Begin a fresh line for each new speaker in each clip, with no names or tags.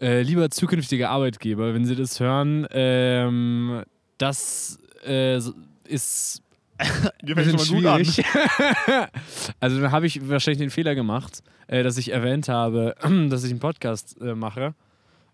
Äh, lieber zukünftige Arbeitgeber, wenn Sie das hören, ähm, das äh, ist
Mir
ein
fängt
bisschen
schon mal gut an.
schwierig. also dann habe ich wahrscheinlich den Fehler gemacht, äh, dass ich erwähnt habe, dass ich einen Podcast äh, mache.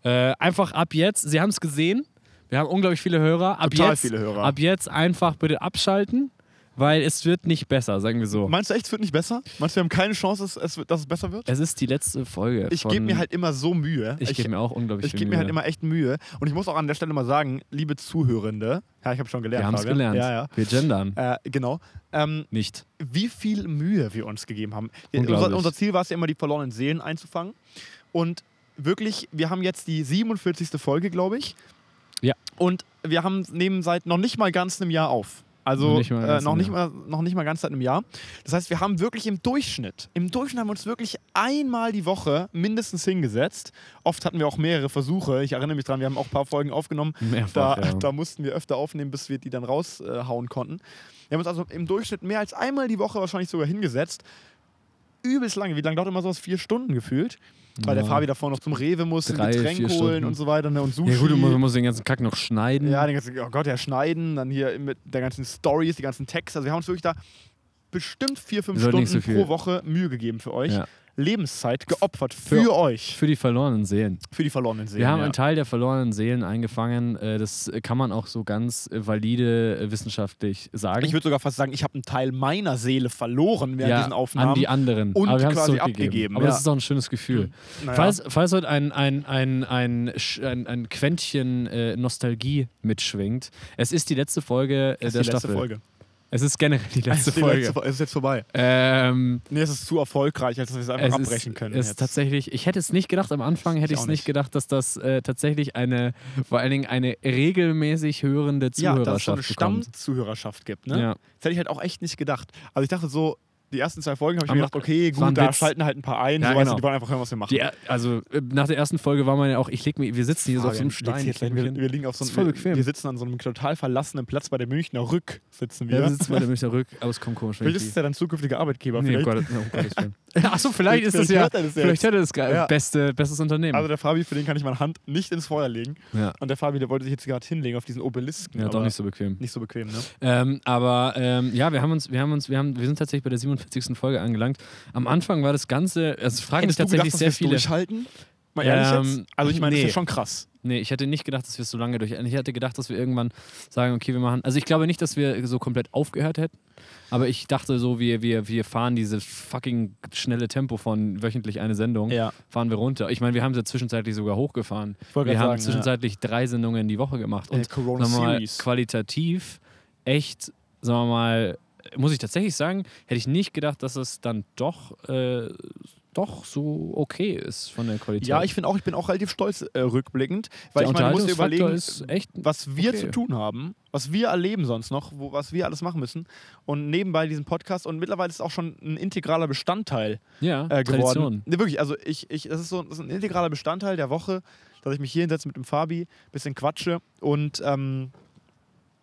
Äh, einfach ab jetzt, Sie haben es gesehen, wir haben unglaublich viele Hörer. Ab
Total
jetzt,
viele Hörer.
Ab jetzt einfach bitte abschalten, weil es wird nicht besser, sagen wir so.
Meinst du echt, es wird nicht besser? Meinst du, wir haben keine Chance, es, es, wird- dass es besser wird?
Es ist die letzte Folge.
Ich
Äh, von-
gebe mir halt immer so Mühe.
Ich gebe mir auch unglaublich
ich
viel
gebe mir halt
Mühe.
immer echt Mühe. Und ich muss auch an der Stelle mal sagen, liebe Zuhörende, ja, ich habe schon gelernt.
Wir haben es
Fabian.
gelernt.
Ja,
Wir gendern.
ja. Äh, genau. Ähm,
Nicht.
wie viel Mühe wir uns gegeben haben. Wir-
Unglaublich.
Unser, unser Ziel war es ja immer, die verlorenen Seelen einzufangen. Und wirklich, wir haben jetzt die 47. Folge, glaube ich.
Ja.
Und wir haben nehmen seit noch nicht mal ganz einem Jahr auf.
Noch
Also noch
nicht
nicht,
mal
äh,
ganz
noch,
einem
nicht mal, noch nicht mal ganz seit einem Jahr. Das heißt, wir haben wirklich im Durchschnitt, im Durchschnitt haben wir uns wirklich einmal die Woche mindestens hingesetzt. Oft hatten wir auch mehrere Versuche. Ich erinnere mich dran, wir haben auch ein paar Folgen aufgenommen. Da,
Mehrfach. ja.
da mussten wir öfter aufnehmen, bis wir die dann raushauen konnten. Wir haben uns also im Durchschnitt mehr als einmal die Woche wahrscheinlich sogar hingesetzt. Übelst lange. Wie lange dauert immer sowas? Vier Stunden gefühlt. Weil der
Ja.
Fabi davor noch zum Rewe muss,
Drei,
ein Getränk
vier
holen
Stunden.
und so weiter. Ne? Und Sushi.
ja gut, du musst, du musst den ganzen Kack noch schneiden.
ja, den ganzen, oh Gott, ja, schneiden. Dann hier mit der ganzen Stories, die ganzen Texte. Also wir haben uns wirklich da bestimmt vier, fünf
Wir sollten
Stunden
nicht so viel-
pro Woche Mühe gegeben für euch.
Ja.
Lebenszeit geopfert für,
Für-
euch.
Für die verlorenen Seelen.
Für die verlorenen Seelen.
Wir haben
ja.
einen Teil der verlorenen Seelen eingefangen. Äh, Das äh, kann man auch so ganz äh, valide äh, wissenschaftlich sagen.
Ich würde sogar fast sagen, ich habe einen Teil meiner Seele verloren während
ja,
diesen Aufnahmen.
an die anderen.
und
Aber wir haben es
quasi
zurückgegeben.
abgegeben,
Aber
ja. Hm,
das ist auch ein schönes Gefühl.
Naja.
Falls, falls heute ein, ein, ein, ein, Sch- ein, ein Quäntchen äh, Nostalgie mitschwingt, es ist die letzte Folge äh,
Das
der
ist die letzte
Staffel.
Folge.
Es ist generell die letzte
es ist die
Folge.
letzte Fo- es ist jetzt vorbei.
Ähm,
Nee, es ist zu erfolgreich, als dass wir es einfach
es
abbrechen
ist,
können.
Es ist
jetzt.
tatsächlich, ich hätte es nicht gedacht, am Anfang hätte
Ich
ich es
auch
nicht
nicht.
gedacht, dass das äh, tatsächlich eine, vor allen Dingen eine regelmäßig hörende
ja,
Zuhörerschaft
dass es so eine
bekommt.
Stammzuhörerschaft gibt. Ne?
Ja.
Das hätte ich halt auch echt nicht gedacht. Also ich dachte so, die ersten zwei Folgen habe ich
Am-
mir gedacht, okay,
war ein
gut, da
Witz.
schalten halt ein paar ein.
Ja,
so weißt du,
genau.
Die wollen einfach hören, was wir machen.
Die, er- also äh, nach der ersten Folge war man ja auch, ich leg mich, wir sitzen hier so auf so
Fabian,
einem
du
Stein. Ich
legst hier Ah, jetzt
leg
hin,
mich
wir,
hin.
wir liegen auf so
Ist voll
einem,
bequem.
wir sitzen an so einem total verlassenen Platz bei der Münchner Rück, sitzen wir.
Ja, wir sitzen bei der Münchner Rück, aber es kommt komisch. wenn
Vielleicht
ich
ist es ja dein zukünftiger Arbeitgeber.
die- nee, um
vielleicht.
Gottes, um Gottes Willen. Achso, vielleicht ist
Vielleicht
das ja,
hört er das jetzt.
vielleicht hätte das ge-
Ja.
beste, bestes Unternehmen.
Also der Fabi, für den kann ich meine Hand nicht ins Feuer legen.
ja.
Und der Fabi, der wollte sich jetzt gerade hinlegen auf diesen Obelisken.
ja, doch
aber
nicht so bequem.
nicht so bequem, ne?
Ähm, aber ähm, ja, wir haben uns, wir haben uns, wir haben, wir sind tatsächlich bei der 47. Folge angelangt. Am Anfang war das Ganze, also fragen mich
Hättest du
tatsächlich
gedacht,
sehr
dass wir
viele.
es durchhalten? Mal ehrlich
Ähm,
jetzt? Also ich meine, das
nee.
ist ja schon krass.
Nee, ich hätte nicht gedacht, dass wir es so lange durch. Ich hätte gedacht, dass wir irgendwann sagen, okay, wir machen. Also ich glaube nicht, dass wir so komplett aufgehört hätten. Aber ich dachte so, wir, wir, wir fahren dieses fucking schnelle Tempo von wöchentlich eine Sendung,
Ja.
fahren wir runter. Ich meine, wir haben es ja zwischenzeitlich sogar hochgefahren.
Ich wollte
Wir
gerade
haben
sagen,
zwischenzeitlich drei Sendungen die Woche gemacht.
Äh,
Und
Corona
sagen wir mal,
Series.
qualitativ echt, sagen wir mal, muss ich tatsächlich sagen, hätte ich nicht gedacht, dass es dann doch, äh, doch so okay ist von der Qualität.
Ja, ich finde auch, ich bin auch relativ stolz äh, rückblickend, weil
Der
ich meine, du musst dir
Unterhaltungsfaktor
überlegen,
ist echt
was wir
okay.
zu tun haben, was wir erleben sonst noch, wo, was wir alles machen müssen und nebenbei diesen Podcast und mittlerweile ist es auch schon ein integraler Bestandteil
ja,
äh, geworden.
Tradition.
Nee, wirklich, also ich, ich, das ist so das ist ein integraler Bestandteil der Woche, dass ich mich hier hinsetze mit dem Fabi, bisschen quatsche und ähm,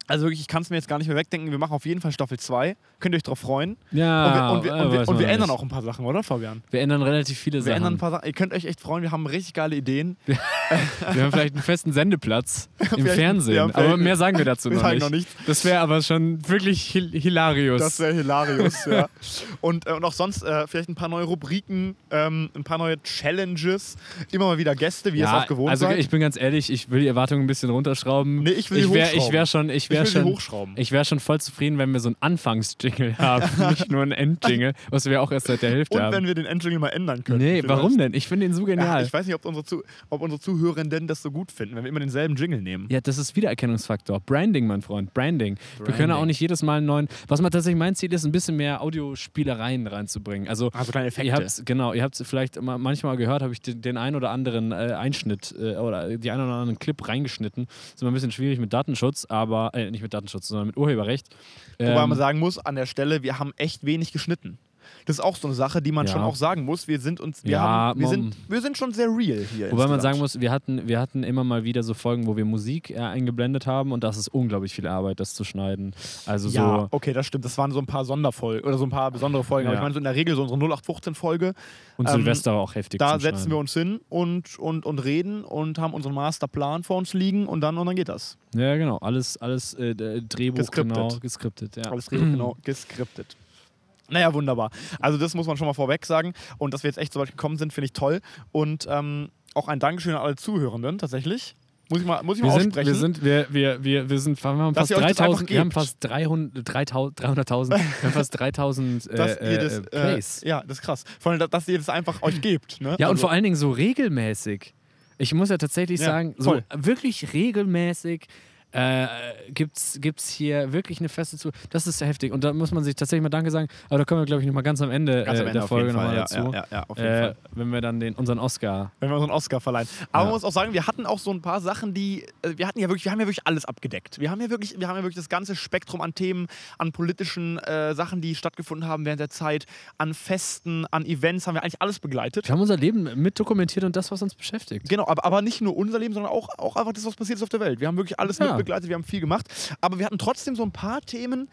also wirklich, ich kann es mir jetzt gar nicht mehr wegdenken. Wir machen auf jeden Fall Staffel 2. Könnt ihr euch drauf freuen.
Ja,
und
äh,
wir, und wir, und wir,
weiß
und wir
man
ändern
nicht.
auch ein paar Sachen, oder Fabian?
Wir ändern relativ viele
Wir
Sachen.
ändern ein paar Sachen. Ihr könnt euch echt freuen, wir haben richtig geile Ideen.
wir haben vielleicht einen festen Sendeplatz im
Vielleicht-
Fernsehen.
ja,
aber
vielleicht-
mehr sagen wir dazu
Wir
noch,
sagen
nicht.
noch nichts.
Das wäre aber schon wirklich hil hilarious.
Das wäre hilarious, ja. Und, äh, und auch sonst äh, vielleicht ein paar neue Rubriken, ähm, ein paar neue Challenges, immer mal wieder Gäste, wie ihr es auch gewohnt
also
seid.
ich bin ganz ehrlich, ich will die Erwartungen ein bisschen runterschrauben.
Nee, ich will die
ich wär,
hochschrauben.
ich wär schon, ich
ich
wär
will sie
schon,
hochschrauben.
ich wär schon voll zufrieden, wenn wir so einen Anfangsjingle haben, nicht nur einen Endjingle, was wir auch erst seit der Hälfte
und wenn
haben.
wir den Endjingle mal ändern können.
Nee, warum denn? Ich finde ihn so
Ja,
genial.
ich weiß nicht, ob unsere, Zu ob unsere Zuhörenden das so gut finden, wenn wir immer denselben Jingle nehmen.
Ja, das ist Wiedererkennungsfaktor. Branding, mein Freund. Branding. Wir können auch
Branding.
nicht jedes Mal einen neuen. Was man tatsächlich mein Ziel ist, ein bisschen mehr Audiospielereien reinzubringen. Also,
Also kleine Effekte.
ihr habt's, genau, ihr habt es vielleicht ma- manchmal gehört, habe ich den, den einen oder anderen äh, Einschnitt äh, oder die einen oder anderen Clip reingeschnitten. Ist immer ein bisschen schwierig mit Datenschutz, aber äh, nicht mit Datenschutz, sondern mit Urheberrecht.
Wobei
Ähm,
man sagen muss, an der Stelle, wir haben echt wenig geschnitten. Das ist auch so eine Sache, die man
Ja.
schon auch sagen muss. Wir sind uns, wir,
Ja,
haben, wir,
man-
sind, wir sind schon sehr real hier.
Wobei man
insgesamt.
sagen muss, wir hatten, wir hatten immer mal wieder so Folgen, wo wir Musik äh, eingeblendet haben und das ist unglaublich viel Arbeit, das zu schneiden. Also
Ja, oh,
so.
okay, das stimmt. Das waren so ein paar Sonderfolgen oder so ein paar besondere Folgen. Aber
Ja.
ich meine, so in der Regel so unsere 0815-Folge,
Und
Ähm,
Silvester war auch heftig.
da
zum
setzen wir
Schneiden.
uns hin und, und, und reden und haben unseren Masterplan vor uns liegen und dann, und dann geht das.
Ja, genau. Alles, alles äh, d- Drehbuch
Geskriptet.
genau geskriptet. Ja.
Alles Drehbuch genau geskriptet. Naja, wunderbar. Also das muss man schon mal vorweg sagen. Und dass wir jetzt echt so weit gekommen sind, finde ich toll. Und ähm, auch ein Dankeschön an alle Zuhörenden tatsächlich. Muss ich mal, muss ich
Wir
mal
sind,
aussprechen.
wir sind, wir, wir, wir, wir sind, wir haben
Dass
fast
ihr euch das einfach
3000, wir haben
gebt.
fast 300, 3000, 300.000, wir haben fast 3000 äh,
dass ihr das,
äh, Plays.
äh, ja, das ist krass. Vor allem, dass- dass ihr das einfach euch gebt. Ne?
ja, und
Also-
vor allen Dingen so regelmäßig. Ich muss ja tatsächlich
Ja,
sagen, so
voll.
wirklich regelmäßig äh, gibt's, gibt's hier wirklich eine feste zu. Das ist heftig. Und da muss man sich tatsächlich mal Danke sagen. Aber da kommen wir, glaube ich, nochmal ganz am Ende, äh,
Ganz am Ende
der
auf
Folge
jeden
nochmal
Fall. ja,
dazu.
Ja, ja, ja, auf jeden
äh,
Fall.
wenn wir dann den, unseren Oscar.
Wenn wir unseren Oscar verleihen. Aber
Ja.
man muss auch sagen, wir hatten auch so ein paar Sachen, die äh, wir hatten ja wirklich, wir haben ja wirklich alles abgedeckt. Wir haben ja wirklich, wir haben ja wirklich das ganze Spektrum an Themen, an politischen äh, Sachen, die stattgefunden haben während der Zeit, an Festen, an Events, haben wir eigentlich alles begleitet.
Wir haben unser Leben mit dokumentiert und das, was uns beschäftigt.
Genau, aber, aber nicht nur unser Leben, sondern auch, auch einfach das, was passiert ist auf der Welt. Wir haben wirklich alles
Ja.
mitbegleitet, wir haben viel gemacht. Aber wir hatten trotzdem so ein paar Themen,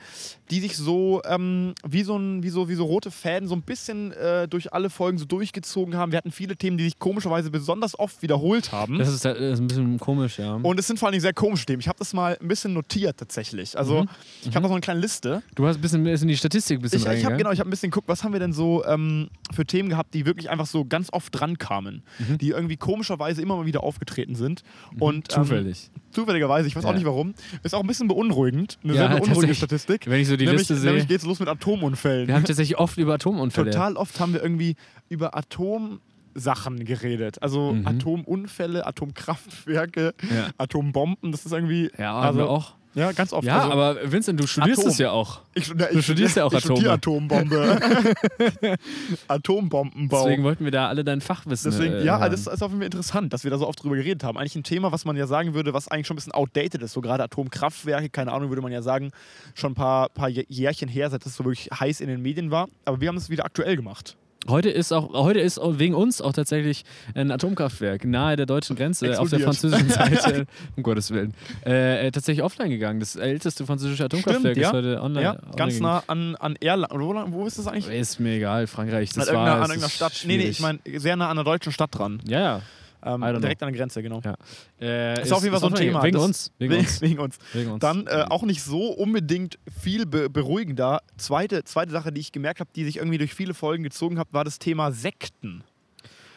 die sich so, ähm, wie, so ein, wie, so, wie so rote Fäden so ein bisschen äh, durch alle Folgen so durchgezogen haben. Wir hatten viele Themen, die sich komischerweise besonders oft wiederholt haben.
Das ist, halt- das ist ein bisschen komisch, ja.
Und es sind vor allen Dingen sehr komische Themen. Ich habe das mal ein bisschen notiert tatsächlich. Also
Mhm.
ich habe da so eine kleine Liste.
du hast ein bisschen bist in die Statistik ein bisschen
Ich, ich habe
reingegangen.
genau, ich habe ein bisschen geguckt, was haben wir denn so ähm, für Themen gehabt, die wirklich einfach so ganz oft drankamen,
Mhm.
die irgendwie komischerweise immer mal wieder aufgetreten sind. Und, ähm,
Zufällig.
Zufälligerweise, ich weiß
Ja.
auch nicht warum. Ist auch ein bisschen beunruhigend, eine
Ja,
sehr beunruhigende
tatsächlich.
Statistik.
Wenn ich so die
nämlich
Liste sehe.
nämlich geht es los mit Atomunfällen.
Wir haben tatsächlich oft über Atomunfälle.
Total oft haben wir irgendwie über Atomsachen geredet. Also
Mhm.
Atomunfälle, Atomkraftwerke,
Ja.
Atombomben, das ist irgendwie.
Ja, haben
also,
wir auch.
Ja, ganz oft.
Ja,
also,
aber Vincent, du studierst
Atom.
es ja auch.
ich, na, ich
du studierst ja auch
ich studier Atombombe. Atombombenbau.
Deswegen wollten wir da alle dein Fachwissen.
Deswegen,
äh,
ja,
hören.
das ist auf jeden Fall interessant, dass wir da so oft drüber geredet haben. Eigentlich ein Thema, was man ja sagen würde, was eigentlich schon ein bisschen outdated ist. So gerade Atomkraftwerke, keine Ahnung, würde man ja sagen, schon ein paar, paar Jä- Jährchen her, seit das so wirklich heiß in den Medien war. Aber wir haben es wieder aktuell gemacht.
Heute ist auch heute ist auch wegen uns auch tatsächlich ein Atomkraftwerk nahe der deutschen Grenze auf der
Explodiert.
französischen Seite, um Gottes Willen, äh, äh, tatsächlich offline gegangen. Das älteste französische Atomkraftwerk
ja.
ist heute online.
ja,
online
ganz
gegangen.
nah an, an Erlangen. Oder wo, wo ist das eigentlich?
Ist mir egal, Frankreich. Das
an
war,
irgendeiner, an
es
irgendeiner
ist
Stadt. Nee, nee,
schwierig.
ich meine, sehr nah an der deutschen Stadt dran.
Ja, ja.
Ähm,
I don't know.
direkt an der Grenze, genau.
ja. Äh,
Ist auf jeden Fall so ein
offline
Thema.
gegangen. Wegen
Das-
uns. Wegen uns.
Wegen uns.
Wegen uns.
Dann äh, auch nicht so unbedingt viel be beruhigender. Zweite, zweite Sache, die ich gemerkt habe, die sich irgendwie durch viele Folgen gezogen hat, war das Thema Sekten.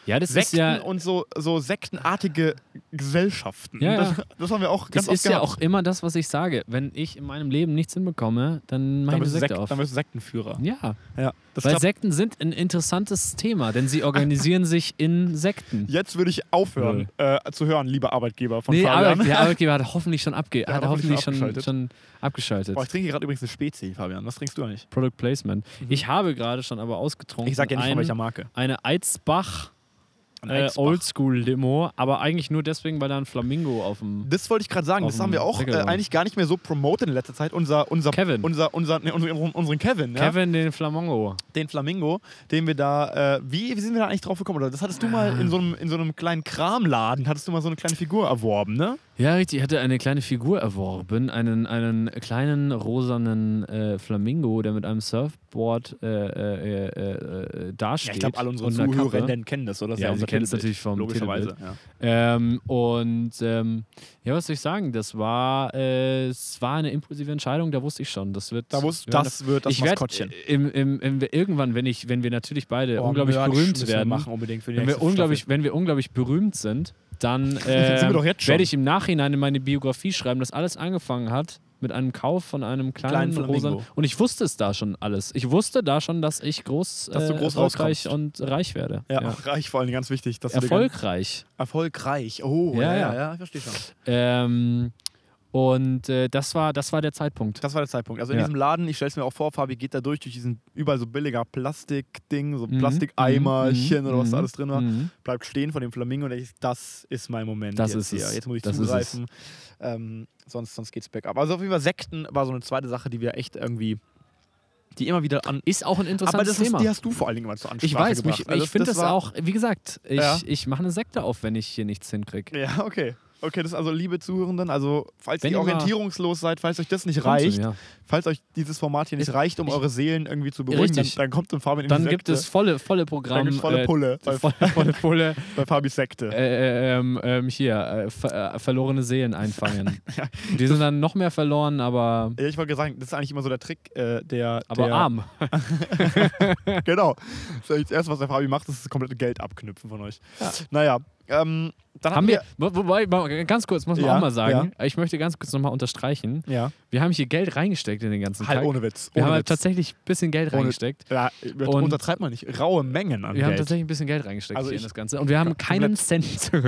ja, das ist
Sekten
ja
und so, so sektenartige Gesellschaften.
Ja, ja.
Das, das haben wir auch ganz
Das
oft
ist ja
gehabt.
auch immer das, was ich sage. Wenn ich in meinem Leben nichts hinbekomme, dann mache ich eine
dann bist, du
Sekte
Sek-
auf.
dann bist du Sektenführer.
Ja,
Ja, das
weil
klappt.
Sekten sind ein interessantes Thema, denn sie organisieren sich in Sekten.
Jetzt würde ich aufhören äh, zu hören, lieber Arbeitgeber von
Nee,
Fabian.
Arbeit, der Arbeitgeber hat hoffentlich schon, abge
Der
hat
hat hoffentlich
hoffentlich schon,
abgeschaltet.
schon abgeschaltet.
Boah, ich trinke hier gerade übrigens eine Spezi, Fabian. Was trinkst du eigentlich?
Product Placement. Ich habe gerade schon aber ausgetrunken.
Mhm. Ich sag ja nicht
ein,
von welcher Marke.
Eine Eidsbach,
Ein
äh,
Eichsbach.
Oldschool Limo, aber eigentlich nur deswegen, weil da ein Flamingo auf dem.
Das wollte ich gerade sagen,
Auf
das haben wir
dem
auch äh,
Deckel drauf.
eigentlich gar nicht mehr so promoted in letzter Zeit. Unser, unser
Kevin.
Unser, unser, nee, unseren, unseren Kevin, ja?
Kevin den Flamingo.
den Flamingo, den wir da. Äh, wie, wie sind wir da eigentlich drauf gekommen? Oder das hattest du mal in so einem, in so einem kleinen Kramladen, hattest du mal so eine kleine Figur erworben, ne?
Ja, richtig. Ich hatte eine kleine Figur erworben, einen, einen kleinen rosanen äh, Flamingo, der mit einem Surfboard äh, äh, äh, äh, dasteht.
Ja, ich glaube, alle unsere
und einer Kappe.
Zuhörerinden kennen das, oder? Das ist
Ja,
unser
sie kennen es
Titelbild,
natürlich vom
Logischerweise. ne? Ja.
Ähm, und ähm, ja, was soll ich sagen? Das war, äh, es war eine impulsive Entscheidung. Da wusste ich schon, das wird.
Da wusst,
wir werden-
das wird das
ich werd,
Maskottchen.
äh, im, im, im, irgendwann, wenn ich, wenn wir natürlich beide
Oh,
unglaublich
Merch
berühmt
müssen wir
werden,
Machen unbedingt für die
wenn wir
nächste
unglaublich,
Staffel.
wenn wir unglaublich berühmt sind, dann
sind wir
ähm,
doch jetzt schon.
werde ich im Nachhinein in meine Biografie schreiben, dass alles angefangen hat mit einem Kauf von einem kleinen,
Kleinen Flamingo.
rosa. Und ich wusste es da schon alles. Ich wusste da schon, dass ich groß,
Dass du
äh,
groß
erfolgreich
rauskommst.
und reich werde.
Ja,
Ja.
auch reich vor allem ganz wichtig. Dass du dir ganz-
Erfolgreich.
Erfolgreich. Oh,
Ja,
ja, ja,
ja.
ja, ich verstehe schon.
Ähm, und äh, das war das war der Zeitpunkt.
Das war der Zeitpunkt. Also in
Ja.
diesem Laden, ich stelle es mir auch vor, Fabi geht da durch, durch diesen überall so billiger Plastikding, so
Mhm,
Plastikeimerchen
mhm,
oder was da
mhm,
alles drin war.
mhm.
Bleibt stehen von dem Flamingo und denke ich, das ist mein Moment.
Das ist
jetzt
es.
hier. Jetzt muss ich
Das ist
zugreifen. Ähm, sonst sonst geht's bergab. Also auf jeden Fall Sekten war so eine zweite Sache, die wir echt irgendwie die immer wieder an.
Ist auch ein interessantes
Aber das
Thema.
ist, die hast du vor allen Dingen mal zur Ansprache
ich weiß,
gebracht.
mich,
Also
ich finde das,
war-
auch, wie gesagt, ich,
Ja.
ich mache eine Sekte auf, wenn ich hier nichts hinkriege.
Ja, okay. Okay, das ist also, liebe Zuhörenden, also falls
Wenn
ihr
ihr mal-
orientierungslos seid, falls euch das nicht reicht,
Ja.
falls euch dieses Format hier nicht
Ich-
reicht, um
ich-
eure Seelen irgendwie zu beruhigen, dann,
Richtig.
dann kommt zum Fabian in die
Dann
Sekte.
gibt es volle, volle
dann
Programm.
gibt's volle
äh,
Pulle bei,
volle, volle Pulle.
bei Fabis Sekte.
Äh, ähm, ähm, hier, äh, ver äh, verlorene Seelen einfangen. Die sind dann noch mehr verloren, aber,
Ja, Äh, ich wollte sagen, das ist eigentlich immer so der Trick, äh, der.
aber
der,
arm.
Genau. Das ist eigentlich das Erste, was der Fabi macht, ist das komplette Geld abknüpfen von euch. Naja, ähm, dann
Haben wir, wo- wobei, wo- ganz kurz, muss man
Ja,
auch mal sagen, ich möchte ganz kurz nochmal unterstreichen,
Ja.
wir haben hier Geld reingesteckt in den ganzen
Halt
Tag.
ohne Witz.
wir
ohne
haben halt
Witz.
tatsächlich ein bisschen Geld
Ohne-
reingesteckt.
Ja,
Und-
untertreibt man nicht. Raue Mengen an
Wir haben
Geld.
tatsächlich ein bisschen Geld reingesteckt
Also
hier
ich-
in das Ganze. Und wir haben keinen Cent zurück.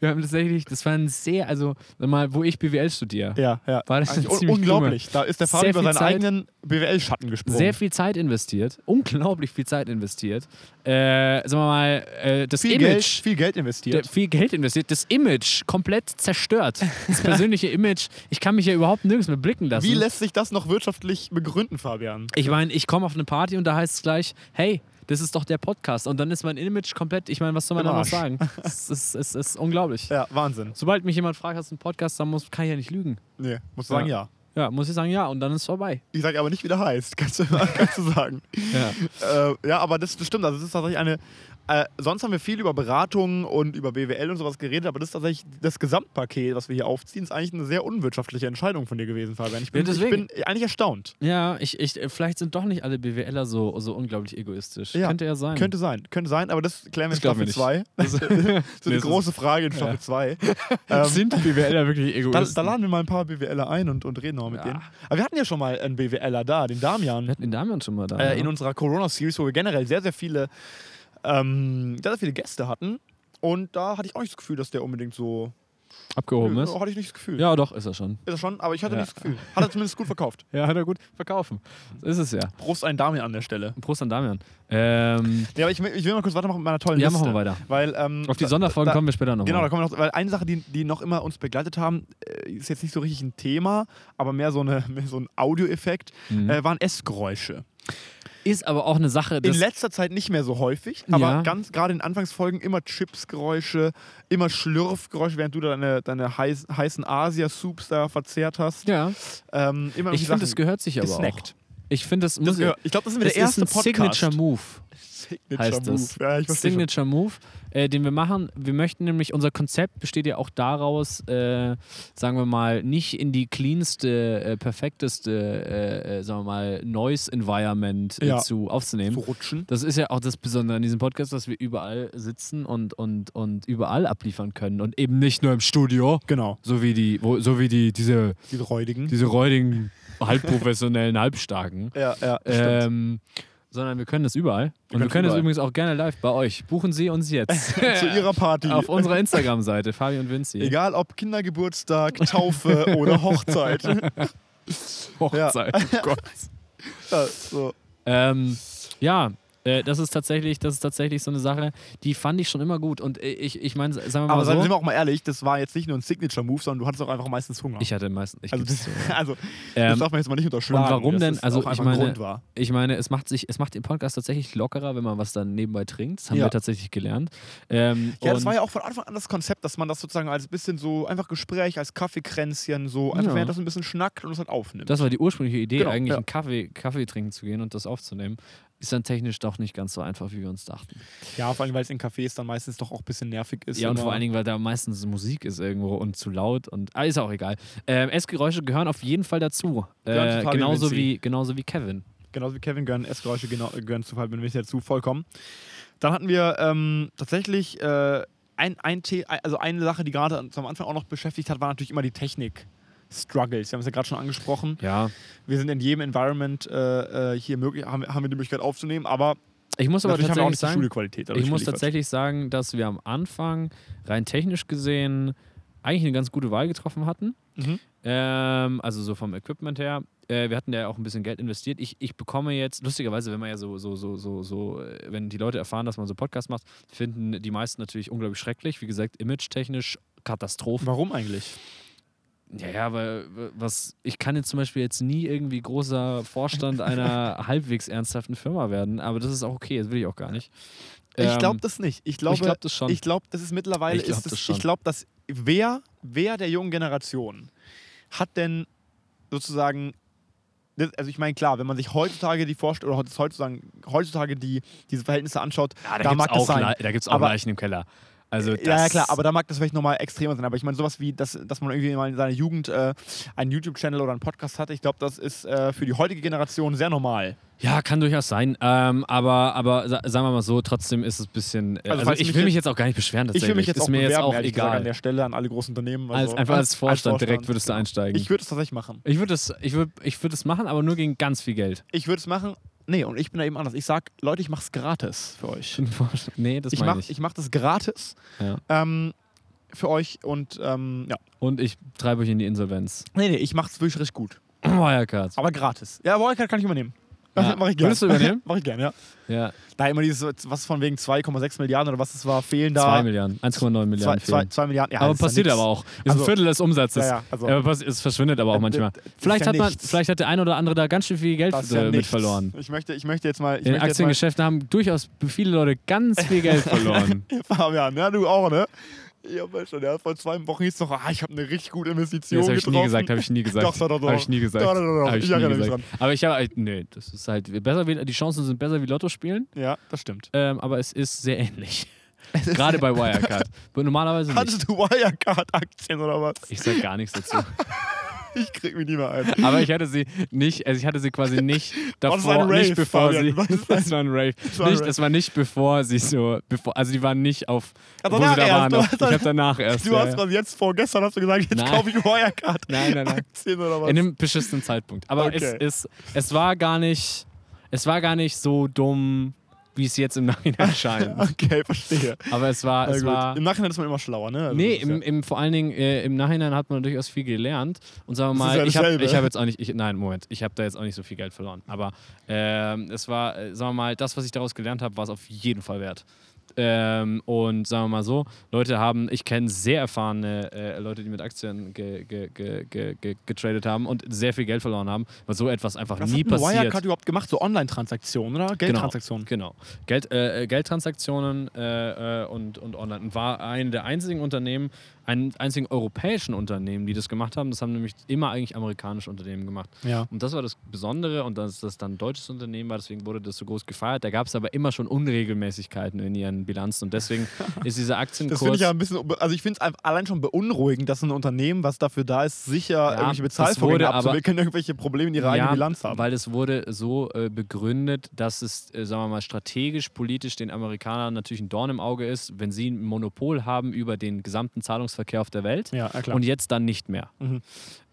wir haben tatsächlich, das waren sehr, also sag mal, wo ich BWL studiere,
Ja, ja.
war das
Eigentlich
schon
un
ziemlich
unglaublich. Da ist der Fabi
Sehr
über
viel
seinen
Zeit.
eigenen BWL-Schatten gesprungen.
Sehr viel Zeit investiert, unglaublich viel Zeit investiert. Äh, sagen wir mal, äh, das
viel, Geld,
Image,
viel Geld
der,
investiert.
viel Geld investiert, das Image komplett zerstört. Das persönliche Image, ich kann mich ja überhaupt nirgends mehr blicken lassen.
Wie lässt sich das noch wirtschaftlich begründen, Fabian?
Ich meine, ich komme auf eine Party und da heißt es gleich, hey, das ist doch der Podcast. Und dann ist mein Image komplett, ich meine, was soll man
Im
da noch
Arsch.
sagen? Es ist, es ist unglaublich.
Ja, Wahnsinn.
Sobald mich jemand fragt, hast du einen Podcast, dann muss, kann ich ja nicht lügen.
Nee, musst du sagen ja.
Ja, muss ich sagen, ja, und dann ist es vorbei.
Ich sage aber nicht, wie der heißt. Kannst du, kannst du sagen.
Ja.
äh, ja, aber das, das stimmt. Also, das ist tatsächlich eine. Äh, sonst haben wir viel über Beratungen und über BWL und sowas geredet, aber das ist tatsächlich das Gesamtpaket, was wir hier aufziehen, ist eigentlich eine sehr unwirtschaftliche Entscheidung von dir gewesen, Fabian. Ich bin,
Ja,
ich
deswegen.
bin eigentlich erstaunt.
Ja, ich, ich, vielleicht sind doch nicht alle BWLer so, so unglaublich egoistisch.
Ja.
Könnte ja sein.
Könnte sein, könnte sein, aber das klären wir
Das
in
glauben
Staffel
wir
2.
Das-
So
Nee,
eine
es ist-
große Frage in Staffel 2. ähm,
Sind BWLer wirklich
da,
egoistisch?
da laden wir mal ein paar BWLer ein und, und reden auch mit
Ja.
denen. Aber wir hatten ja schon mal einen BWLer da, den Damian.
wir hatten den Damian schon mal da. ne?
äh, in
ja.
unserer Corona-Series, wo wir generell sehr, sehr viele, ähm, sehr, sehr viele Gäste hatten. Und da hatte ich auch nicht das Gefühl, dass der unbedingt so.
Abgehoben
Nö,
ist.
Hatte ich nicht das Gefühl.
Ja, doch, ist er schon.
Ist er schon, aber ich hatte
Ja.
nicht das Gefühl. Hat er zumindest gut verkauft.
Ja, hat er gut. Verkaufen. So ist es ja.
Prost ein Damian an der Stelle.
Prost an Damian. Ähm,
Ja, aber ich, will- ich will mal kurz weitermachen mit meiner tollen
ja,
Liste.
machen wir weiter.
Weil, ähm,
Auf die
da-
Sonderfolgen
da-
kommen wir später nochmal.
Genau, da kommen wir noch, weil eine Sache, die, die noch immer uns begleitet haben, äh, ist jetzt nicht so richtig ein Thema, aber mehr so, eine, mehr so ein Audioeffekt,
Mhm.
äh, waren Essgeräusche.
Ist aber auch eine Sache,
In
das
letzter Zeit nicht mehr so häufig, aber
Ja.
ganz gerade in Anfangsfolgen immer Chipsgeräusche, immer Schlürfgeräusche, während du da deine, deine heiß, heißen Asia-Soups da verzehrt hast.
ja,
Ähm, immer
ich finde, es gehört
gehört
sich aber
gesnackt.
auch. Ich finde, das
Das
muss
gehört- ich glaube, das ist
das
der erste
ist ein
Podcast.
Signature Move,
Signature
heißt das.
Move. Ja, ich verstehe schon.
Signature Move, äh, den wir machen. Wir möchten nämlich, unser Konzept besteht ja auch daraus, äh, sagen wir mal, nicht in die cleanste, äh, perfekteste, äh, äh, sagen wir mal, Noise Environment äh,
Ja.
zu
Zu
aufzunehmen.
rutschen.
Das ist ja auch das Besondere an diesem Podcast, dass wir überall sitzen und, und, und überall abliefern können und eben nicht nur im Studio,
Genau,
so wie die, wo, so wie die, diese
die räudigen.
diese räudigen, halbprofessionellen, halbstarken.
ja, ja, stimmt.
Ähm, sondern wir können das überall.
Wir
Und wir
können's
können es
überall.
übrigens auch gerne live bei euch. Buchen Sie uns jetzt
Zu ihrer Party.
Ähm, auf unserer Instagram-Seite, Fabi und Vinci.
Egal ob Kindergeburtstag, Taufe oder Hochzeit.
Hochzeit. oh Gott.
Ja, so.
Ähm, ja, äh, das ist tatsächlich, das ist tatsächlich so eine Sache, die fand ich schon immer gut. Und äh, ich, ich meine, sagen wir mal
Aber seien
so,
sind wir auch mal ehrlich, das war jetzt nicht nur ein Signature-Move, sondern du hattest auch einfach meistens Hunger.
ich hatte meistens. Ich,
also,
geb's
das,
zu.
also das
ähm,
darf man jetzt mal nicht unterschlagen.
und warum
dass
denn?
das
Also,
auch
ich
einfach ein
meine-
Grund war.
Ich meine, es macht sich, es macht den Podcast tatsächlich lockerer, wenn man was dann nebenbei trinkt. Das haben
Ja.
wir tatsächlich gelernt. Ähm,
Ja, das
und-
war ja auch von Anfang an das Konzept, dass man das sozusagen als bisschen so einfach Gespräch, als Kaffeekränzchen, so einfach
Ja.
während das ein bisschen schnackt und es halt aufnimmt.
Das war die ursprüngliche Idee,
Genau,
eigentlich
ja.
einen Kaffee, Kaffee trinken zu gehen und das aufzunehmen. Ist dann technisch doch nicht ganz so einfach, wie wir uns dachten.
ja, vor allem, weil es in Cafés dann meistens doch auch ein bisschen nervig ist.
ja, und
immer.
vor allen Dingen, weil da meistens Musik ist irgendwo und zu laut und ah, ist auch egal. Ähm, Essgeräusche gehören auf jeden Fall dazu.
Gehören zu
Äh,
Fabi
genauso,
Vinci.
wie, genauso wie Kevin.
Genauso wie Kevin gehören Essgeräusche genau, gehören zu Fabian Winter dazu, vollkommen. Dann hatten wir ähm, tatsächlich äh, ein, ein The also eine Sache, die gerade uns am Anfang auch noch beschäftigt hat, war natürlich immer die Technik. Struggles. Wir haben es ja gerade schon angesprochen.
Ja.
Wir sind in jedem Environment äh, äh, hier möglich, haben, haben wir die Möglichkeit aufzunehmen, aber
Ich muss aber
natürlich haben wir
tatsächlich
auch nicht die
sagen,
Studioqualität. dadurch
ich muss
geliefert.
tatsächlich sagen, dass wir am Anfang rein technisch gesehen eigentlich eine ganz gute Wahl getroffen hatten.
Mhm.
Ähm, also so vom Equipment her. Äh, wir hatten da ja auch ein bisschen Geld investiert. Ich, ich bekomme jetzt, lustigerweise, wenn man ja so, so, so, so, so, äh, wenn die Leute erfahren, dass man so Podcasts macht, finden die meisten natürlich unglaublich schrecklich. Wie gesagt, image-technisch Katastrophe.
Warum eigentlich?
Ja, ja, aber was, ich kann jetzt zum Beispiel jetzt nie irgendwie großer Vorstand einer halbwegs ernsthaften Firma werden, aber das ist auch okay, das will ich auch gar nicht.
ich
Ähm,
glaube das nicht. Ich glaube,
ich glaub das schon.
Ich glaube, das ist mittlerweile.
Ich glaub
ist das,
das schon.
Ich glaube, dass wer, wer der jungen Generation hat denn sozusagen. das- Also ich meine, klar, wenn man sich heutzutage die Vorstellung oder heutz- heutzutage, heutzutage die, diese Verhältnisse anschaut,
ja,
da mag
gibt's
das
auch
sein.
Le- da gibt's auch
Aber-
Leichen im Keller. Also das,
ja, ja, klar, aber da mag das vielleicht nochmal extremer sein. Aber ich meine, sowas wie, dass, dass man irgendwie mal in seiner Jugend äh, einen YouTube-Channel oder einen Podcast hatte, ich glaube, das ist äh, für die heutige Generation sehr normal.
Ja, kann durchaus sein. Ähm, aber, aber sa- sagen wir mal so, trotzdem ist es ein bisschen. äh,
Also,
Also,
falls
ich
mich
will mich
jetzt-
jetzt auch gar nicht beschweren.
Ich
Tatsächlich.
will mich jetzt
ist
auch
mir
bewerben,
jetzt auch
ehrlich gesagt, an
egal.
der Stelle an alle großen Unternehmen. Also, Genau.
Als, einfach als Vorstand, direkt würdest du einsteigen.
Ich würde es tatsächlich machen.
Ich würde es ich würd, ich würd das machen, aber nur gegen ganz viel Geld.
Ich würde es machen. Nee, und ich bin da eben anders. Ich sag, Leute, ich mach's gratis für euch.
nee, das
ich
meine
mach,
ich.
ich mach das gratis
Ja.
ähm, für euch und ähm, ja.
Und ich treibe euch in die Insolvenz.
Nee, nee, ich mach's wirklich richtig gut.
Wirecard.
Aber gratis. Ja, Wirecard kann ich übernehmen.
Ja.
Mach ich gerne.
Würdest du übernehmen?
Mach ich gerne, ja.
Ja,
Da immer dieses, was von wegen 2,6 Milliarden oder was es war, fehlen da.
2 Milliarden, 1,9
Zwei-
Milliarden.
zwei-
fehlen.
zwei Milliarden. Ja,
aber
das ist ja
passiert
nix.
aber auch. Ist
Also-
ein Viertel des Umsatzes.
Ja, ja, also-
aber pass- es verschwindet aber auch
Äh,
manchmal.
d- d- ist
Vielleicht,
ja
hat man,
nichts.
vielleicht hat der eine oder andere da ganz schön viel Geld
Das ist
äh,
ja
mit
nichts.
verloren.
Ich möchte, ich möchte jetzt mal. Ich
In den
möchte jetzt mal-
Aktiengeschäften haben durchaus viele Leute ganz viel Geld verloren.
Fabian, ja, du auch, ne? Ich hab ja schon, ja, vor zwei Wochen hieß es noch, ah, ich habe eine richtig gute Investition.
Nee, das habe ich nie
getroffen.
gesagt, habe ich nie gesagt.
Doch, doch, doch, doch.
Habe ich nie gesagt.
Doch, doch, doch, doch.
Hab ich
Ich
nie
erinnere mich
gesagt. Aber ich habe, nee, das ist halt besser wie, die Chancen sind besser wie Lotto spielen,
Ja, das stimmt.
ähm, aber es ist sehr ähnlich. Gerade bei Wirecard. Aber Normalerweise nicht.
Hattest du Wirecard-Aktien oder was?
Ich sag gar nichts dazu.
Ich krieg mich nie mehr ein.
Aber ich hatte sie nicht, also ich hatte sie quasi nicht davor,
das war ein Rave,
nicht bevor
Fabian.
sie.
Was ist
das war ein Rave.
war ein
nicht,
Rave.
das war nicht bevor sie so, bevor, also die waren nicht auf,
Ja,
wo sie
danach
da
erst,
waren.
du
Auf,
hast
ich
dann-
habe danach erst.
Du
ja,
hast
ja.
gerade jetzt vor, gestern hast du gesagt, jetzt
Nein.
kaufe ich Wirecard-Aktien
Nein, nein, nein.
oder was?
In einem beschissenen Zeitpunkt. Aber
Okay.
es, es, es war gar nicht, es war gar nicht so dumm, wie es jetzt im Nachhinein scheint.
okay, verstehe.
Aber es war,
Na
es
gut.
war.
Im Nachhinein ist man immer schlauer, ne? Also
Nee,
das ist
im, im, vor allen Dingen äh, im Nachhinein hat man durchaus viel gelernt. Und sagen wir
Das
mal,
ist ja
ich habe
dasselbe.
ich hab jetzt auch nicht, ich, nein, Moment, ich habe da jetzt auch nicht so viel Geld verloren. Aber ähm, es war, äh, sagen wir mal, das, was ich daraus gelernt habe, war es auf jeden Fall wert. Ähm, und sagen wir mal so, Leute haben, ich kenne sehr erfahrene äh, Leute, die mit Aktien ge, ge, ge, ge, ge, getradet haben und sehr viel Geld verloren haben, weil so etwas einfach
Was
nie
hat denn
passiert.
Wirecard überhaupt gemacht? So Online-Transaktionen oder Geldtransaktionen?
Genau. Geld, äh, Geldtransaktionen äh, äh, und, und online. Und war ein der einzigen Unternehmen, ein einzigen europäischen Unternehmen, die das gemacht haben. Das haben nämlich immer eigentlich amerikanische Unternehmen gemacht.
Ja.
Und das war das Besondere und dass das dann ein deutsches Unternehmen war, deswegen wurde das so groß gefeiert. Da gab es aber immer schon Unregelmäßigkeiten in ihren Bilanzen und deswegen ist dieser
Das finde
Aktienkurs.
ich ja ein bisschen, unbe- also ich finde es allein schon beunruhigend, dass ein Unternehmen, was dafür da ist, sicher irgendwelche
das
Bezahlvorgänge
wurde aber-
abzuwickeln, irgendwelche Probleme in ihrer eigenen Bilanz haben.
Weil es wurde so äh, begründet, dass es, äh, sagen wir mal, strategisch, politisch den Amerikanern natürlich ein Dorn im Auge ist, wenn sie ein Monopol haben über den gesamten Zahlungsverkehr auf der Welt
ja, ja, klar.
und jetzt dann nicht mehr.
Mhm.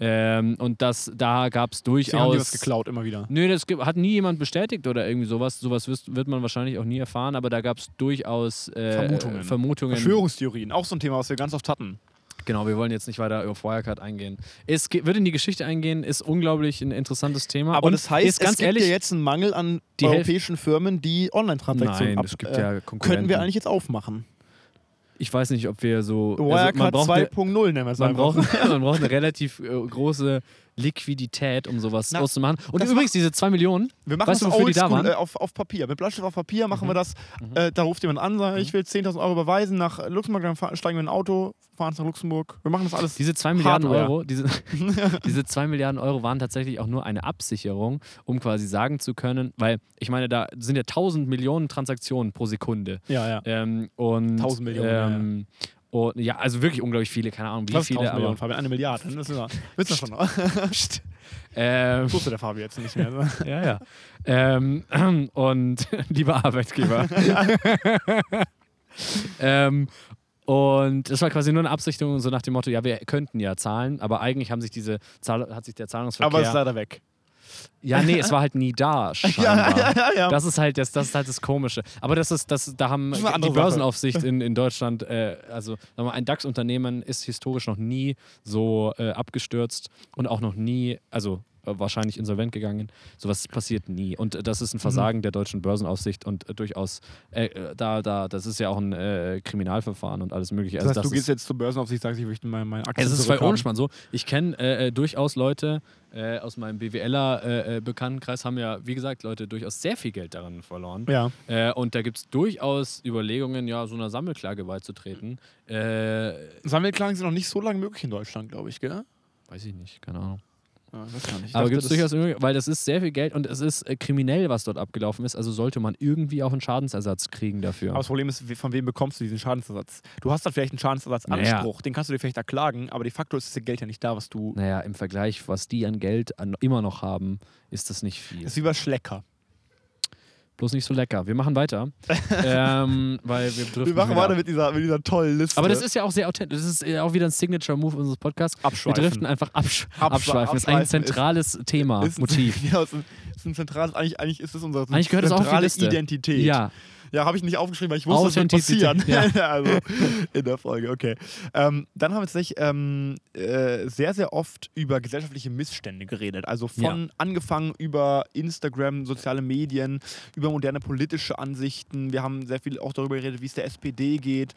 Ähm, und das, da gab es
Deswegen haben die was
durchaus.
geklaut immer wieder.
Nö, das ge- hat nie jemand bestätigt oder irgendwie sowas. Sowas wirst, wird man wahrscheinlich auch nie erfahren, aber da gab es durchaus äh,
Vermutungen.
Vermutungen.
Verschwörungstheorien, auch so ein Thema, was wir ganz oft hatten.
Genau, wir wollen jetzt nicht weiter auf Wirecard eingehen. Es ge- wird in die Geschichte eingehen, ist unglaublich ein interessantes Thema.
Aber
und
das heißt,
ist ganz
es gibt
ehrlich,
ja Ah, jetzt einen Mangel an
Die Hälfte-
europäischen Firmen, die Online-Transaktionen äh,
Nein, es gibt ja Konkurrenten.
Könnten wir eigentlich jetzt aufmachen?
ich weiß nicht, ob wir so. also man
Wirecard
braucht, eine,
2.0 nennen wir es
man,
einfach.
braucht, man braucht eine relativ äh, große Liquidität, um sowas
Na,
auszumachen. Und
das
übrigens, diese 2 Millionen,
Wir machen
weißt du,
das
wofür die da
oldschool,
waren? Mhm.
äh, auf, auf Papier. Mit Bleistift auf Papier machen wir das. Äh, da ruft jemand an, sagt, ich will 10.000 Euro überweisen nach Luxemburg, dann fahr- steigen wir in ein Auto, fahren nach Luxemburg. Wir machen das alles.
diese 2 Milliarden
Hardware.
Euro, diese, diese 2 Milliarden Euro waren tatsächlich auch nur eine Absicherung, um quasi sagen zu können, weil ich meine, da sind ja 1000 Millionen Transaktionen pro Sekunde.
ja, ja.
Ähm, und,
1000 Millionen, ja, ja.
Ähm, Und, ja, also wirklich unglaublich viele, keine Ahnung, wie
Was ist
viele,
1000
aber.
Millionen, Fabian? Eine Milliarde. Das ist ja, wissen wir schon. Das
Psst. Ähm,
wusste der Fabian jetzt nicht mehr. ne?
Ja, ja. ähm, und lieber Arbeitgeber. ähm, und es war quasi nur eine Absichtung, so nach dem Motto, ja, wir könnten ja zahlen, aber eigentlich haben sich diese Zahl, hat sich der Zahlungsverkehr.
Aber ist leider weg.
ja, nee, es war halt nie da. Scheinbar.
ja, ja.
Das ist halt das, das ist halt das Komische. Aber das ist, das, da haben
Das ist eine
die
andere Sache.
Börsenaufsicht in, in Deutschland, äh, also sagen wir mal, ein DAX-Unternehmen ist historisch noch nie so äh, abgestürzt und auch noch nie, also äh, wahrscheinlich insolvent gegangen. Sowas passiert nie. Und äh, das ist ein
Mhm.
Versagen der deutschen Börsenaufsicht und äh, durchaus, äh, äh, da, da, das ist ja auch ein äh, Kriminalverfahren und alles mögliche. Also,
Das heißt,
das
du
ist- Also,
gehst jetzt zur Börsenaufsicht, sagst, ich möchte meine, meine Aktien
es ist bei
zurückhaben.
ohne Spann so. Ich kenne äh, äh, durchaus Leute äh, aus meinem BWLer äh, äh, Bekanntenkreis haben ja, wie gesagt, Leute durchaus sehr viel Geld daran verloren.
Ja.
Äh, und da gibt es durchaus Überlegungen, ja, so einer Sammelklage beizutreten. Äh,
Sammelklagen sind noch nicht so lange möglich in Deutschland, glaube ich, gell?
weiß ich nicht, keine Ahnung.
Ja, ich weiß gar nicht. Ich
Aber
dachte,
gibt es
das-
durchaus Möglichkeiten, weil das ist sehr viel Geld und es ist äh, kriminell, was dort abgelaufen ist. Also sollte man irgendwie auch einen Schadensersatz kriegen dafür.
Aber das Problem ist, we- von wem bekommst du diesen Schadensersatz? Du hast da vielleicht einen Schadensersatzanspruch, den kannst du dir vielleicht erklagen, aber de facto ist das Geld ja nicht da, was du.
naja, im Vergleich, was die an Geld an, immer noch haben, ist das nicht viel.
Das ist wie bei Schlecker.
Bloß nicht so lecker. Wir machen weiter. ähm, weil wir driften
Wir machen
wieder ab.
weiter mit dieser, mit dieser tollen Liste.
Aber das ist ja auch sehr authentisch. Das ist ja auch wieder ein Signature-Move unseres Podcasts. Wir
Abschweifen.
driften einfach absch abschweifen.
Abschwe-
Das ist
abschweifen
ein
ist-
zentrales Thema, Motiv.
Ein, ja, ist ein, ist ein zentrales, eigentlich, eigentlich ist das unsere
Eigentlich gehört das auch auf die
zentrale
Liste.
Identität.
Ja,
Ja, habe ich nicht aufgeschrieben, weil ich wusste, das wird passieren.
Authentizität,
also in der Folge, okay. Ähm, dann haben wir tatsächlich ähm, äh, sehr, sehr oft über gesellschaftliche Missstände geredet. Also von angefangen über Instagram, soziale Medien, über moderne politische Ansichten. Wir haben sehr viel auch darüber geredet, wie es der SPD geht.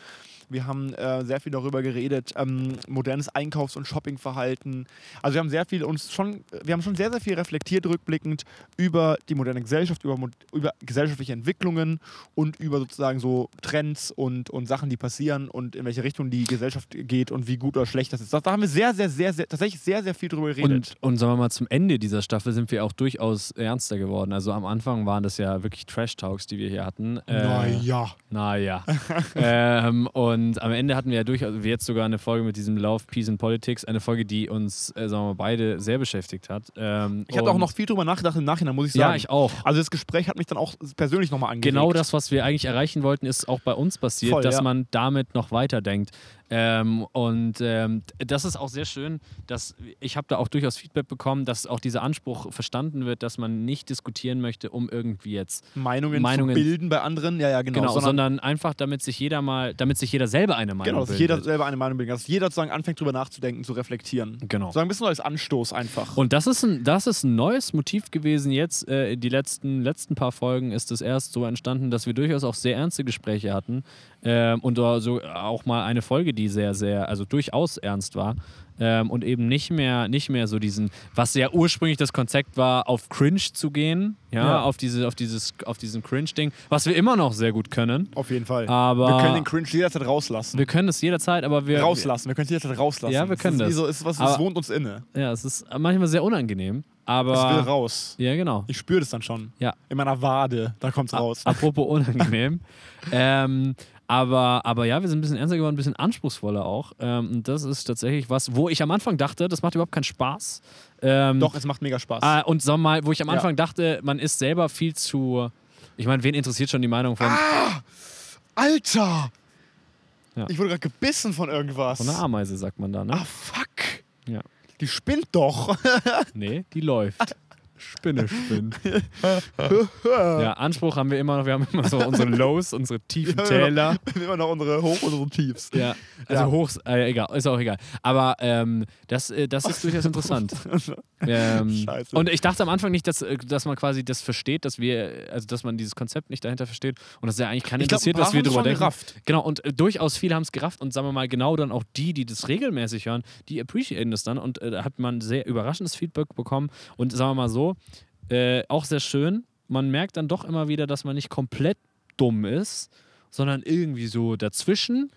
Wir haben äh, sehr viel darüber geredet, ähm, modernes Einkaufs- und Shoppingverhalten. Also wir haben sehr viel uns schon, wir haben schon sehr, sehr viel reflektiert rückblickend über die moderne Gesellschaft, über, mod- über gesellschaftliche Entwicklungen und über sozusagen so Trends und, und Sachen, die passieren und in welche Richtung die Gesellschaft geht und wie gut oder schlecht das ist. Da da haben wir sehr, sehr, sehr, sehr tatsächlich sehr, sehr viel drüber geredet.
und, und sagen wir mal, zum Ende dieser Staffel sind wir auch durchaus ernster geworden. Also am Anfang waren das ja wirklich Trash-Talks, die wir hier hatten. Äh,
naja.
Naja. ähm, und am Ende hatten wir ja durchaus, wie jetzt sogar eine Folge mit diesem Love, Peace and Politics, eine Folge, die uns, äh, sagen wir mal, beide sehr beschäftigt hat. Ähm,
Ich habe auch
und-
noch viel drüber nachgedacht im Nachhinein, muss ich sagen.
Ja, ich auch.
also das Gespräch hat mich dann auch persönlich nochmal angeregt.
genau das, was wir eigentlich erreichen wollten, ist auch bei uns passiert,
Voll,
dass
ja.
man damit noch weiterdenkt. Ähm, und ähm, das ist auch sehr schön, dass ich habe da auch durchaus Feedback bekommen, dass auch dieser Anspruch verstanden wird, dass man nicht diskutieren möchte, um irgendwie jetzt
Meinungen,
Meinungen-
zu bilden bei anderen. Ja, ja, genau.
genau, sondern,
sondern
einfach, damit sich jeder mal, damit sich jeder selber eine Meinung
Genau, dass
bildet.
jeder selber eine Meinung bildet. Dass jeder sozusagen anfängt, drüber nachzudenken, zu reflektieren.
Genau.
So ein bisschen als Anstoß einfach.
Und das ist ein, das ist ein neues Motiv gewesen jetzt. Äh, die letzten, letzten paar Folgen ist es erst so entstanden, dass wir durchaus auch sehr ernste Gespräche hatten. Ähm, und da so auch mal eine Folge, die sehr, sehr, also durchaus ernst war. Ähm, und eben nicht mehr, nicht mehr so diesen, was ja ursprünglich das Konzept war, auf Cringe zu gehen. Ja,
Ja.
Auf, diese, auf, dieses, auf diesen Cringe-Ding, was wir immer noch sehr gut können.
Auf jeden Fall.
Aber-
wir können den Cringe jederzeit rauslassen.
Wir können es jederzeit, aber wir.
rauslassen. Wir können es jederzeit rauslassen.
Ja, wir können
das.
das.
Ist, wie so, ist was, es
Aber-
wohnt uns inne.
Ja, es ist manchmal sehr unangenehm.
Es will
Aber.
raus.
Ja, genau.
Ich spüre das dann schon.
Ja.
In meiner Wade, da kommt's raus.
A- Apropos unangenehm. ähm, aber, aber ja, wir sind ein bisschen ernster geworden, ein bisschen anspruchsvoller auch. Ähm, und das ist tatsächlich was, wo ich am Anfang dachte, das macht überhaupt keinen Spaß. Ähm,
Doch, es macht mega Spaß.
Äh, und sag mal, wo ich am
Ja.
Anfang dachte, man ist selber viel zu. Ich meine, wen interessiert schon die Meinung von,
Ah. Alter!
Ja.
Ich wurde gerade gebissen von irgendwas.
von einer Ameise, sagt man da, ne?
ah, fuck.
Ja.
Die spinnt doch.
Nee, die läuft. Spinne spinnt. ja, Anspruch haben wir immer noch. Wir haben immer so unsere Lows, unsere tiefen
Ja, genau.
Täler.
Immer noch unsere Hoch- und unsere Tiefs.
Ja, also
Ja.
hoch, äh, egal, ist auch egal. Aber ähm, das, äh, das ist durchaus interessant. ähm,
Scheiße.
und ich dachte am Anfang nicht, dass, äh, dass man quasi das versteht, dass wir, äh, also dass man dieses Konzept nicht dahinter versteht und dass ja eigentlich keinen
Ich glaub,
interessiert,
ein paar
was wir
haben's
drüber
schon
denken.
gerafft.
Genau, und äh, durchaus viele haben es gerafft und sagen wir mal genau dann auch die, die das regelmäßig hören, die appreciaten das dann und äh, da hat man sehr überraschendes Feedback bekommen und sagen wir mal so, äh, auch sehr schön. Man merkt dann doch immer wieder, dass man nicht komplett dumm ist, sondern irgendwie so dazwischen,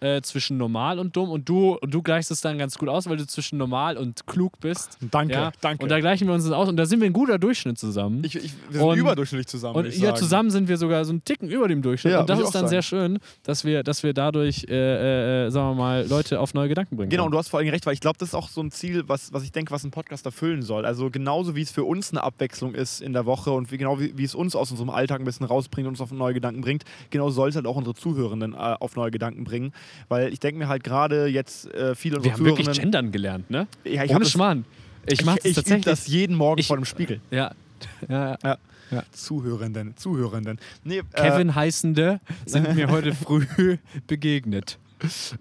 äh, zwischen normal und dumm. Und du, und du gleichst es dann ganz gut aus, weil du zwischen normal und klug bist.
Danke,
ja?
danke.
Und da gleichen wir uns das aus. Und da sind wir ein guter Durchschnitt zusammen.
Ich, ich, wir sind
Und-
überdurchschnittlich zusammen.
und
würd ich
ja,
sagen.
zusammen sind wir sogar so einen Ticken über dem Durchschnitt.
Ja,
und das
würd ich
ist
auch
dann sehr schön, dass wir, dass wir dadurch, äh, äh, äh, sagen wir mal, Leute auf neue Gedanken bringen.
Genau, und
können.
du hast vor allem recht, weil ich glaube, das ist auch so ein Ziel, was, was ich denke, was ein Podcast erfüllen soll. Also genauso wie es für uns eine Abwechslung ist in der Woche und wie, genau wie, wie es uns aus unserem Alltag ein bisschen rausbringt und uns auf neue Gedanken bringt, genau soll es halt auch unsere Zuhörenden äh, auf neue Gedanken bringen. Weil ich denke mir halt gerade jetzt äh, viele
wir
unserer
haben wirklich
Zuhörenden...
gendern gelernt, ne?
Ja,
Ohne
das-
Schmarrn. Ich mache
ich,
das
ich übe
tatsächlich.
das jeden Morgen
Ich-
vor dem Spiegel.
ja. Ja, ja.
Zuhörenden, Zuhörenden. Nee, äh,
Kevin heißende sind mir heute früh begegnet.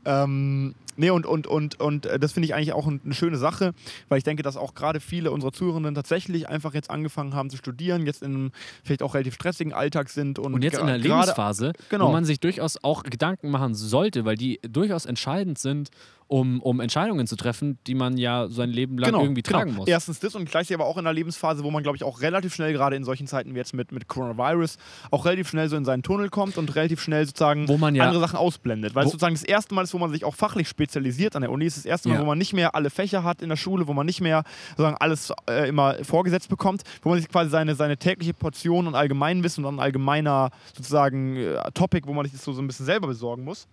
Ähm, Nee, und, und, und, und äh, das finde ich eigentlich auch ein, eine schöne Sache, weil ich denke, dass auch gerade viele unserer Zuhörenden tatsächlich einfach jetzt angefangen haben zu studieren, jetzt in einem vielleicht auch relativ stressigen Alltag sind und,
Und jetzt in
gra-
der
gerade-
Lebensphase,
genau.
wo man sich durchaus auch Gedanken machen sollte, weil die durchaus entscheidend sind, um, um Entscheidungen zu treffen, die man ja sein Leben lang
Genau,
irgendwie tragen muss.
Erstens das und gleichzeitig aber auch in einer Lebensphase, wo man, glaube ich, auch relativ schnell, gerade in solchen Zeiten wie jetzt mit, mit Coronavirus, auch relativ schnell so in seinen Tunnel kommt und relativ schnell sozusagen
Wo man ja-
andere Sachen ausblendet. Weil es
Wo-
sozusagen das erste Mal ist, wo man sich auch fachlich spezialisiert an der Uni, ist das erste Mal,
Ja.
wo man nicht mehr alle Fächer hat in der Schule, wo man nicht mehr sozusagen alles äh, immer vorgesetzt bekommt, wo man sich quasi seine, seine tägliche Portion an Allgemeinwissen und an allgemeiner sozusagen äh, Topic, wo man sich das so, so ein bisschen selber besorgen muss.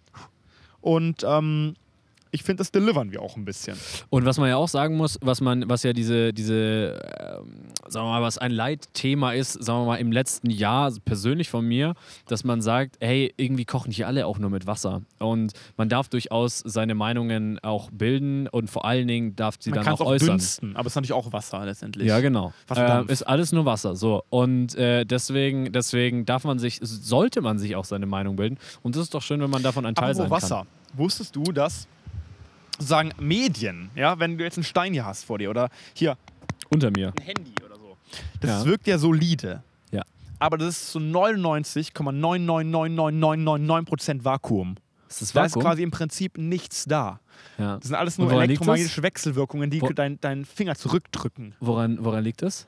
Und ähm, ich finde, das delivern wir auch ein bisschen.
Und was man ja auch sagen muss, was man, was ja diese, diese, ähm, sagen wir mal, was ein Leitthema ist, sagen wir mal, im letzten Jahr also persönlich von mir, dass man sagt, hey, irgendwie kochen hier alle auch nur mit Wasser. Und man darf durchaus seine Meinungen auch bilden und vor allen Dingen darf sie
Man
dann
kann es
auch,
auch
äußern.
dünsten, aber es ist natürlich auch Wasser letztendlich.
Ja, genau.
Was
Ähm,
Dampf.
ist alles nur Wasser. So. Und äh, deswegen, deswegen darf man sich, sollte man sich auch seine Meinung bilden. Und das ist doch schön, wenn man davon ein Teil
Apropos
sein
Wasser.
kann.
Wusstest du, dass sagen Medien, ja, wenn du jetzt einen Stein hier hast vor dir oder hier
Unter mir.
ein Handy oder so, das
Ja.
wirkt ja solide.
Ja.
Aber das ist zu 99,9999999% Vakuum.
Ist das
Da ist
Vakuum?
quasi im Prinzip nichts da.
ja.
Das sind alles
Und
nur
woran liegt
elektromagnetische Wechselwirkungen, die
Wo-
dein, deinen Finger zurückdrücken.
Woran, woran liegt das?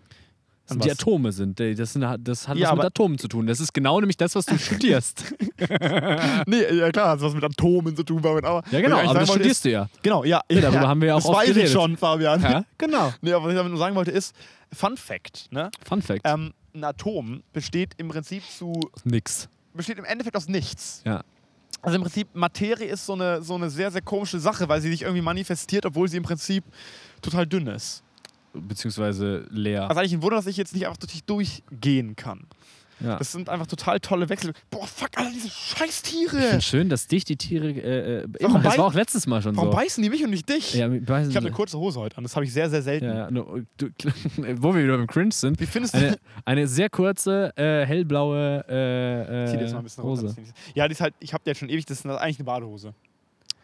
Das
An
sind die
was?
Atome sind. Die- Das, sind, das hat
Ja,
was mit
aber-
Atomen zu tun. Das ist genau nämlich das, was du studierst.
nee, ja klar, hat was mit Atomen zu tun,
ja,
aber
genau.
was ich eigentlich
Aber
sagen
das
wollte,
studierst du ja.
ist, Genau, ja.
darüber
ja,
haben wir ja auch
Das
oft
weiß
geredet.
ich schon, Fabian.
ja. Genau.
Nee, aber was ich damit nur sagen wollte ist, Fun Fact, ne?
Fun Fact.
Ähm, ein Atom besteht im Prinzip zu,
Nix.
besteht im Endeffekt aus nichts.
Ja.
Also im Prinzip, Materie ist so eine, so eine sehr, sehr komische Sache, weil sie sich irgendwie manifestiert, obwohl sie im Prinzip total dünn ist.
Beziehungsweise leer.
Also eigentlich ein Wunder, dass ich jetzt nicht einfach durch durchgehen kann.
ja.
Das sind einfach total tolle Wechsel. Boah, fuck, alle diese scheiß
ich
Tiere.
finde schön, dass dich die Tiere äh, äh, immer. Das
bei-
war auch letztes Mal schon
Warum
so.
beißen die mich und nicht dich?
Ja, ich
Ich habe eine kurze Hose heute an, das habe ich sehr, sehr selten.
Ja, ja, nur, äh, du, wo wir wieder beim Cringe sind.
Wie findest du
Eine, eine sehr kurze, äh, hellblaue äh, äh,
Zieh dir jetzt mal ein bisschen runter,
Hose.
dass die nicht- Ja, die ist halt, ich habe die jetzt schon ewig, das ist eigentlich eine Badehose.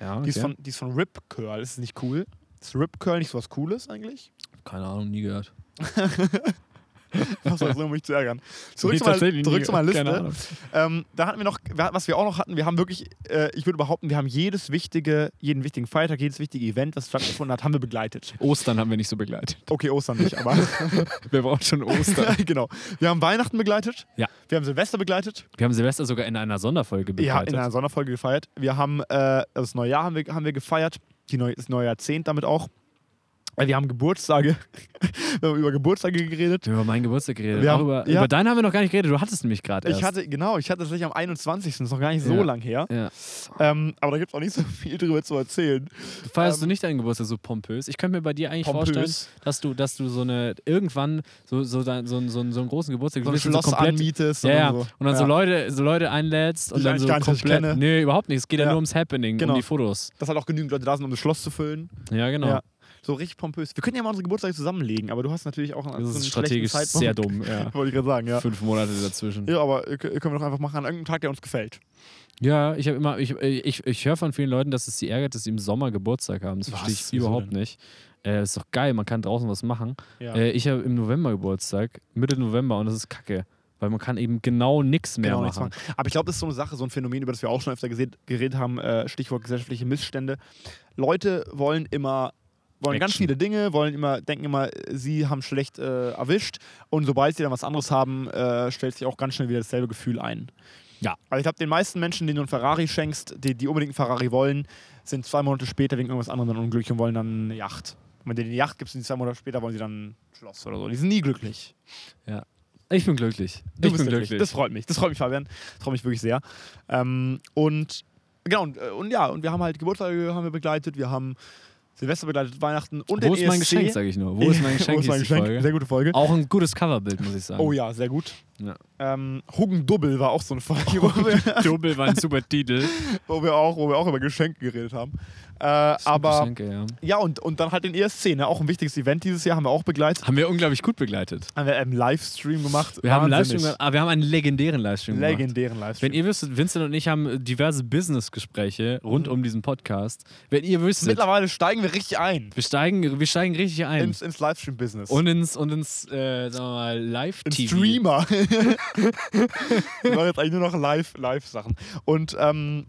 Ja,
Die, ist
okay.
von, die ist von Rip Curl, das ist nicht cool. Ist Rip Curl nicht sowas Cooles eigentlich?
Keine Ahnung, nie gehört.
Was soll das, um mich zu ärgern? Zurück,
Nee,
zu, meiner,
tatsächlich nie
zurück zu meiner
gehört. Keine
Liste.
Ahnung.
Ähm, da hatten wir noch, was wir auch noch hatten, wir haben wirklich, äh, ich würde behaupten, wir haben jedes wichtige, jeden wichtigen Feiertag, jedes wichtige Event, was stattgefunden hat, haben wir begleitet.
Ostern haben wir nicht so begleitet.
Okay, Ostern nicht, aber
Wir brauchen schon Ostern.
genau. Wir haben Weihnachten begleitet.
Ja.
Wir haben Silvester begleitet.
wir haben Silvester sogar in einer Sonderfolge
Ja,
begleitet.
in einer Sonderfolge gefeiert. Wir haben äh, das neue Jahr haben wir, haben wir gefeiert, die neu, das neue Jahrzehnt damit auch. Äh, Wir haben Geburtstage, wir haben über Geburtstage geredet.
wir haben über meinen Geburtstag geredet.
Wir
Auch
haben-
über,
ja.
über deinen haben wir noch gar nicht geredet. Du hattest nämlich gerade erst.
Ich hatte, genau, ich hatte tatsächlich am 21. ist noch gar nicht so
Ja.
lang her.
ja.
Ähm, aber da gibt es auch nicht so viel drüber zu erzählen.
Du feierst
Ähm,
du nicht deinen Geburtstag so pompös? Ich könnte mir bei dir eigentlich
Pompös.
vorstellen, dass du, dass du so eine irgendwann so, so, dein- so, einen- so, einen- so einen großen Geburtstag
So
du
ein
bist
Schloss
so komplett,
anmietest
Ja, ja.
so.
Und dann so, Leute, so Leute einlädst und
ich
dann
eigentlich
so
gar nicht richtig
komplett.
kenne.
Nee, überhaupt nicht. Es geht ja,
Ja.
nur ums Happening,
Genau.
um die Fotos.
Dass halt auch genügend Leute da sind, um das Schloss zu füllen.
Ja, genau.
Ja. So richtig pompös. Wir könnten ja mal unsere Geburtstage zusammenlegen, aber du hast natürlich auch
Das
so
ist strategisch
schlechten
sehr dumm.
Zeitpunkt.
Ja.
Wollte ich gerade sagen, ja.
Fünf Monate dazwischen.
Ja, aber äh, können wir doch einfach machen an irgendeinem Tag, der uns gefällt.
Ja, ich habe immer, ich, ich, ich höre von vielen Leuten, dass es sie ärgert, dass sie im Sommer Geburtstag haben. Das
Was?
verstehe ich
Wieso
überhaupt
denn?
nicht. Äh, ist doch geil, man kann draußen was machen.
Ja.
Äh, ich habe im November Geburtstag, Mitte November, und das ist kacke. Weil man kann eben genau nichts mehr
Genau, nichts
machen.
machen. Aber ich glaube, das ist so eine Sache, so ein Phänomen, über das wir auch schon öfter gese- geredet haben, äh, Stichwort gesellschaftliche Missstände. Leute wollen immer, wollen ganz
Action.
viele Dinge, wollen immer, denken immer, äh, sie haben schlecht äh, erwischt und sobald sie dann was anderes haben, äh, stellt sich auch ganz schnell wieder dasselbe Gefühl ein.
Ja.
Also ich glaube, den meisten Menschen, denen du einen Ferrari schenkst, die, die unbedingt einen Ferrari wollen, sind zwei Monate später wegen irgendwas anderem dann unglücklich und wollen dann eine Yacht. Und wenn du denen die Yacht gibst, sind die zwei Monate später wollen sie dann ein Schloss oder so. Die sind nie glücklich.
Ich bin glücklich.
Du
ich bin
bist glücklich.
glücklich.
Das freut mich. Das freut mich, Fabian. Das freut mich wirklich sehr. Ähm, und genau, und, äh, und ja, und wir haben halt Geburtstage haben wir begleitet, wir haben Silvester begleitet, Weihnachten und
Wo
den
ist
ESC.
mein Geschenk, sage ich nur. Wo ist mein Geschenk?
Wo ist mein
hieß die
Geschenk?
Folge.
Sehr gute Folge.
Auch ein gutes Coverbild, muss ich sagen.
Oh ja, sehr gut.
Ja. Oh.
Ähm, Hugendubbel war auch so ein Fall, wo, wir,
Double war ein super Titel.
wo, wir auch, wo wir auch über Geschenke geredet haben. Äh, aber
Geschenke, ja.
ja, und, und dann halt den ESC, ne? auch ein wichtiges Event dieses Jahr, haben wir auch begleitet.
Haben wir unglaublich gut begleitet.
Haben wir einen Livestream gemacht.
Wir haben, einen Livestream,
Wahnsinnig.
gemacht, aber wir haben einen legendären Livestream gemacht.
Legendären
Wenn
Livestream.
ihr wüsstet, Vincent und ich haben diverse Business-Gespräche rund um diesen Podcast. Wenn ihr wüsstet,
Mittlerweile steigen wir richtig ein
wir steigen, wir steigen richtig ein.
ins, ins Livestream-Business.
und ins, und ins äh, sagen wir mal, Live-TV.
Streamer. wir machen jetzt eigentlich nur noch Live- Live-Sachen. und ähm,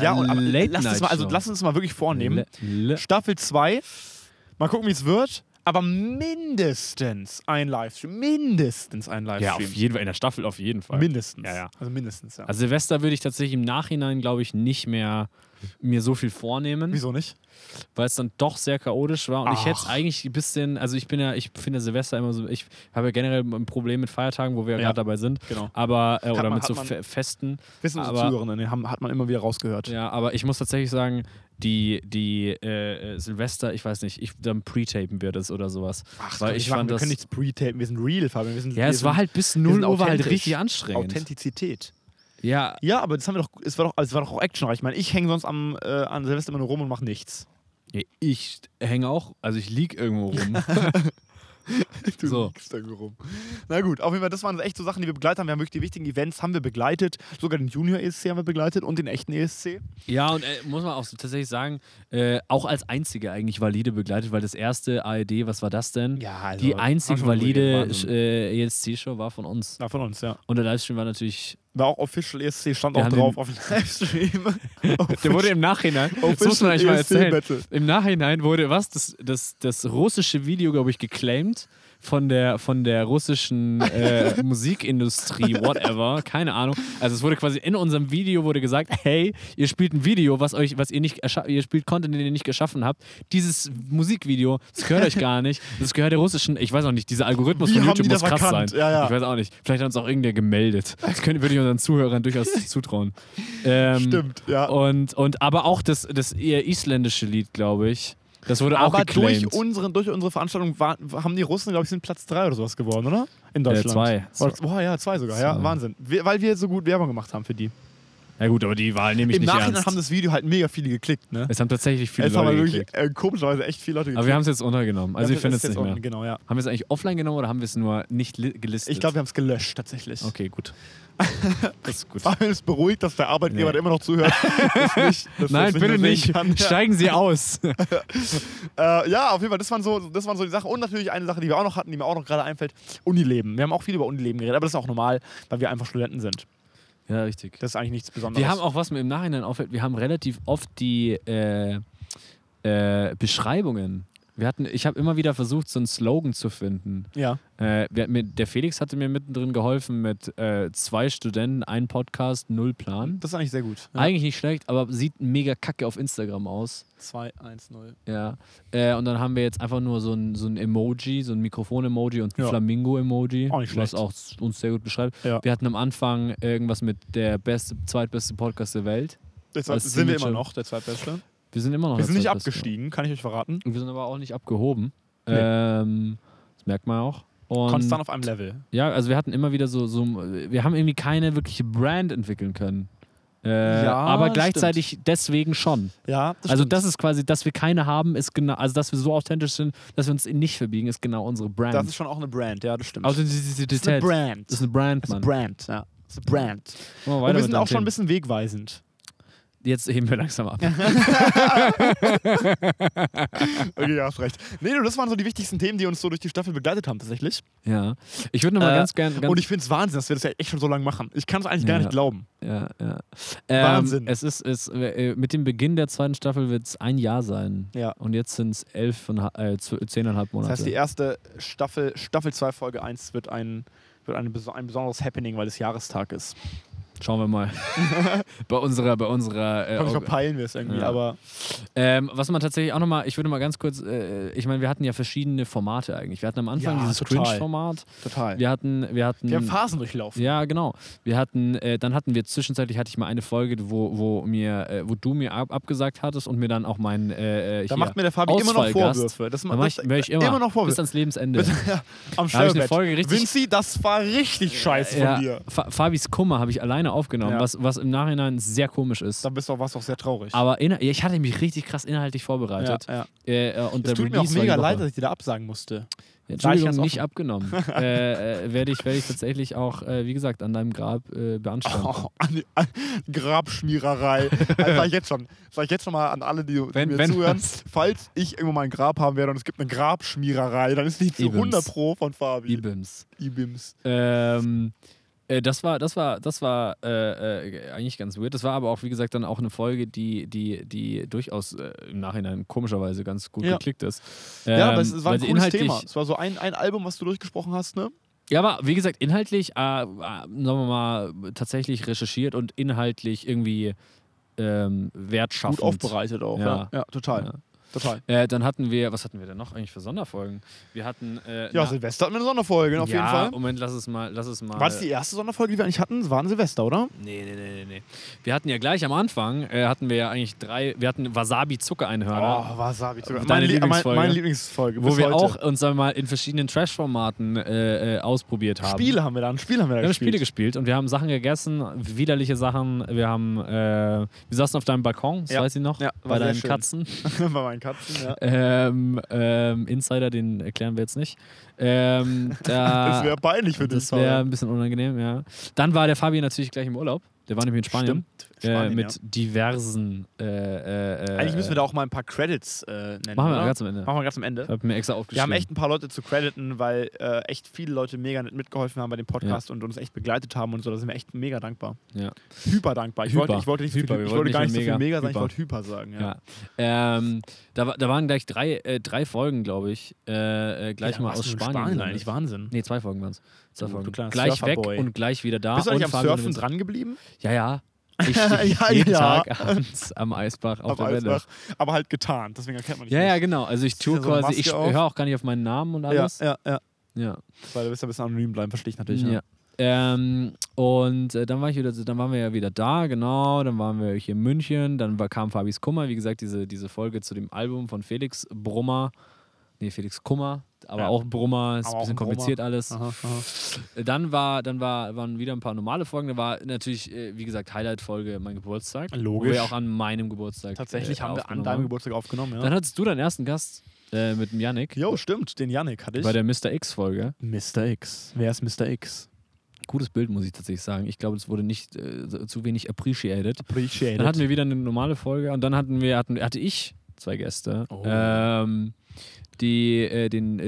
ja, und, aber
Oh, äh, Late
lass uns
Night
mal, also
Show.
lass uns mal wirklich vornehmen.
Le- le-
Staffel 2, mal gucken, wie es wird, aber mindestens ein Livestream. Mindestens ein
Ja, auf
Livestream.
jeden Fall. In der Staffel auf jeden Fall.
mindestens.
Ja, ja.
Also mindestens, ja.
Also Silvester würde ich tatsächlich im Nachhinein, glaube ich, nicht mehr mir so viel vornehmen,
Wieso nicht?
weil es dann doch sehr chaotisch war. Und ich hätte es
Ach.
eigentlich ein bisschen, also ich bin ja, ich finde Silvester immer so, ich habe ja generell ein Problem mit Feiertagen, wo wir ja,
Ja.
gerade dabei sind.
Genau.
Aber, äh, oder
man-
mit
hat
so
man-
Fe Festen.
Wissen unsere
Aber-
Zuhörerinnen, den haben, hat man immer wieder rausgehört.
Ja, aber ich muss tatsächlich sagen, die, die äh, äh, Silvester, ich weiß nicht, ich, dann pre-tapen wir das oder sowas.
Ach,
Weil
kann
ich
machen.
fand
wir
das-
können nichts pre-tapen, wir sind real, Fabian. Wir sind,
Ja,
wir
es war
sind
halt bis
wir
0
sind
Uhr war halt
authentisch.
richtig anstrengend.
Authentizität.
Ja,
Ja, aber das haben wir doch, es war doch, also es war doch auch actionreich. Ich meine, ich hänge sonst am, äh, an Silvester immer nur rum und mache nichts.
Ja, ich hänge auch, also ich lieg irgendwo rum.
Du
So.
liegst da rum. Na gut, auf jeden Fall, das waren echt so Sachen, die wir begleitet haben. Wir haben wirklich die wichtigen Events haben wir begleitet. Sogar den Junior-ESC haben wir begleitet und den echten E ESC.
ja, und äh, muss man auch so tatsächlich sagen, äh, auch als einzige eigentlich valide begleitet, weil das erste ARD, was war das denn?
Ja, also,
Die einzige valide
Wahnsinn.
äh, ESC-Show war von uns.
Na, von uns, ja.
Und der Livestream war natürlich.
War auch Official ESC, stand
Wir
auch
haben
drauf auf dem Livestream.
Der wurde im Nachhinein. Das muss man eigentlich mal erzählen. Im Nachhinein wurde was? Das, das, das russische Video, glaube ich, geclaimed von der, von der russischen äh, Musikindustrie, whatever, keine Ahnung. Also es wurde quasi in unserem Video wurde gesagt, hey, ihr spielt ein Video, was euch, was ihr nicht erscha- ihr spielt Content, den ihr nicht geschaffen habt. Dieses Musikvideo, das gehört euch gar nicht. Das gehört der russischen, ich weiß auch nicht, dieser Algorithmus
Wie
von
haben
YouTube
die
muss
das
krass
erkannt?
sein.
Ja, ja.
Ich weiß auch nicht. Vielleicht hat uns auch irgendwer gemeldet. Das könnte, würde ich unseren Zuhörern durchaus zutrauen. Ähm,
Stimmt, ja.
und, und aber auch das, das eher isländische Lied, glaube ich. Das wurde auch
Aber
geclaimed.
durch, unseren, durch unsere Veranstaltung waren, haben die Russen, glaube ich, sind Platz 3 oder sowas geworden, oder? In Deutschland.
Äh, zwei.
Oder, boah, ja, zwei sogar,
Zwei.
ja, Wahnsinn. Wir, weil wir so gut Werbung gemacht haben für die.
ja gut, aber die Wahl nehme ich
Im
nicht
Nachhinein
ernst.
haben das Video halt mega viele geklickt, ne?
es haben tatsächlich viele
es haben
Leute
halt
geklickt.
wirklich äh, komischerweise echt viele Leute geklickt.
Aber wir haben es jetzt untergenommen. Also
Ja,
wir finden
das
es
ist
nicht
jetzt
mehr.
unten, Genau, ja.
Haben wir es eigentlich offline genommen oder haben wir es nur nicht li- gelistet?
Ich glaube, wir haben es gelöscht tatsächlich.
Okay, gut. Das ist gut.
Fabian ist beruhigt, dass der Arbeitgeber
Nee.
der immer noch zuhört. Das nicht, dass
Nein,
das
bitte
nur sehen
nicht.
kann. Ja.
Steigen Sie aus.
Äh, ja, auf jeden Fall, das waren, so, das waren so die Sachen. Und natürlich eine Sache, die wir auch noch hatten, die mir auch noch gerade einfällt: Unileben. Wir haben auch viel über Unileben geredet, aber das ist auch normal, weil wir einfach Studenten sind.
Ja, richtig.
Das ist eigentlich nichts Besonderes.
Wir haben auch, was mir im Nachhinein auffällt, wir haben relativ oft die äh, äh, Beschreibungen. Wir hatten, ich habe immer wieder versucht, so einen Slogan zu finden.
Ja.
Äh, wir, mir, der Felix hatte mir mittendrin geholfen mit äh, zwei Studenten, ein Podcast, null Plan.
Das ist eigentlich sehr gut.
Eigentlich nicht schlecht, aber sieht mega kacke auf Instagram aus.
2, 1, 0.
Ja. Äh, und dann haben wir jetzt einfach nur so ein, so ein Emoji, so ein Mikrofon-Emoji und ein
Ja.
Flamingo-Emoji,
Auch nicht
was
schlecht.
auch s- uns sehr gut beschreibt.
Ja.
Wir hatten am Anfang irgendwas mit der beste, zweitbeste Podcast der Welt.
Jetzt
Als
sind wir
Signature.
immer noch der Zweitbeste.
Wir sind immer noch
Wir
der
sind nicht
Zweitbeste.
abgestiegen, kann ich euch verraten.
Wir sind aber auch nicht abgehoben.
Nee.
Ähm, das merkt man auch. Und
Konstant auf einem Level.
Ja, also wir hatten immer wieder so, so wir haben irgendwie keine wirkliche Brand entwickeln können. Äh,
Ja,
aber gleichzeitig deswegen schon.
Ja,
also das ist quasi, dass wir keine haben, ist genau, also dass wir so authentisch sind, dass wir uns nicht verbiegen, ist genau unsere Brand.
Das ist schon auch eine Brand, ja, das stimmt.
Authentizität.
das ist eine Brand.
Also Das ist eine Brand, Mann.
Brand, ja. Das ist eine Brand.
Machen
Und
weiter
wir
mit
sind
deinem
auch schon ein
Thema.
bisschen wegweisend.
Jetzt heben wir langsam ab.
Okay, ja, hast recht. Nee, du, das waren so die wichtigsten Themen, die uns so durch die Staffel begleitet haben, tatsächlich.
ja. Ich würde nochmal
Äh,
ganz gerne. Ganz,
Und ich finde es Wahnsinn, dass wir das ja echt schon so lange machen. Ich kann es eigentlich gar
Ja.
nicht glauben.
ja, ja.
Wahnsinn.
Ähm, es ist, es, äh, mit dem Beginn der zweiten Staffel wird es ein Jahr sein.
Ja.
Und jetzt sind es elf und ha- äh, zw- zehneinhalb Monate.
Das heißt, die erste Staffel, Staffel 2, Folge 1 wird ein, wird eine, beso- ein besonderes Happening, weil es Jahrestag ist.
Schauen wir mal. bei unserer, bei unserer. Äh,
Komm,
Org-
verpeilen wir es irgendwie,
Ja.
aber
Ähm, was man tatsächlich auch nochmal, ich würde mal ganz kurz, äh, ich meine, wir hatten ja verschiedene Formate eigentlich. Wir hatten am Anfang
Ja,
dieses
total.
Cringe-Format.
total.
Wir hatten, wir hatten.
Wir haben Phasen durchlaufen.
ja, genau. Wir hatten, äh, dann hatten wir zwischenzeitlich hatte ich mal eine Folge, wo, wo mir, äh, wo du mir ab, abgesagt hattest und mir dann auch mein äh, äh,
Da
hier,
macht mir der Fabi immer noch
Ausfallgast.
Vorwürfe. Das
da
macht
mach ich, mach ich immer,
noch
bis
Vorwürfe.
ans Lebensende.
ja,
Da habe
am
ich eine
Steuerbett.
Folge richtig
Vinci, das war richtig scheiße
ja,
von dir.
Fa Fabis Kummer habe ich alleine aufgenommen,
Ja.
was, was im Nachhinein sehr komisch ist.
Da bist du auch, warst du auch sehr traurig.
Aber inha- ich hatte mich richtig krass inhaltlich
ja,
vorbereitet.
ja.
Äh, äh, und
Es
der
tut mir auch
Release war die
mega
Woche.
leid, dass ich dir da absagen musste.
Ja,
Sag ich ganz
Entschuldigung, nicht abgenommen. äh, äh, Werde ich, werd ich tatsächlich auch, äh, wie gesagt, an deinem Grab äh, beanstanden.
Oh, an die, an, Grabschmiererei. Das sag ich jetzt schon. Das Sag ich jetzt schon mal an alle, die, die
Wenn-
mir
wenn
zuhören.
was.
Falls ich irgendwann mal ein Grab haben werde und es gibt eine Grabschmiererei, dann ist die zu
Ibims.
100 Pro von Fabi.
Ibims.
Ibims.
Ähm, äh, das war, das war, das war äh, äh, eigentlich ganz weird. Das war aber auch, wie gesagt, dann auch eine Folge, die, die, die durchaus äh, im Nachhinein komischerweise ganz gut
Ja.
geklickt ist.
Ja, aber
Ähm,
es, es war
weil
ein
sie
cooles
inhaltlich-
Thema. Es war so ein, ein Album, was du durchgesprochen hast, ne?
Ja, aber wie gesagt, inhaltlich, äh, äh, sagen wir mal, tatsächlich recherchiert und inhaltlich irgendwie ähm, wertschaffend.
Gut aufbereitet auch. Ja,
Ja.
ja total.
Ja.
Total.
Äh, dann hatten wir, was hatten wir denn noch eigentlich für Sonderfolgen? Wir hatten. Äh,
Ja,
na-
Silvester hatten wir eine Sonderfolge, auf
ja, oh
jeden Fall.
Moment, lass es mal. Lass es mal.
War das die erste Sonderfolge, die wir eigentlich hatten? Es war ein Silvester, oder?
Nee, nee, nee, nee, nee. Wir hatten ja gleich am Anfang, äh, hatten wir ja eigentlich drei, wir hatten Wasabi-Zuckereinhörner.
Oh, Wasabi.
Deine
Meine, Lie mein,
Lieblingsfolge.
meine Lieblingsfolge.
Wo
Oh, bis
wir
heute.
auch uns dann mal in verschiedenen Trash-Formaten äh, äh, ausprobiert haben.
Spiele haben wir dann. Spiele haben wir da
Wir haben
gespielt.
Spiele gespielt und wir haben Sachen gegessen, widerliche Sachen. Wir haben, äh, wir saßen auf deinem Balkon, das
Ja.
weiß ich noch,
Ja, war
bei
sehr
deinen
schön.
Katzen.
Bei meinen Katzen, ja.
Ähm, ähm, Insider, den erklären wir jetzt nicht. Ähm, da,
Das wäre peinlich für dich.
Das wäre ein bisschen unangenehm, ja. Dann war der Fabi natürlich gleich im Urlaub. Der war nämlich in Spanien.
Stimmt. Spanien,
äh, mit
ja.
diversen. Äh, äh, äh,
Eigentlich müssen wir da auch mal ein paar Credits äh, nennen.
Machen wir
oder?
ganz am Ende.
Machen wir ganz am Ende.
Ich habe mir extra
Wir
aufgeschrieben.
haben echt ein paar Leute zu crediten, weil äh, echt viele Leute mega nett mitgeholfen haben bei dem Podcast und uns echt begleitet haben und so. Da sind wir echt mega dankbar.
Ja.
Hyper dankbar. Ich,
Hyper.
Wollte, ich wollte nicht
Hyper,
so viel,
wir
ich
wollten
wollte gar
nicht
nicht so viel
mehr
mega
mega.
sagen, ich
Hyper.
wollte Hyper sagen. Ja.
Ja. Ähm, da, wa- da waren gleich drei, äh, drei Folgen, glaube ich. Äh, äh, gleich
Ja,
mal
warst
aus
du in
Spanien. gelandet.
eigentlich Wahnsinn.
Nee, zwei Folgen waren es. Zwei
Du-
Folgen.
du Hm, kleiner
gleich weg
Surferboy.
und gleich wieder da.
Bist du
und
eigentlich am
Fabian
Surfen
und-
dran geblieben?
Ja, ja. Ich, ich
Ja,
jeden
ja.
Tag abends am Eisbach auf
Auf
der Welle.
Eisbach. Aber halt getarnt, deswegen erkennt man dich
Ja, ja,
nicht.
genau. Also ich
Ziehst du
tue
so eine
quasi, ich
Maske auf?
höre auch gar nicht auf meinen Namen und alles.
ja, ja.
ja.
Weil du bist ja ein bisschen anonym bleiben, verstehe ich natürlich.
Ja. Ähm, und äh, dann war ich wieder, dann waren wir ja wieder da, genau. Dann waren wir hier in München. Dann war, kam Fabis Kummer, wie gesagt, diese, diese Folge zu dem Album von Felix Brummer. Nee, Felix Kummer, aber
Ja.
auch Brummer, ist ein
Aber auch
bisschen
ein Brummer.
kompliziert alles.
Aha, aha.
Äh, Dann war, dann war, waren wieder ein paar normale Folgen. Da war natürlich, äh, wie gesagt, Highlight-Folge mein Geburtstag.
Logisch.
Wo wir auch an meinem Geburtstag.
Tatsächlich
äh,
haben wir an
aufgenommen
deinem
haben.
Geburtstag aufgenommen,
Dann
ja.
hattest du deinen ersten Gast äh, mit dem Yannick
Jo, stimmt, den Yannick hatte ich.
bei der Mr. X-Folge.
Mr. X. Wer ist Mr. X?
Gutes Bild, muss ich tatsächlich sagen. Ich glaube, es wurde nicht äh, so- zu wenig appreciated.
Appreciated.
Dann hatten wir wieder eine normale Folge und dann hatten wir, hatten, hatte ich zwei Gäste.
Oh.
Ähm, die, äh, den, äh,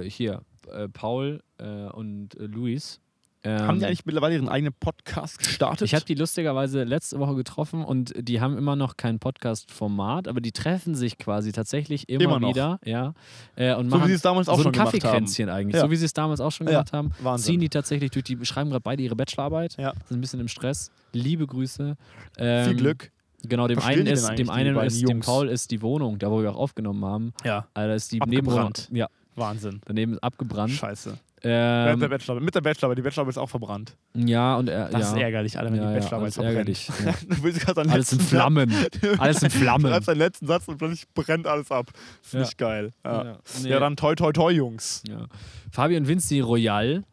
äh, hier, äh, Paul äh, und äh, Luis. Ähm,
haben die eigentlich mittlerweile ihren eigenen Podcast gestartet?
ich habe die lustigerweise letzte Woche getroffen und die haben immer noch kein Podcast-Format, aber die treffen sich quasi tatsächlich immer,
Immer noch.
wieder, ja, äh, und
so wie
machen
sie es damals auch
so
schon
ein
gemacht haben.
Kaffeekränzchen eigentlich,
Ja.
so wie sie es damals auch schon
Ja.
gemacht haben. ziehen
Wahnsinn.
die tatsächlich durch die, schreiben gerade beide ihre Bachelorarbeit,
Ja.
sind ein bisschen im Stress. Liebe Grüße. Ähm,
Viel Glück.
Genau, dem
Verstehen
einen
die denn
ist,
eigentlich,
dem
die
einen
beiden
ist, dem
Jungs?
Paul ist die Wohnung, da wo wir auch aufgenommen haben.
Ja.
Da ist die
Abgebrannt.
Nebenwohnung. Ja,
Wahnsinn.
daneben ist abgebrannt.
Scheiße. mit der
Ähm,
Bachelor, mit der Bachelor, aber die Bachelor ist auch verbrannt.
ja, und er.
Das
ja.
ist ärgerlich, Alter, wenn
Ja,
die
ja,
Bachelor
alles
verbrennt.
ärgerlich. Ja.
du willst gerade deinen
Alles in
letzten Satz-
Flammen. Alles in
Du
Flammen.
schreibst deinen letzten Satz und plötzlich brennt alles ab. Ist
Ja.
nicht geil. Ja. Ja.
nee.
dann toi toi toi, Jungs.
Ja. Fabi und Vinci Royal.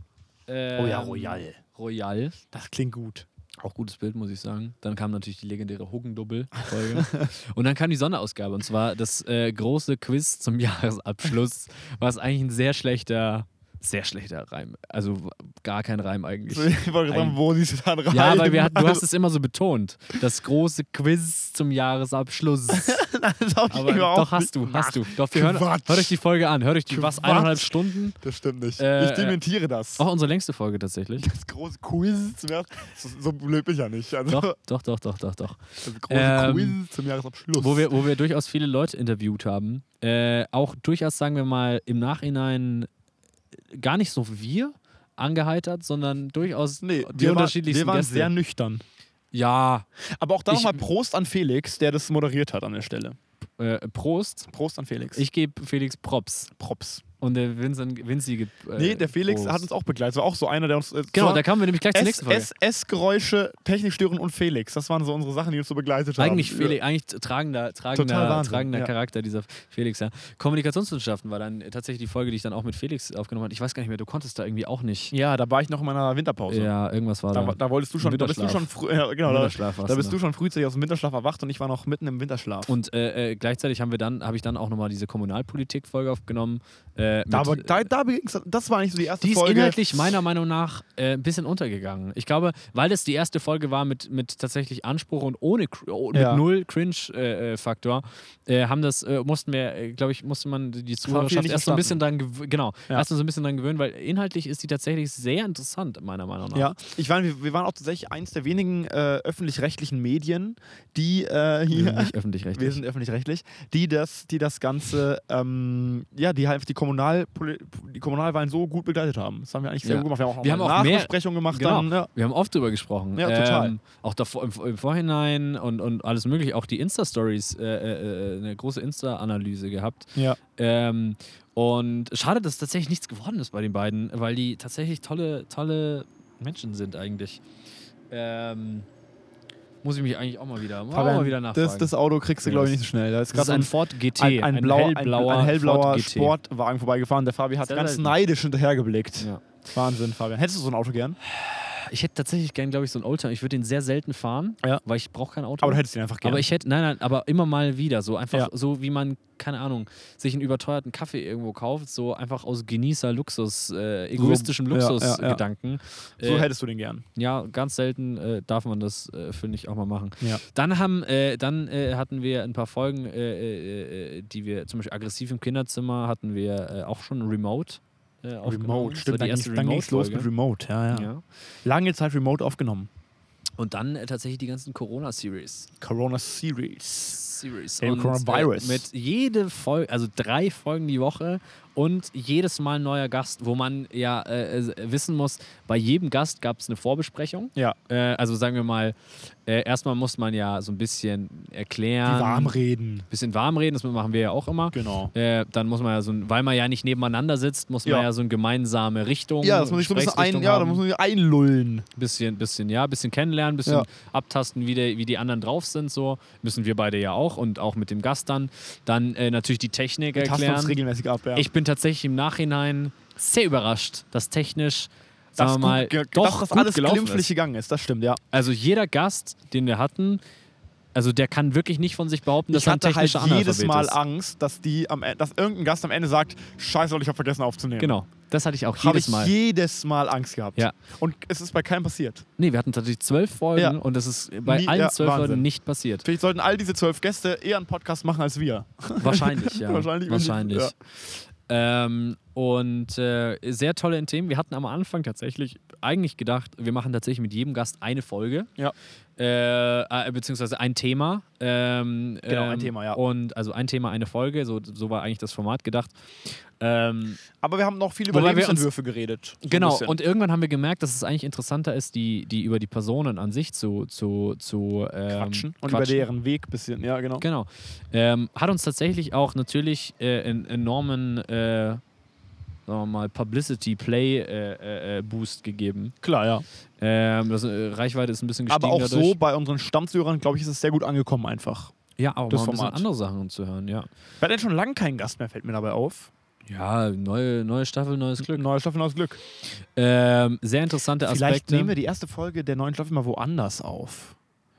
Ähm,
Oh ja, Royal.
Royal.
Das klingt gut.
Auch gutes Bild, muss ich sagen. Dann kam natürlich die legendäre Hugendubbel-Folge. und dann kam die Sonderausgabe. Und zwar das äh, große Quiz zum Jahresabschluss, was eigentlich ein sehr schlechter, sehr schlechter Reim. Also w- gar kein Reim eigentlich.
Ich wollte gerade sagen, wo siehst du dann rein?
Ja, aber wir hatten, du hast es immer so betont. Das große Quiz zum Jahresabschluss.
das auch
Aber
überhaupt
doch hast
nicht
du,
gemacht.
hast du. Doch, wir hören,
Quatsch.
hört euch die Folge an. Hört euch die was
Quatsch.
eineinhalb Stunden.
Das stimmt nicht.
Äh, oh.
ich dementiere das.
Auch unsere längste Folge tatsächlich.
Das große Quiz zum Jahres so, so blöd bin ich ja nicht. Also,
Doch, doch, doch, doch, doch, doch.
das große
Ähm,
Quiz zum Jahresabschluss.
Wo wir, wo wir durchaus viele Leute interviewt haben. Äh, auch durchaus, sagen wir mal, im Nachhinein gar nicht äh, so wir, angeheitert, sondern durchaus
Nee,
die
wir, war,
unterschiedlichsten
wir waren
Gäste.
sehr nüchtern.
ja,
Aber auch da
Ich-
nochmal Prost an Felix, der das moderiert hat an der Stelle.
äh, Prost.
Prost an Felix.
Ich gebe Felix Props.
Props.
Und der Vincent, Vinci gibt. Äh,
Nee, der Felix
Prost.
hat uns auch begleitet. War auch so einer, der uns. Äh,
Genau,
so-
da kamen wir nämlich gleich zur nächsten Folge.
SS-Geräusche, Technikstörungen und Felix. Das waren so unsere Sachen, die uns so begleitet
Eigentlich,
haben.
Felix, eigentlich tragender,
Total
tragender,
Wahnsinn,
tragender
ja.
Charakter dieser Felix, ja. Kommunikationswissenschaften war dann tatsächlich die Folge, die ich dann auch mit Felix aufgenommen habe. Ich weiß gar nicht mehr, du konntest da irgendwie auch nicht.
Ja, da war ich noch in meiner Winterpause.
Ja, irgendwas war
Da,
da.
wa- da wolltest du schon, da bist du schon
Winterschlaf.
früh, ja, genau, da,
Winterschlaf warst
da bist
du
du schon frühzeitig aus dem Winterschlaf erwacht und ich war noch mitten im Winterschlaf.
Und äh, äh, gleichzeitig haben wir dann, habe ich dann auch nochmal diese Kommunalpolitik-Folge aufgenommen. Äh, mit,
da, aber da, da beging's- das war eigentlich so die erste
die ist
Folge.
inhaltlich meiner Meinung nach äh, ein bisschen untergegangen. Ich glaube, weil das die erste Folge war mit, mit tatsächlich Anspruch und ohne Cr- oh, mit
Ja.
null Cringe-Faktor, äh, haben das, äh, mussten wir, äh, glaube ich, musste man die
viel
Zuhörerschaft
nicht
erst so ein bisschen dran gewöhnen. Genau,
Ja.
erst so ein bisschen dran gewöhnen, weil inhaltlich ist die tatsächlich sehr interessant, meiner Meinung nach.
Ja, ich meine, wir, wir waren auch tatsächlich eins der wenigen äh, öffentlich-rechtlichen Medien, die äh,
Wir
hier.
sind Mhm. Nicht öffentlich
Wir
rechtlich.
sind öffentlich-rechtlich, die das, die das Ganze, ähm, ja, die halt die, Kommunal die Kommunalwahlen so gut begleitet haben. Das haben wir eigentlich sehr
Ja.
gut gemacht. Wir haben auch,
Wir
eine
haben auch mehr-
Nachbesprechung gemacht.
Genau.
Dann, ja.
Wir haben oft drüber gesprochen.
Ja, total.
Ähm, auch davor, im, im Vorhinein und, und alles mögliche. Auch die Insta-Stories, äh, äh, äh, eine große Insta-Analyse gehabt.
Ja.
Ähm, und schade, dass tatsächlich nichts geworden ist bei den beiden, weil die tatsächlich tolle, tolle Menschen sind eigentlich. Ähm, muss ich mich eigentlich auch mal wieder, auch
Fabian,
mal wieder nachfragen.
Das, das Auto kriegst du,
Ja,
glaube ich,
das-
nicht so schnell. Da ist
Das ist
gerade
ein
ein,
Ford GT,
ein, ein, blauer, ein,
hellblauer,
ein hellblauer
Ford GT.
Sportwagen vorbeigefahren. Der Fabi hat
Sehr
ganz
selten.
neidisch hinterhergeblickt.
Ja.
Wahnsinn, Fabian. Hättest du so ein Auto gern?
Ich hätte tatsächlich gern, glaube ich, so einen Oldtimer. Ich würde den sehr selten fahren,
Ja.
weil ich brauche kein Auto.
Aber du hättest ihn einfach gern.
Aber ich hätte, nein, nein, aber immer mal wieder, so einfach,
Ja.
so wie man, keine Ahnung, sich einen überteuerten Kaffee irgendwo kauft, so einfach aus Genießer-Luxus, äh, egoistischem
ja, ja, ja.
Luxus-Gedanken.
so
äh,
hättest du den gern.
Ja, ganz selten äh, darf man das, äh, finde ich, auch mal machen.
Ja.
Dann, haben, äh, dann äh, hatten wir ein paar Folgen, äh, äh, äh, die wir zum Beispiel aggressiv im Kinderzimmer hatten wir äh, auch schon remote. Äh, aufgenommen. Das war
stimmt.
die
Dann,
erste
ging's- dann ging es los mit
Remote-Folge.
Remote. Ja, ja.
Ja.
Lange Zeit Remote aufgenommen.
Und dann äh, tatsächlich die ganzen Corona-Series.
Corona Series.
Series.
Dem
Und,
Coronavirus.
Äh, mit jede Folge, also drei Folgen die Woche und jedes Mal ein neuer Gast, wo man ja äh, äh, wissen muss, bei jedem Gast gab es eine Vorbesprechung.
Ja.
Äh, also sagen wir mal, äh, erstmal muss man ja so ein bisschen erklären.
Die warmreden.
Bisschen warm reden, das machen wir ja auch immer.
Genau.
Äh, dann muss man ja so ein, weil man ja nicht nebeneinander sitzt, muss man
Ja.
ja, so eine gemeinsame Richtung.
Ja, das muss ich so ein bisschen ein,
Gesprächsrichtung
ja, da
haben.
muss man sich einlullen.
Bisschen, bisschen, ja, bisschen kennenlernen, bisschen
Ja.
abtasten, wie, der, wie die anderen drauf sind, so. Müssen wir beide ja auch und auch mit dem Gast dann. Dann äh, natürlich die Technik
Tasten uns
erklären.
regelmäßig ab, ja.
Ich bin tatsächlich im Nachhinein sehr überrascht, dass technisch, sagen wir mal,
ge-
doch
dass das
gut
alles
gelaufen
glimpflich
ist.
gegangen ist, das stimmt, ja.
Also jeder Gast, den wir hatten, also der kann wirklich nicht von sich behaupten, dass
ich
er ein
hatte halt
technischer
jedes
Analphabet
Mal
ist.
Angst, dass, die am, E- dass irgendein Gast am Ende sagt, scheiße, ich habe vergessen aufzunehmen.
Genau, das hatte ich auch
Habe
jedes
ich
Mal.
jedes Mal Angst gehabt.
Ja.
Und es ist bei keinem passiert.
nee, wir hatten tatsächlich zwölf Folgen
Ja.
und das ist bei
Nie-
allen
ja,
zwölf Folgen
Wahnsinn.
nicht passiert.
Vielleicht sollten all diese zwölf Gäste eher einen Podcast machen als wir.
Wahrscheinlich, ja.
Wahrscheinlich,
Wahrscheinlich.
wenn die- ja.
Ähm, und äh, sehr tolle Themen. Wir hatten am Anfang tatsächlich eigentlich gedacht, wir machen tatsächlich mit jedem Gast eine Folge.
Ja.
Äh, äh, beziehungsweise ein Thema. Ähm,
Genau, ein
ähm,
Thema, ja.
Und also ein Thema, eine Folge. So, so war eigentlich das Format gedacht. Ähm,
Aber wir haben noch viel über
Wobei wir uns-
Lebensentwürfe geredet. So ein
genau,
bisschen.
und irgendwann haben wir gemerkt, dass es eigentlich interessanter ist, die, die über die Personen an sich zu, zu, zu ähm,
quatschen. Und über deren Weg ein bisschen, ja, genau.
Genau. Ähm, hat uns tatsächlich auch natürlich äh, einen enormen, äh, sagen wir mal, Publicity-Play-Boost äh, äh, Boost gegeben.
Klar, ja.
Ähm, das, äh, Reichweite ist ein bisschen gestiegen
Aber auch
dadurch.
so bei unseren Stammzuhörern, glaube ich, ist es sehr gut angekommen einfach.
Ja, auch
das
mal ein bisschen
Format.
andere Sachen zu hören, ja.
Wir hatten jetzt schon lange keinen Gast mehr, fällt mir dabei auf.
Ja, neue, neue Staffel, neues Glück.
Neue Staffel, neues Glück.
Ähm, sehr interessante
Vielleicht
Aspekte.
nehmen wir die erste Folge der neuen Staffel mal woanders auf.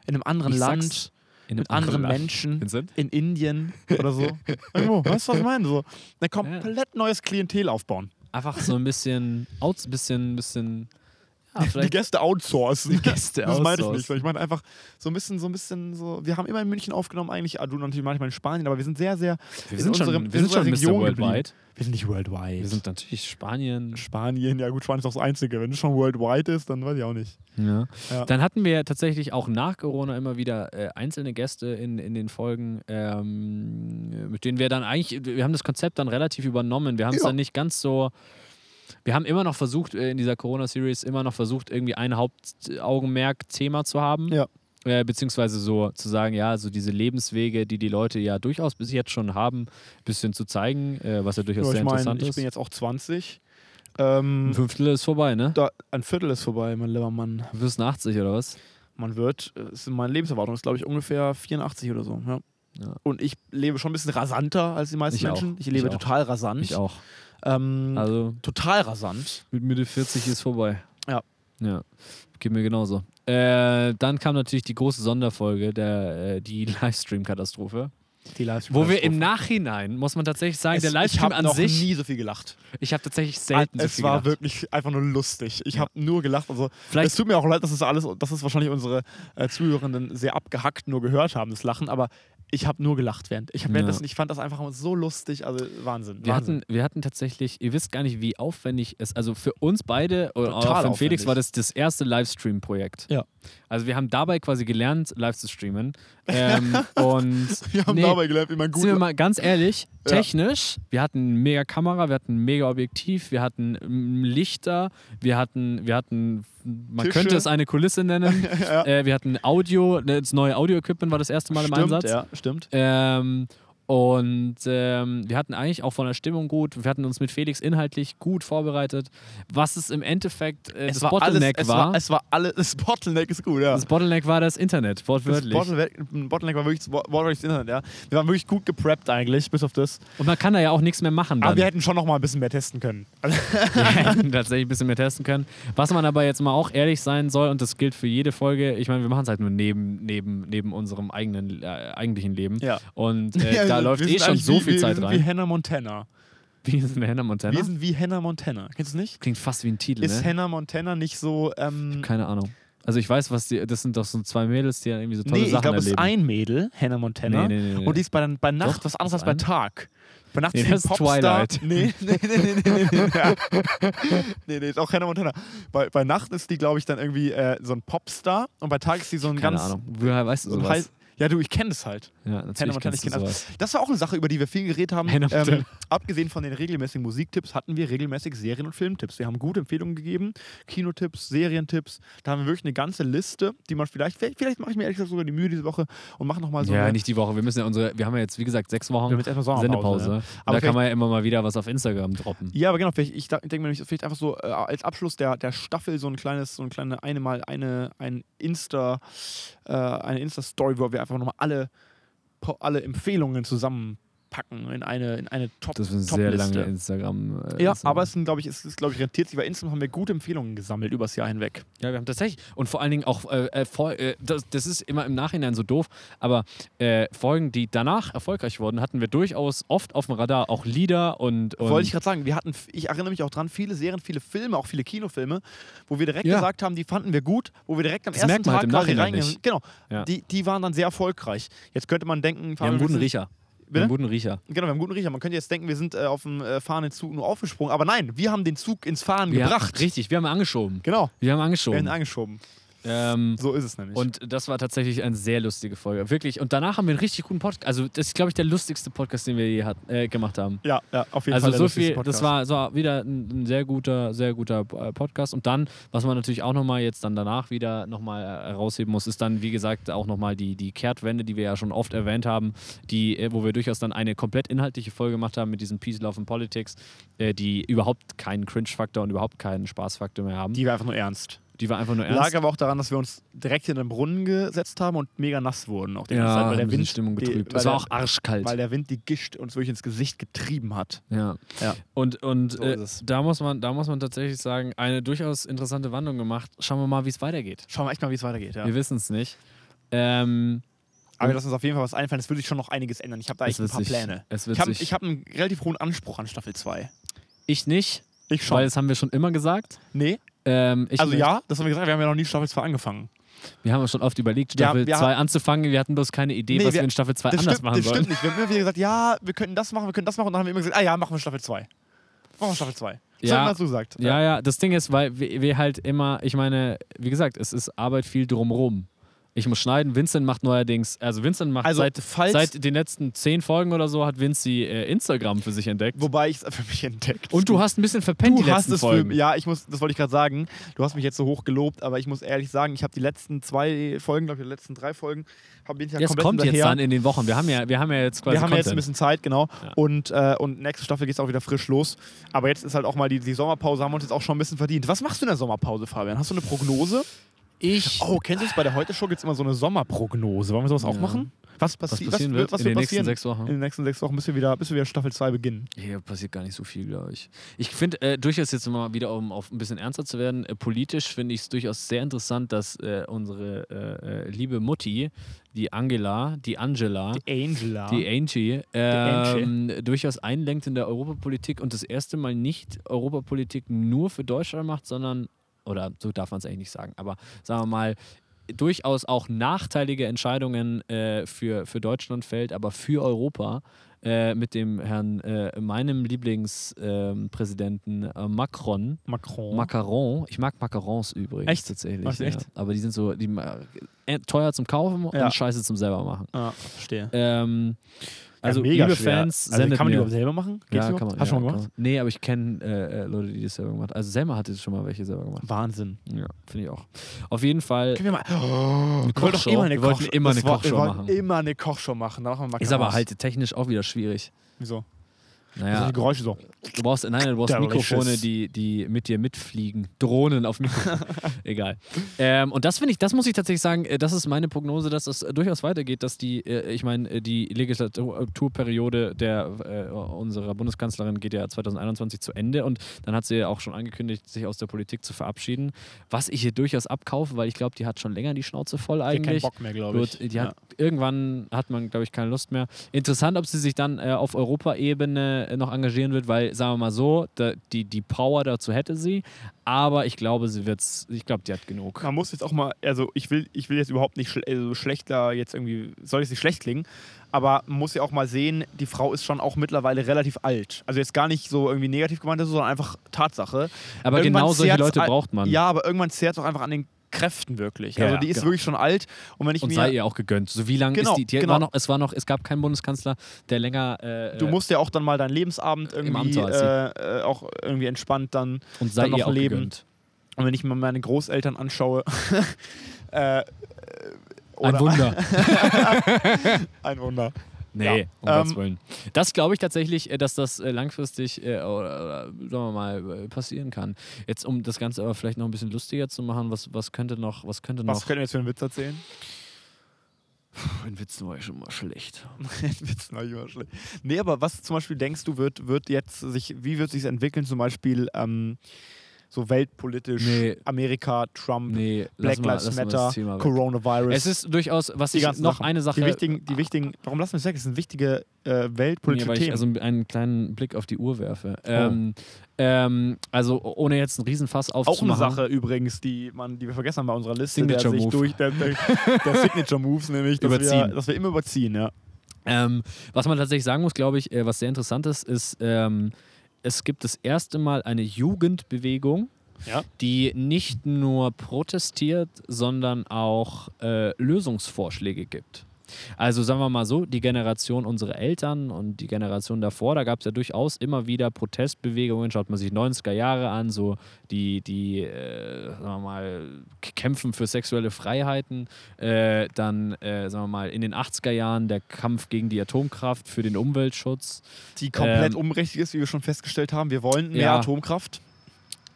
In einem anderen
Ich
Land,
sag's, in
mit anderen
Land.
Menschen,
Vincent?
in Indien oder so. Irgendwo, weißt du, was ich meine? So ein komplett neues Klientel aufbauen.
Einfach so ein bisschen, out, bisschen, bisschen, ja,
Die
vielleicht
Gäste outsourcen. Die
Gäste
Das meine ich
outsourcen.
nicht. sondern Ich meine einfach so ein bisschen, so ein bisschen so. Wir haben immer in München aufgenommen, eigentlich, ah, du natürlich manchmal in Spanien, aber wir sind sehr, sehr.
Wir
in
sind schon,
unserem-
wir sind
in unserer
schon Mr.
Region
Worldwide.
geblieben. Wir sind nicht worldwide.
Wir sind natürlich Spanien,
Spanien, ja gut, Spanien ist auch das Einzige. Wenn es schon worldwide ist, dann weiß ich auch nicht.
Ja.
Ja.
Dann hatten wir tatsächlich auch nach Corona immer wieder äh, einzelne Gäste in, in den Folgen, ähm, mit denen wir dann eigentlich, wir haben das Konzept dann relativ übernommen. Wir haben es
Ja.
dann nicht ganz so Wir haben immer noch versucht, äh, in dieser Corona-Series immer noch versucht, irgendwie ein Hauptaugenmerk-Thema zu haben.
Ja.
Äh, beziehungsweise so zu sagen, ja, so diese Lebenswege, die die Leute ja durchaus bis jetzt schon haben, ein bisschen zu zeigen, äh, was ja durchaus
Nur
sehr
ich meine,
interessant
ich
ist.
bin jetzt auch 20.
Ein
Ähm,
Fünftel ist vorbei, ne?
da, ein Viertel ist vorbei, mein lieber Mann.
Du wirst 80 oder was?
Man wird, äh, ist meine Lebenserwartung ist, glaube ich, ungefähr 84 oder so. Ja.
Ja.
Und ich lebe schon ein bisschen rasanter als die meisten
Ich auch.
Menschen. Ich
Ich
lebe
auch.
total rasant.
Ich auch.
Ähm,
Also
Total rasant.
mit Mitte 40 ist vorbei.
Ja.
Ja. Geht mir genauso. Äh, dann kam natürlich die große Sonderfolge, der, äh, die Livestream-Katastrophe.
Die Livestream
Wo wir im Nachhinein, muss man tatsächlich sagen,
Es-
der Livestream
ich hab
an
noch
sich,
nie so viel gelacht.
ich habe tatsächlich selten so
es
viel
war
gedacht.
wirklich einfach nur lustig. Ich
Ja.
habe nur gelacht. Also,
Vielleicht-
es tut mir auch leid, dass das alles, dass das wahrscheinlich unsere äh, Zuhörenden sehr abgehackt nur gehört haben, das Lachen, aber ich habe nur gelacht während. Ich, hab
Ja.
währenddessen, ich fand das einfach so lustig, also Wahnsinn.
Wir
Wahnsinn.
hatten, wir hatten tatsächlich, ihr wisst gar nicht, wie aufwendig es, also für uns beide und auch für
Total
Felix
aufwendig.
war das das erste Livestream-Projekt.
Ja.
Also wir haben dabei quasi gelernt, live zu streamen. Ähm, und
wir haben
nee,
dabei gelernt, wie man
Sind wir
gut äh,
mal ganz ehrlich,
Ja.
technisch, wir hatten mega Kamera, wir hatten mega Objektiv, wir hatten mm, Lichter, wir hatten, wir hatten, man
Tische.
könnte es eine Kulisse nennen,
Ja.
äh, wir hatten Audio, ne, das neue Audio-Equipment war das erste Mal
Stimmt,
im Einsatz.
Ja, stimmt.
Ähm, und ähm, wir hatten eigentlich auch von der Stimmung gut, wir hatten uns mit Felix inhaltlich gut vorbereitet. Was es im Endeffekt äh, das Bottleneck
alles,
war,
Es war, es war alles, das Bottleneck ist gut, ja.
das Bottleneck war das Internet,
Das
wortwörtlich.
Bottleneck, Bottleneck war wirklich, war wirklich das Internet, ja. Wir waren wirklich gut gepreppt eigentlich, bis auf das.
und man kann da ja auch nichts mehr machen. Dann.
Aber wir hätten schon noch mal ein bisschen mehr testen können. Also,
Wir hätten tatsächlich ein bisschen mehr testen können. Was man aber jetzt mal auch ehrlich sein soll, und das gilt für jede Folge, ich meine, wir machen es halt nur neben, neben, neben unserem eigenen, äh, eigentlichen Leben.
Ja.
Und äh,
wir
da
sind-
läuft
wir
eh
sind
schon
eigentlich
so
wie,
viel
wir,
Zeit
wir sind Wie
rein.
Hannah Montana.
Wie ist denn Hannah Montana?
Wir sind wie Hannah Montana. Kennst du es nicht?
Klingt fast wie ein Titel,
Ist
ne?
Hannah Montana nicht so. Ähm,
Keine Ahnung. Also ich weiß, was die, das sind doch so zwei Mädels, die dann irgendwie so tolle
nee, ich
Sachen
glaube, es
erleben.
ist ein Mädel, Hannah Montana.
Nee, nee, nee, nee.
Und die ist bei, bei Nacht
Doch,
was anderes als
ist
bei
ein.
Tag. Bei Nacht
Nee,
ist sie
das ist
Popstar.
Twilight.
Nee, nee, nee, nee, nee, nee, nee, nee. nee, nee, ist auch Hannah Montana. Bei, bei Nacht ist die, glaube ich, dann irgendwie äh, so ein Popstar und bei Tag ist die so ein
Keine
ganz.
Ahnung. Woher weißt du
So ein
sowas?
Hals- ja, du, ich kenne das halt.
ja, natürlich
Hannah Montana,
kennst
ich
du
kenne
sowas.
Also, das. Das war auch eine Sache, über die wir viel geredet haben.
Hannah Montana.
Ähm, abgesehen von den regelmäßigen Musiktipps hatten wir regelmäßig Serien- und Filmtipps. Wir haben gute Empfehlungen gegeben, Kinotipps, Serientipps. Da haben wir wirklich eine ganze Liste, die man vielleicht, vielleicht, vielleicht mache ich mir ehrlich gesagt sogar die Mühe diese Woche und mache nochmal so
ja,
eine,
nicht die Woche. Wir müssen ja unsere, wir haben ja jetzt, wie gesagt, sechs Wochen
Wir haben jetzt erstmal Sommerpause,
Sendepause.
ne?
Und
Aber
da kann man ja immer mal wieder was auf Instagram droppen.
Ja, aber genau, vielleicht, ich da- denke mir nämlich, vielleicht einfach so äh, als Abschluss der, der Staffel so ein kleines, so ein kleine, eine mal eine, ein Insta, äh, eine Insta-Story, wo wir einfach nochmal alle, po- alle Empfehlungen zusammenpacken in eine, in eine Top.
Das ist eine
Top
sehr lange
Liste.
Instagram. äh,
Ja,
Instagram-
aber es sind, glaube ich, es ist, glaube ich, rentiert sich, weil Instagram haben wir gute Empfehlungen gesammelt übers Jahr hinweg.
Ja, wir haben tatsächlich. Und vor allen Dingen auch, äh, äh, Fol- äh, das, das ist immer im Nachhinein so doof, aber äh, Folgen, die danach erfolgreich wurden, hatten wir durchaus oft auf dem Radar. Auch Lieder und. und
Wollte ich gerade sagen, wir hatten, ich erinnere mich auch dran, viele Serien, viele Filme, auch viele Kinofilme, wo wir direkt
Ja.
gesagt haben, die fanden wir gut, wo wir direkt am
Das
ersten
merkt man
Tag
halt im
quasi
Nachhinein
reingehen.
nicht.
Genau.
Ja.
Die, die waren dann sehr erfolgreich. Jetzt könnte man
wir
denken,
haben einen
Fabian,
guten Riecher. Wir haben einen
Bitte?
guten Riecher.
Genau, wir haben einen guten Riecher. Man könnte jetzt denken, wir sind äh, auf dem äh, fahrenden Zug nur aufgesprungen, aber nein, wir haben den Zug ins Fahren
Wir
gebracht.
richtig, wir haben angeschoben.
Genau,
Wir haben
wir haben ihn
angeschoben.
angeschoben.
Ähm,
So ist es nämlich.
und das war tatsächlich eine sehr lustige Folge. Wirklich. Und danach haben wir einen richtig guten Podcast. Also, das ist, glaube ich, der lustigste Podcast, den wir je hat, äh, gemacht haben.
ja, ja, auf jeden
Also
Fall. der
so
lustigste
viel, das
Podcast.
war, das war wieder ein, ein sehr guter, sehr guter äh, Podcast. Und dann, was man natürlich auch nochmal jetzt dann danach wieder nochmal herausheben muss, ist dann, wie gesagt, auch nochmal die, die Kehrtwende, die wir ja schon oft erwähnt haben, die, äh, wo wir durchaus dann eine komplett inhaltliche Folge gemacht haben mit diesem Peace, Love and Politics, äh, die überhaupt keinen Cringe-Faktor und überhaupt keinen Spaßfaktor mehr haben. Die,
Die war einfach nur ernst.
war einfach nur
Lag
ernst.
aber auch daran, dass wir uns direkt in den Brunnen gesetzt haben und mega nass wurden. Auch die ganze Zeit,
ja,
weil der
Wind,
Wind
die Stimmung
die-
getrübt.
weil
Es war
der-
auch arschkalt.
weil der Wind die Gischt uns wirklich ins Gesicht getrieben hat.
Ja.
Ja.
Und, und
So
äh,
ist es.
da, muss man, da muss man tatsächlich sagen, eine durchaus interessante Wandlung gemacht. Schauen wir mal, wie es weitergeht.
Schauen wir echt mal, wie es weitergeht. Ja.
Wir wissen es nicht. Ähm,
Aber lass uns auf jeden Fall was einfallen. Es würde sich schon noch einiges ändern. Ich habe da
es
echt ein
wird
paar
sich,
Pläne.
Es wird
Ich habe
sich, ich,
hab einen relativ hohen Anspruch an Staffel 2.
nicht,
Ich
weil
schon.
das haben wir schon immer gesagt.
Nee,
Ähm, ich
also
möcht-
ja, das haben wir gesagt, wir haben ja noch nie Staffel 2 angefangen.
Wir haben schon oft überlegt,
Wir
Staffel
haben- wir
2 anzufangen. Wir hatten bloß keine Idee,
Nee,
was
wir-
wir in Staffel 2
das
anders
stimmt,
machen
das stimmt
sollen.
nicht. Wir haben immer wieder gesagt, ja, wir können das machen, wir können das machen. Und dann haben wir immer gesagt, ah ja, machen wir Staffel 2. Machen wir Staffel 2. Das
Ja.
haben wir dazu gesagt.
Ja, ja, das Ding ist, weil wir, wir halt immer, ich meine, wie gesagt, es ist Arbeit viel drumrum. Ich muss schneiden. Vincent macht neuerdings, also Vincent macht
Also,
seit,
falls-
seit den letzten zehn Folgen oder so hat Vinci äh, Instagram für sich entdeckt.
Wobei ich es für mich entdeckt.
Und du hast ein bisschen verpennt die
du hast
letzten
es
Folgen.
für ja, ich muss, das wollte ich gerade sagen. Du hast mich jetzt so hoch gelobt, aber ich muss ehrlich sagen, ich habe die letzten zwei Folgen, glaube ich, die letzten drei Folgen, habe ich ja
das
komplett
kommt jetzt
hinterher.
dann in den Wochen. Wir haben ja, wir haben ja jetzt quasi
wir haben ja jetzt ein
Content.
bisschen Zeit, genau.
Ja.
Und, äh, und nächste Staffel geht es auch wieder frisch los. Aber jetzt ist halt auch mal die, die Sommerpause, haben wir uns jetzt auch schon ein bisschen verdient. Was machst du in der Sommerpause, Fabian? Hast du eine Prognose?
ich
Oh, kennst du es? Bei der Heute-Show gibt es immer so eine Sommerprognose. Wollen wir sowas auch
Ja.
machen? Was, passi
was passieren
was,
wird
was
in
wird
den nächsten
passieren?
sechs Wochen.
in den nächsten sechs Wochen, bis wir wieder, bis wir wieder Staffel 2 beginnen.
Hier passiert gar nicht so viel, glaube ich. Ich finde äh, durchaus jetzt mal wieder, um auf ein bisschen ernster zu werden, äh, politisch finde ich es durchaus sehr interessant, dass äh, unsere äh, äh, liebe Mutti, die Angela, die Angela,
Angela.
die Angie, ähm,
Angie.
durchaus einlenkt in der Europapolitik und das erste Mal nicht Europapolitik nur für Deutschland macht, sondern, oder so darf man es eigentlich nicht sagen, aber sagen wir mal, durchaus auch nachteilige Entscheidungen äh, für, für Deutschland fällt, aber für Europa äh, mit dem Herrn, äh, meinem Lieblingspräsidenten äh, Präsidenten, äh, Macron.
Macron.
Macaron, ich mag Macarons übrigens
Oh. Echt?
tatsächlich.
Magst du
ja.
echt?
Aber die sind so die, äh, teuer zum Kaufen
Ja.
und scheiße zum selber machen.
ah, verstehe.
Ähm, also
ja, mega
liebe
schwer.
Fans,
also,
sendet
Kann man die
mir.
überhaupt selber machen? Geht's
ja,
überhaupt?
kann man,
Hast du
ja,
schon mal
kann
gemacht?
Man. Nee, aber ich kenne äh, äh, Leute, die das selber gemacht haben. Also Selma hatte schon mal welche selber gemacht.
Wahnsinn.
Ja, finde ich auch. Auf jeden Fall.
Können wir mal. Oh, wir wollten doch
Kochshow.
immer eine
Wir wollten
Kochshow-
immer eine
das war-
Kochshow
Wir wollten
machen.
immer eine Kochshow machen. Da machen wir mal
Ist aber
Chaos.
halt technisch auch wieder schwierig.
Wieso?
Naja,
Also die Geräusche so.
du brauchst, nein, du brauchst
Delicious.
Mikrofone, die, die mit dir mitfliegen. Drohnen auf Mikrofon. Egal. Ähm, und das finde ich, das muss ich tatsächlich sagen, äh, das ist meine Prognose, dass es äh, durchaus weitergeht, dass die, äh, ich meine, äh, die Legislaturperiode der, äh, unserer Bundeskanzlerin geht ja 2021 zu Ende und dann hat sie ja auch schon angekündigt, sich aus der Politik zu verabschieden, was ich hier durchaus abkaufe, weil ich glaube, die hat schon länger die Schnauze voll
Ich hab keinen
eigentlich.
Bock mehr, glaube ich.
Gut, die hat, irgendwann hat man, glaube ich, keine Lust mehr. Interessant, ob sie sich dann äh, auf Europaebene äh, noch engagieren wird, weil, sagen wir mal so, da, die, die Power dazu hätte sie, aber ich glaube, sie wird's, ich glaube, die hat genug.
Man muss jetzt auch mal, also ich will, ich will jetzt überhaupt nicht schle also schlechter jetzt irgendwie, soll es nicht schlecht klingen, aber man muss ja auch mal sehen, die Frau ist schon auch mittlerweile relativ alt. Also jetzt gar nicht so irgendwie negativ gemeint, sondern einfach Tatsache.
Aber
Irgendwann
genau solche
zehrt's
Leute
al-
braucht man.
Ja, aber irgendwann zehrt es auch einfach an den Kräften wirklich.
Ja,
also
ja,
die ist
genau.
wirklich schon alt und wenn ich
Und
mir
sei ihr auch gegönnt. So wie lange
Genau,
ist die? die
genau.
war noch, es war noch, es gab keinen Bundeskanzler, der länger äh,
Du musst ja auch dann mal deinen Lebensabend irgendwie
Amt war
äh, äh, auch irgendwie entspannt dann.
und sei
dann noch
ihr auch
leben.
gegönnt.
Und wenn ich mir meine Großeltern anschaue, äh, äh,
Ein
oder-
Wunder.
ein Wunder.
Nee,
Ja.
um Gottes
Ähm,
Willen. Das glaube ich tatsächlich, äh, dass das äh, langfristig äh, oder, oder sagen wir mal äh, passieren kann. Jetzt um das Ganze aber vielleicht noch ein bisschen lustiger zu machen, was, was könnte noch, was könnte
Was
noch.
können wir jetzt für einen Witz erzählen?
Ein Witz war ja schon mal schlecht.
Witz mach ich immer schlecht. Nee, aber was zum Beispiel denkst du, wird, wird jetzt sich, wie wird sich entwickeln, zum Beispiel ähm, so weltpolitisch,
Nee.
Amerika, Trump,
Nee, lass
Black
mal,
Lives
lass mal
Matter,
das Thema weg.
Coronavirus.
Es ist durchaus, was ich
ganzen
noch
Sachen.
eine Sache.
Die wichtigen, die wichtigen, warum lassen wir es weg? Es sind wichtige äh, weltpolitische
Nee, weil ich
Themen. Oh.
also einen kleinen Blick auf die Uhr werfe. Ähm, ähm, also ohne jetzt einen Riesenfass
auch eine
aufzumachen.
Sache übrigens, die, man, die wir vergessen haben bei unserer Liste,
Signature
der sich
Move.
durch der, der, der Signature Moves nämlich, dass wir,
Überziehen.
dass wir immer überziehen, ja.
Ähm, was man tatsächlich sagen muss, glaube ich, äh, was sehr interessant ist, ist, ähm, es gibt das erste Mal eine Jugendbewegung,
Ja.
die nicht nur protestiert, sondern auch äh, Lösungsvorschläge gibt. Also sagen wir mal so, die Generation unserer Eltern und die Generation davor, da gab es ja durchaus immer wieder Protestbewegungen, schaut man sich 90er Jahre an, so die, die äh, sagen wir mal, k- kämpfen für sexuelle Freiheiten, äh, dann, äh, sagen wir mal, in den 80er Jahren der Kampf gegen die Atomkraft für den Umweltschutz,
Die komplett
Ähm,
unberechtigt ist, wie wir schon festgestellt haben. Wir wollen mehr
Ja.
Atomkraft.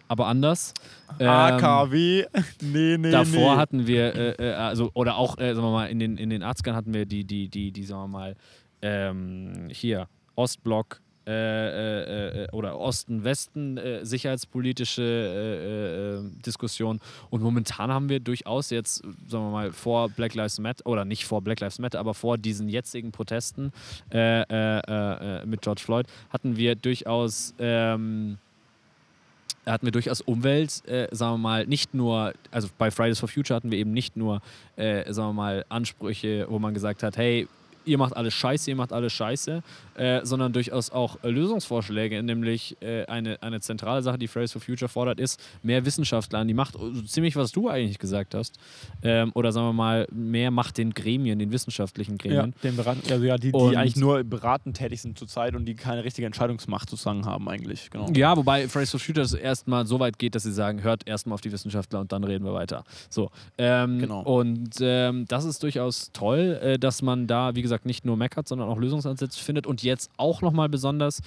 aber anders. Ähm,
AKW. Nee, nee,
Davor
nee.
hatten wir, äh, äh, also, oder auch, äh, sagen wir mal, in den, in den 80ern hatten wir die, die, die, die, sagen wir mal, ähm, hier, Ostblock äh, äh, äh, oder Osten, Westen, äh, sicherheitspolitische äh, äh, äh, Diskussion. Und momentan haben wir durchaus jetzt, sagen wir mal, vor Black Lives Matter, oder nicht vor Black Lives Matter, aber vor diesen jetzigen Protesten äh, äh, äh, mit George Floyd, hatten wir durchaus. Ähm, da hatten wir durchaus Umwelt, äh, sagen wir mal, nicht nur, also bei Fridays for Future hatten wir eben nicht nur, äh, sagen wir mal, Ansprüche, wo man gesagt hat, hey, ihr macht alles scheiße, ihr macht alles scheiße, äh, sondern durchaus auch äh, Lösungsvorschläge, nämlich äh, eine, eine zentrale Sache, die Fridays for Future fordert, ist mehr Wissenschaftler an die Macht. So ziemlich, was du eigentlich gesagt hast. Ähm, oder sagen wir mal, mehr Macht den Gremien, den wissenschaftlichen
Ja,
Gremien.
den Berat also ja, die,
Und-
die eigentlich nur beratend tätig sind zurzeit und die keine richtige Entscheidungsmacht sozusagen haben eigentlich. Genau.
Ja, wobei Fridays for Future es erstmal so weit geht, dass sie sagen, hört erstmal auf die Wissenschaftler und dann reden wir weiter. So. Ähm,
Genau.
Und ähm, das ist durchaus toll, äh, dass man da, wie gesagt, nicht nur meckert, sondern auch Lösungsansätze findet und jetzt auch nochmal besonders.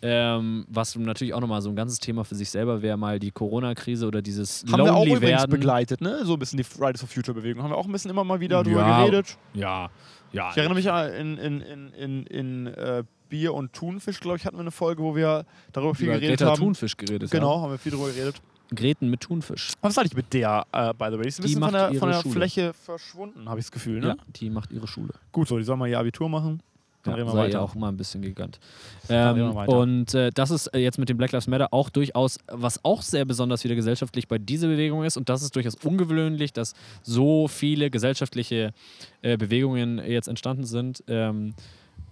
Ähm, was natürlich auch nochmal so ein ganzes Thema für sich selber wäre, mal die Corona-Krise oder dieses
Haben wir auch
Lonely
übrigens
werden.
begleitet, ne? So ein bisschen die Fridays for Future Bewegung. Haben wir auch ein bisschen immer mal wieder drüber
Ja.
geredet.
Ja, ja.
Ich erinnere mich an in, in, in, in, in äh, Bier und Thunfisch, glaube ich, hatten wir eine Folge, wo wir darüber viel
über
geredet
Greta
haben.
Thunfisch geredet.
Genau, haben wir viel drüber geredet.
Ja. Greten mit Thunfisch.
Was sage ich mit der, äh, by the way? Die ist ein
Die
bisschen
macht
von der, von
ihre
der
Schule.
Fläche verschwunden, habe ich das Gefühl, ne?
Ja, die macht ihre Schule.
Gut, so, die soll mal ihr Abitur machen. Dann reden wir
sei
weiter.
ihr auch mal ein bisschen gegönnt.
Dann reden
Ähm,
wir weiter.
und äh, das ist äh, jetzt mit dem Black Lives Matter auch durchaus, was auch sehr besonders wieder gesellschaftlich bei dieser Bewegung ist. Und das ist durchaus ungewöhnlich, dass so viele gesellschaftliche äh, Bewegungen jetzt entstanden sind. Ähm,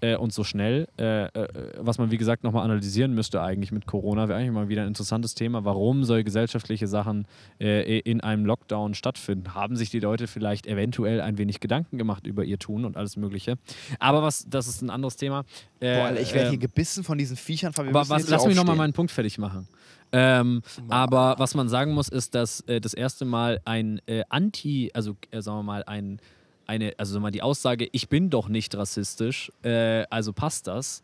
äh, und so schnell, äh, äh, was man wie gesagt nochmal analysieren müsste eigentlich mit Corona, wäre eigentlich mal wieder ein interessantes Thema. Warum soll gesellschaftliche Sachen äh, in einem Lockdown stattfinden? Haben sich die Leute vielleicht eventuell ein wenig Gedanken gemacht über ihr Tun und alles Mögliche? Aber was, das ist ein anderes Thema. Äh,
Boah, Alter, ich werde
äh,
hier gebissen von diesen Viechern. Fabian,
aber
wir müssen
was,
jetzt
lass
hier
mich nochmal
aufstehen.
meinen Punkt fertig machen. Ähm, aber was man sagen muss, ist, dass äh, das erste Mal ein äh, Anti, also äh, sagen wir mal, ein, eine, also sagen wir mal die Aussage, ich bin doch nicht rassistisch, äh, also passt das,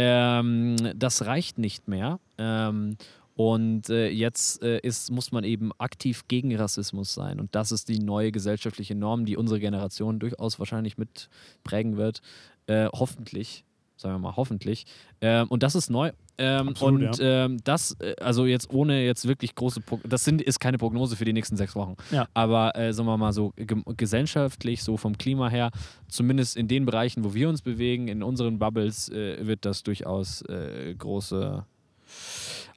ähm, das reicht nicht mehr. Ähm, und äh, jetzt äh, ist, muss man eben aktiv gegen Rassismus sein. Und das ist die neue gesellschaftliche Norm, die unsere Generation durchaus wahrscheinlich mitprägen wird. Äh, hoffentlich, sagen wir mal, hoffentlich. Ähm, und das ist neu. Ähm,
Absolut,
und ähm, das, äh, also jetzt ohne jetzt wirklich große, Pro das sind, ist keine Prognose für die nächsten sechs Wochen.
Ja.
Aber äh, sagen wir mal so ge- gesellschaftlich, so vom Klima her, zumindest in den Bereichen, wo wir uns bewegen, in unseren Bubbles, äh, wird das durchaus äh, große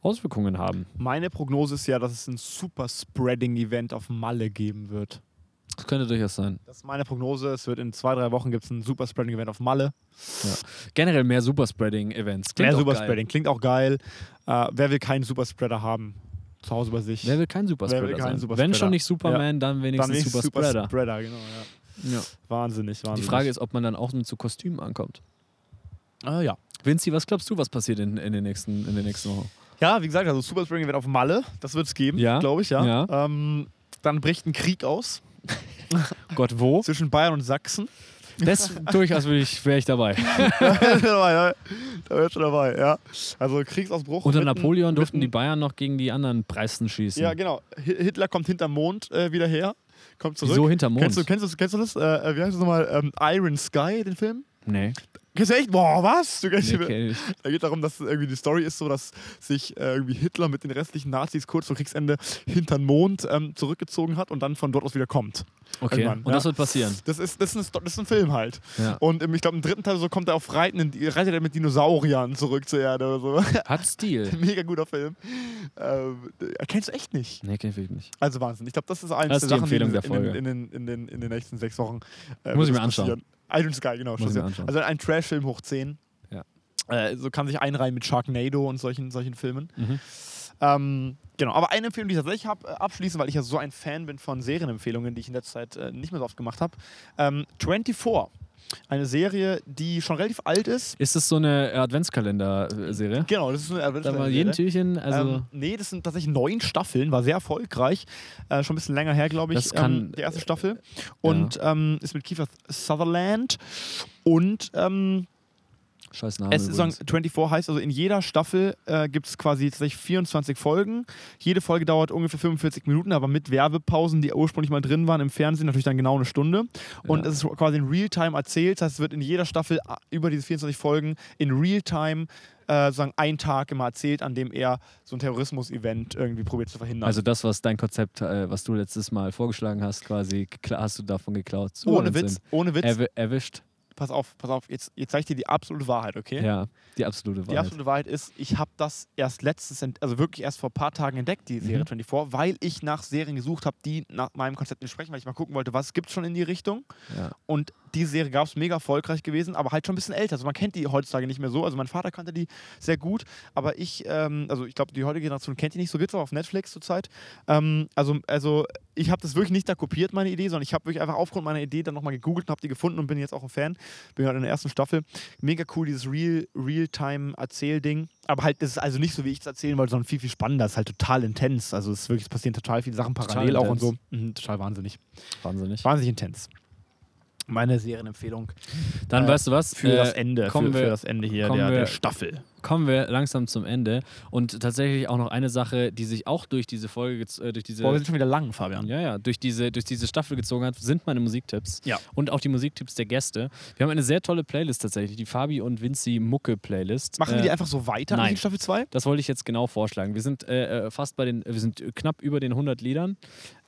Auswirkungen haben.
Meine Prognose ist ja, dass es ein super Spreading-Event auf Malle geben wird.
Das könnte durchaus sein.
Das ist meine Prognose. Es wird in zwei, drei Wochen gibt's ein super Spreading-Event auf Malle.
Generell mehr Superspreading-Events. Klingt
Mehr
auch
Superspreading. Klingt auch geil. Äh, wer will keinen Superspreader haben? Zu Hause bei sich.
Geil. Wer will kein Superspreader
Wer will keinen
sein?
Superspreader?
Wenn schon nicht Superman, dann
Dann
wenigstens
wenigstens
Superspreader.
Superspreader, genau. Ja.
ja.
Wahnsinnig, wahnsinnig.
Die Frage ist, ob man dann auch mit so Kostümen ankommt.
Ah, ja.
Vinci, was glaubst du, was passiert in, in, den, nächsten, in den nächsten Wochen?
Ja, wie gesagt, also Super Spreading wird auf Malle. Das wird es geben,
Ja.
glaube ich, ja.
Ja.
Ähm, dann bricht ein Krieg aus Oh
Gott, wo?
zwischen Bayern und Sachsen.
Das durchaus wäre ich, wär ich dabei.
da wäre dabei, da wär schon dabei, ja. Also Kriegsausbruch.
Unter
mitten-
Napoleon durften
mitten-
die Bayern noch gegen die anderen Preisen schießen.
Ja, genau. Hi- Hitler kommt hinterm Mond äh, wieder her, kommt zurück.
Wieso hinterm Mond?
Kennst du, kennst du, kennst du das? Äh, wie heißt das nochmal? Ähm, Iron Sky, den Film?
nee,
Kennst du echt? Boah, was? Du kennst
nee
den-
kenn ich.
Da geht darum, dass irgendwie die Story ist so, dass sich äh, irgendwie Hitler mit den restlichen Nazis kurz vor Kriegsende hintern Mond ähm, zurückgezogen hat und dann von dort aus wieder kommt.
Okay,
Irgendwann,
und
ja.
das wird passieren.
Das ist, das ist, eine, Sto- das ist ein Film halt.
Ja.
Und ähm, ich glaube, im dritten Teil so kommt er auf Reiten, in, die- reitet er mit Dinosauriern zurück zur Erde oder so.
Hat Stil.
Mega guter Film. Ähm, kennst du echt nicht?
Nee, kenn ich wirklich nicht.
Also Wahnsinn. Ich glaube, das ist eins
Das ist
der
die
Sachen, in,
Empfehlung der
in, den-
Folge.
in, den, in, den, in den nächsten sechs Wochen. äh,
Muss
wird
ich mir
das passieren. Iron Sky, genau.
Muss ich mir
schon.
anschauen.
Also ein Trash-Film hoch 10.
Ja.
Äh, so kann sich einreihen mit Sharknado und solchen, solchen Filmen.
Mhm.
Ähm, genau, aber eine Empfehlung, die ich tatsächlich habe, äh, abschließend, weil ich ja so ein Fan bin von Serienempfehlungen, die ich in letzter Zeit äh, nicht mehr so oft gemacht habe. Ähm, 24. Eine Serie, die schon relativ alt ist.
Ist das so eine Adventskalender-Serie?
Genau, das ist eine
Da
Adventsserie.
mal jeden Türchen, also
ähm, nee, das sind tatsächlich neun Staffeln, war sehr erfolgreich. Äh, schon ein bisschen länger her, glaube ich,
Das kann- äh,
ähm, die erste Staffel. Und ähm, ist mit Kiefer Sutherland. Und ähm,
scheiß Name.
es ist sagen,
übrigens.
24 heißt, also in jeder Staffel äh, gibt es quasi tatsächlich 24 Folgen. Jede Folge dauert ungefähr 45 Minuten, aber mit Werbepausen, die ursprünglich mal drin waren im Fernsehen, natürlich dann genau eine Stunde. Und
Ja.
es ist quasi in Realtime erzählt. Das heißt, es wird in jeder Staffel a- über diese 24 Folgen in Realtime äh, sozusagen ein Tag immer erzählt, an dem er so ein Terrorismus-Event irgendwie probiert zu verhindern.
also das, was dein Konzept, äh, was du letztes Mal vorgeschlagen hast, quasi gekla- hast du davon geklaut. So
ohne
Wahnsinn.
Witz, ohne Witz.
Erwi erwischt.
pass auf, pass auf, jetzt, jetzt zeige ich dir die absolute Wahrheit, okay?
Ja, die absolute
Die
Wahrheit.
absolute Wahrheit ist, ich habe das erst letztens, ent- also wirklich erst vor ein paar Tagen entdeckt, die Serie
Mhm.
24, weil ich nach Serien gesucht habe, die nach meinem Konzept entsprechen, weil ich mal gucken wollte, was gibt es schon in die Richtung.
Ja.
Und diese Serie gab es mega erfolgreich gewesen, aber halt schon ein bisschen älter. Also man kennt die heutzutage nicht mehr so. Also mein Vater kannte die sehr gut, aber ich, ähm, also ich glaube, die heutige Generation kennt die nicht. So gibt es auch auf Netflix zurzeit. Ähm, also, also ich habe das wirklich nicht da kopiert, meine Idee, sondern ich habe wirklich einfach aufgrund meiner Idee dann nochmal gegoogelt und habe die gefunden und bin jetzt auch ein Fan. Bin gerade in der ersten Staffel. Mega cool, dieses Real- Real-Time-Erzähl-Ding. aber halt, das ist also nicht so, wie ich es erzählen wollte, sondern viel, viel spannender. Es ist halt total intens. Also es ist wirklich, es passieren total viele Sachen
Total
parallel auch und so.
intens.
Mhm, total wahnsinnig.
Wahnsinnig.
Wahnsinnig intens. Meine Serienempfehlung
Dann
Äh,
weißt du was?
für
Äh,
das Ende,
kommen
für, für
wir-
das Ende hier
kommen
der,
wir-
der Staffel.
kommen wir langsam zum Ende. Und tatsächlich auch noch eine Sache, die sich auch durch diese Folge, gez- äh, durch diese.
Boah, wir sind schon wieder lang, Fabian.
Ja, ja, durch diese, durch diese Staffel gezogen hat, sind meine Musiktipps.
Ja.
Und auch die Musiktipps der Gäste. Wir haben eine sehr tolle Playlist tatsächlich, die Fabi und Vinci Mucke Playlist.
Machen wir
Äh,
die einfach so weiter
nein.
in Staffel 2?
das wollte ich jetzt genau vorschlagen. Wir sind äh, äh, fast bei den, wir sind knapp über den 100 Liedern.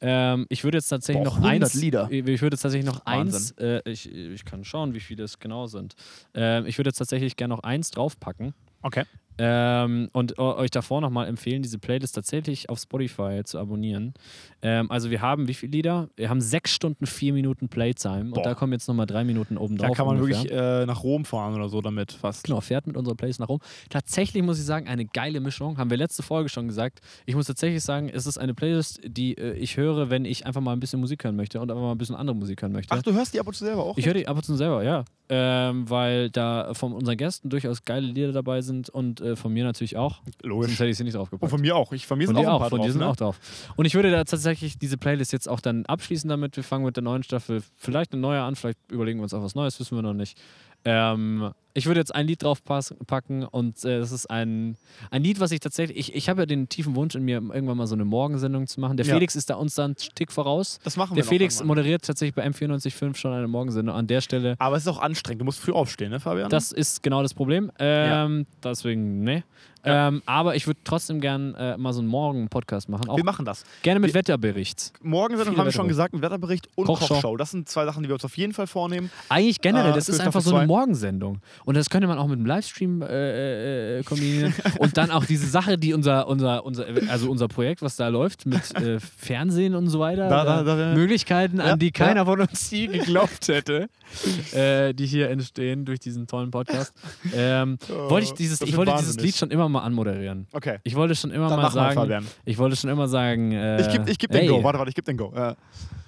Ähm, ich würde jetzt tatsächlich
Boah,
noch
100
eins. äh,
Lieder.
Ich würde jetzt tatsächlich noch
Wahnsinn.
eins. Äh, ich, ich kann schauen, wie viele es genau sind. Ähm, ich würde jetzt tatsächlich gerne noch eins draufpacken.
Okay.
Ähm, und eu- euch davor nochmal empfehlen, diese Playlist tatsächlich auf Spotify zu abonnieren. Ähm, also wir haben wie viele Lieder? Wir haben sechs Stunden, vier Minuten Playtime und
Boah.
da kommen jetzt nochmal drei Minuten oben
Da
drauf.
kann man
ungefähr.
wirklich äh, nach Rom fahren oder so damit fast.
Genau, fährt mit unserer Playlist nach Rom. Tatsächlich muss ich sagen, eine geile Mischung. Haben wir letzte Folge schon gesagt. Ich muss tatsächlich sagen, es ist eine Playlist, die äh, ich höre, wenn ich einfach mal ein bisschen Musik hören möchte und einfach mal ein bisschen andere Musik hören möchte.
Ach, du hörst die ab und zu selber auch?
Ich höre die ab und zu selber, ja. Ähm, weil da von unseren Gästen durchaus geile Lieder dabei sind und äh, von mir natürlich auch. Sonst
Logisch.
hätte ich sie nicht draufgepackt.
Und von mir auch. Ich, von mir
Von
sind
dir
auch ein
auch,
paar
von
drauf,
dir sind
ne?
auch drauf. Und ich würde da tatsächlich diese Playlist jetzt auch dann abschließen damit. Wir fangen mit der neuen Staffel vielleicht eine neue an, vielleicht überlegen wir uns auch was Neues, wissen wir noch nicht. Ähm, ich würde jetzt ein Lied drauf pass- packen und äh, das ist ein, ein Lied, was ich tatsächlich, ich, ich habe ja den tiefen Wunsch in mir, irgendwann mal so eine Morgensendung zu machen. Der
Ja.
Felix ist da uns dann einen Tick voraus.
Das machen wir
Der
noch
Felix
irgendwann.
moderiert tatsächlich bei M94.5 schon eine Morgensendung. An der Stelle
Aber es ist auch anstrengend. Du musst früh aufstehen, ne, Fabian?
das ist genau das Problem. Ähm, Deswegen, ne. Ähm, aber ich würde trotzdem gern äh, mal so einen Morgen-Podcast machen. Auch
wir machen das.
gerne mit Wetterbericht.
Morgen sind,
Viele
haben wir schon
Wetter-
gesagt, ein Wetterbericht und
Kochshow.
Kochshow. Das sind zwei Sachen, die wir uns auf jeden Fall vornehmen.
Eigentlich generell,
Äh,
das
für
ist
Staffel
einfach so eine
zwei.
Morgensendung. Und das könnte man auch mit einem Livestream äh, äh, äh, kombinieren. und dann auch diese Sache, die unser, unser, unser, also unser Projekt, was da läuft, mit äh, Fernsehen und so weiter.
Da, da, da, da.
Möglichkeiten, an die keiner
ja.
von uns je geglaubt hätte, äh, die hier entstehen durch diesen tollen Podcast. Ähm,
Oh,
wollte ich dieses,
das
ich
wird
wollte dieses
wahnsinnig.
Lied schon immer mal anmoderieren.
Okay.
Ich wollte schon immer
Dann
mal
mach
sagen.
mal, Fabian.
ich wollte schon immer sagen. Äh,
Ich gebe ich geb den
hey,
Go. Warte, warte, ich gebe den Go. Äh,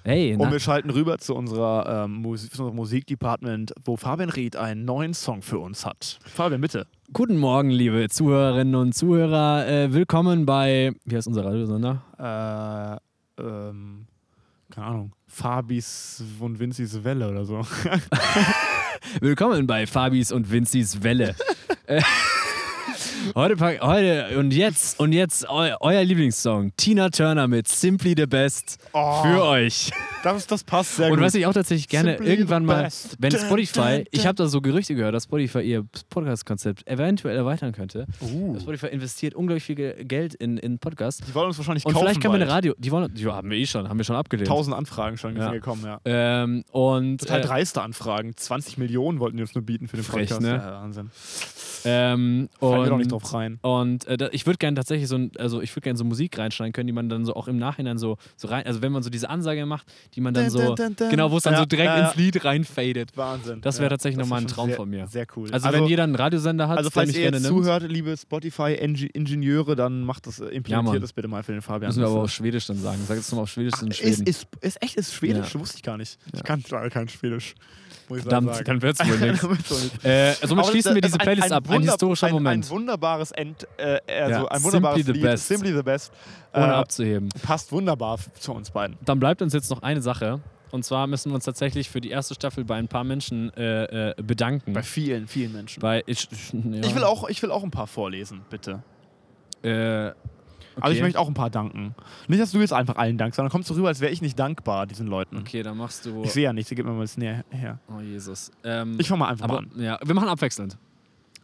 Hey,
und
na,
wir schalten rüber zu unserer ähm, Musik, zu unserem Musikdepartment, wo Fabian Ried einen neuen Song für uns hat. Fabian, bitte.
guten Morgen, liebe Zuhörerinnen und Zuhörer. Äh, willkommen bei. Wie heißt unser Radiosender?
äh, ähm, keine Ahnung, Fabis und Vincis Welle oder so.
Willkommen bei Fabis und Vincis Welle. Äh, heute, pack, heute und jetzt und jetzt eu, euer Lieblingssong Tina Turner mit Simply the Best
Oh.
für euch.
Das, das passt sehr
Und
gut.
was ich auch tatsächlich gerne
Simply
irgendwann
the
mal,
best.
wenn
Dun,
Spotify,
dun,
ich
dun.
habe da so Gerüchte gehört, dass Spotify ihr Podcast-Konzept eventuell erweitern könnte.
Uh.
Spotify investiert unglaublich viel Ge- Geld in, in Podcasts.
die wollen uns wahrscheinlich
Und
kaufen.
vielleicht kann man eine
bald.
Radio, die wollen, die haben wir eh schon, haben wir schon abgelehnt.
Tausend Anfragen schon
Ja.
ja. Äh, gekommen, ja.
Ähm, und
Total
äh,
dreiste Anfragen. 20 Millionen wollten die uns nur bieten für den
Frech,
Podcast.
ne?
Ja, Wahnsinn.
ähm,
Fallen wir
und-
doch nicht drauf rein.
Und äh, da, ich würde gerne tatsächlich so, ein, also ich würde gerne so Musik reinschneiden können, die man dann so auch im Nachhinein so, so rein, also wenn man so diese Ansage macht, die man dann
Dun,
so,
dun, dun, dun.
genau, wo es dann
Ja,
so direkt
ja, ja.
ins Lied reinfadet.
Wahnsinn.
Das wäre
Ja,
tatsächlich
das
nochmal ein
schon
Traum
sehr,
von mir.
Sehr cool.
Also, wenn jeder einen Radiosender hat,
also
der
falls
mich
ihr
gerne
jetzt
nimmt,
zuhört, liebe Spotify-Ingenieure, dann macht das, äh, implementiert
Mann.
das bitte mal für den Fabian.
müssen wir
Das
aber
ist-
auf Schwedisch dann sagen. Sag jetzt nochmal auf Schwedisch in
Ist,
Schweden.
ist, ist echt ist Schwedisch?
Ja.
Wusste ich gar nicht.
Ja.
Ich kann leider kein Schwedisch. Muss ich leider
Verdammt,
sagen.
dann wird's wohl nichts.
Damit so nicht.
Äh, somit
Aber
schließen wir
das-
diese
ein-
Playlist
ein
ab. Ein
wunder-
historischer
ein,
Moment.
Ein wunderbares End, äh, also
Ja,
ein wunderbares
Simply the
Lied.
best.
Simply the best.
ohne
Äh,
abzuheben.
passt wunderbar f- zu uns beiden.
Dann bleibt uns jetzt noch eine Sache. Und zwar müssen wir uns tatsächlich für die erste Staffel bei ein paar Menschen äh, äh, bedanken.
Bei vielen, vielen Menschen.
Bei- ich, ich- ja.
Ich, will auch, ich will auch ein paar vorlesen, bitte.
Äh, okay.
Aber ich möchte auch ein paar danken. Nicht, dass du jetzt einfach allen dankst, sondern kommst du rüber, als wäre ich nicht dankbar diesen Leuten.
Okay, dann machst du.
Ich sehe ja nichts, gib mir mal das näher her.
Oh Jesus. Ähm,
Ich fange mal einfach mal
aber,
an.
ja, wir machen abwechselnd.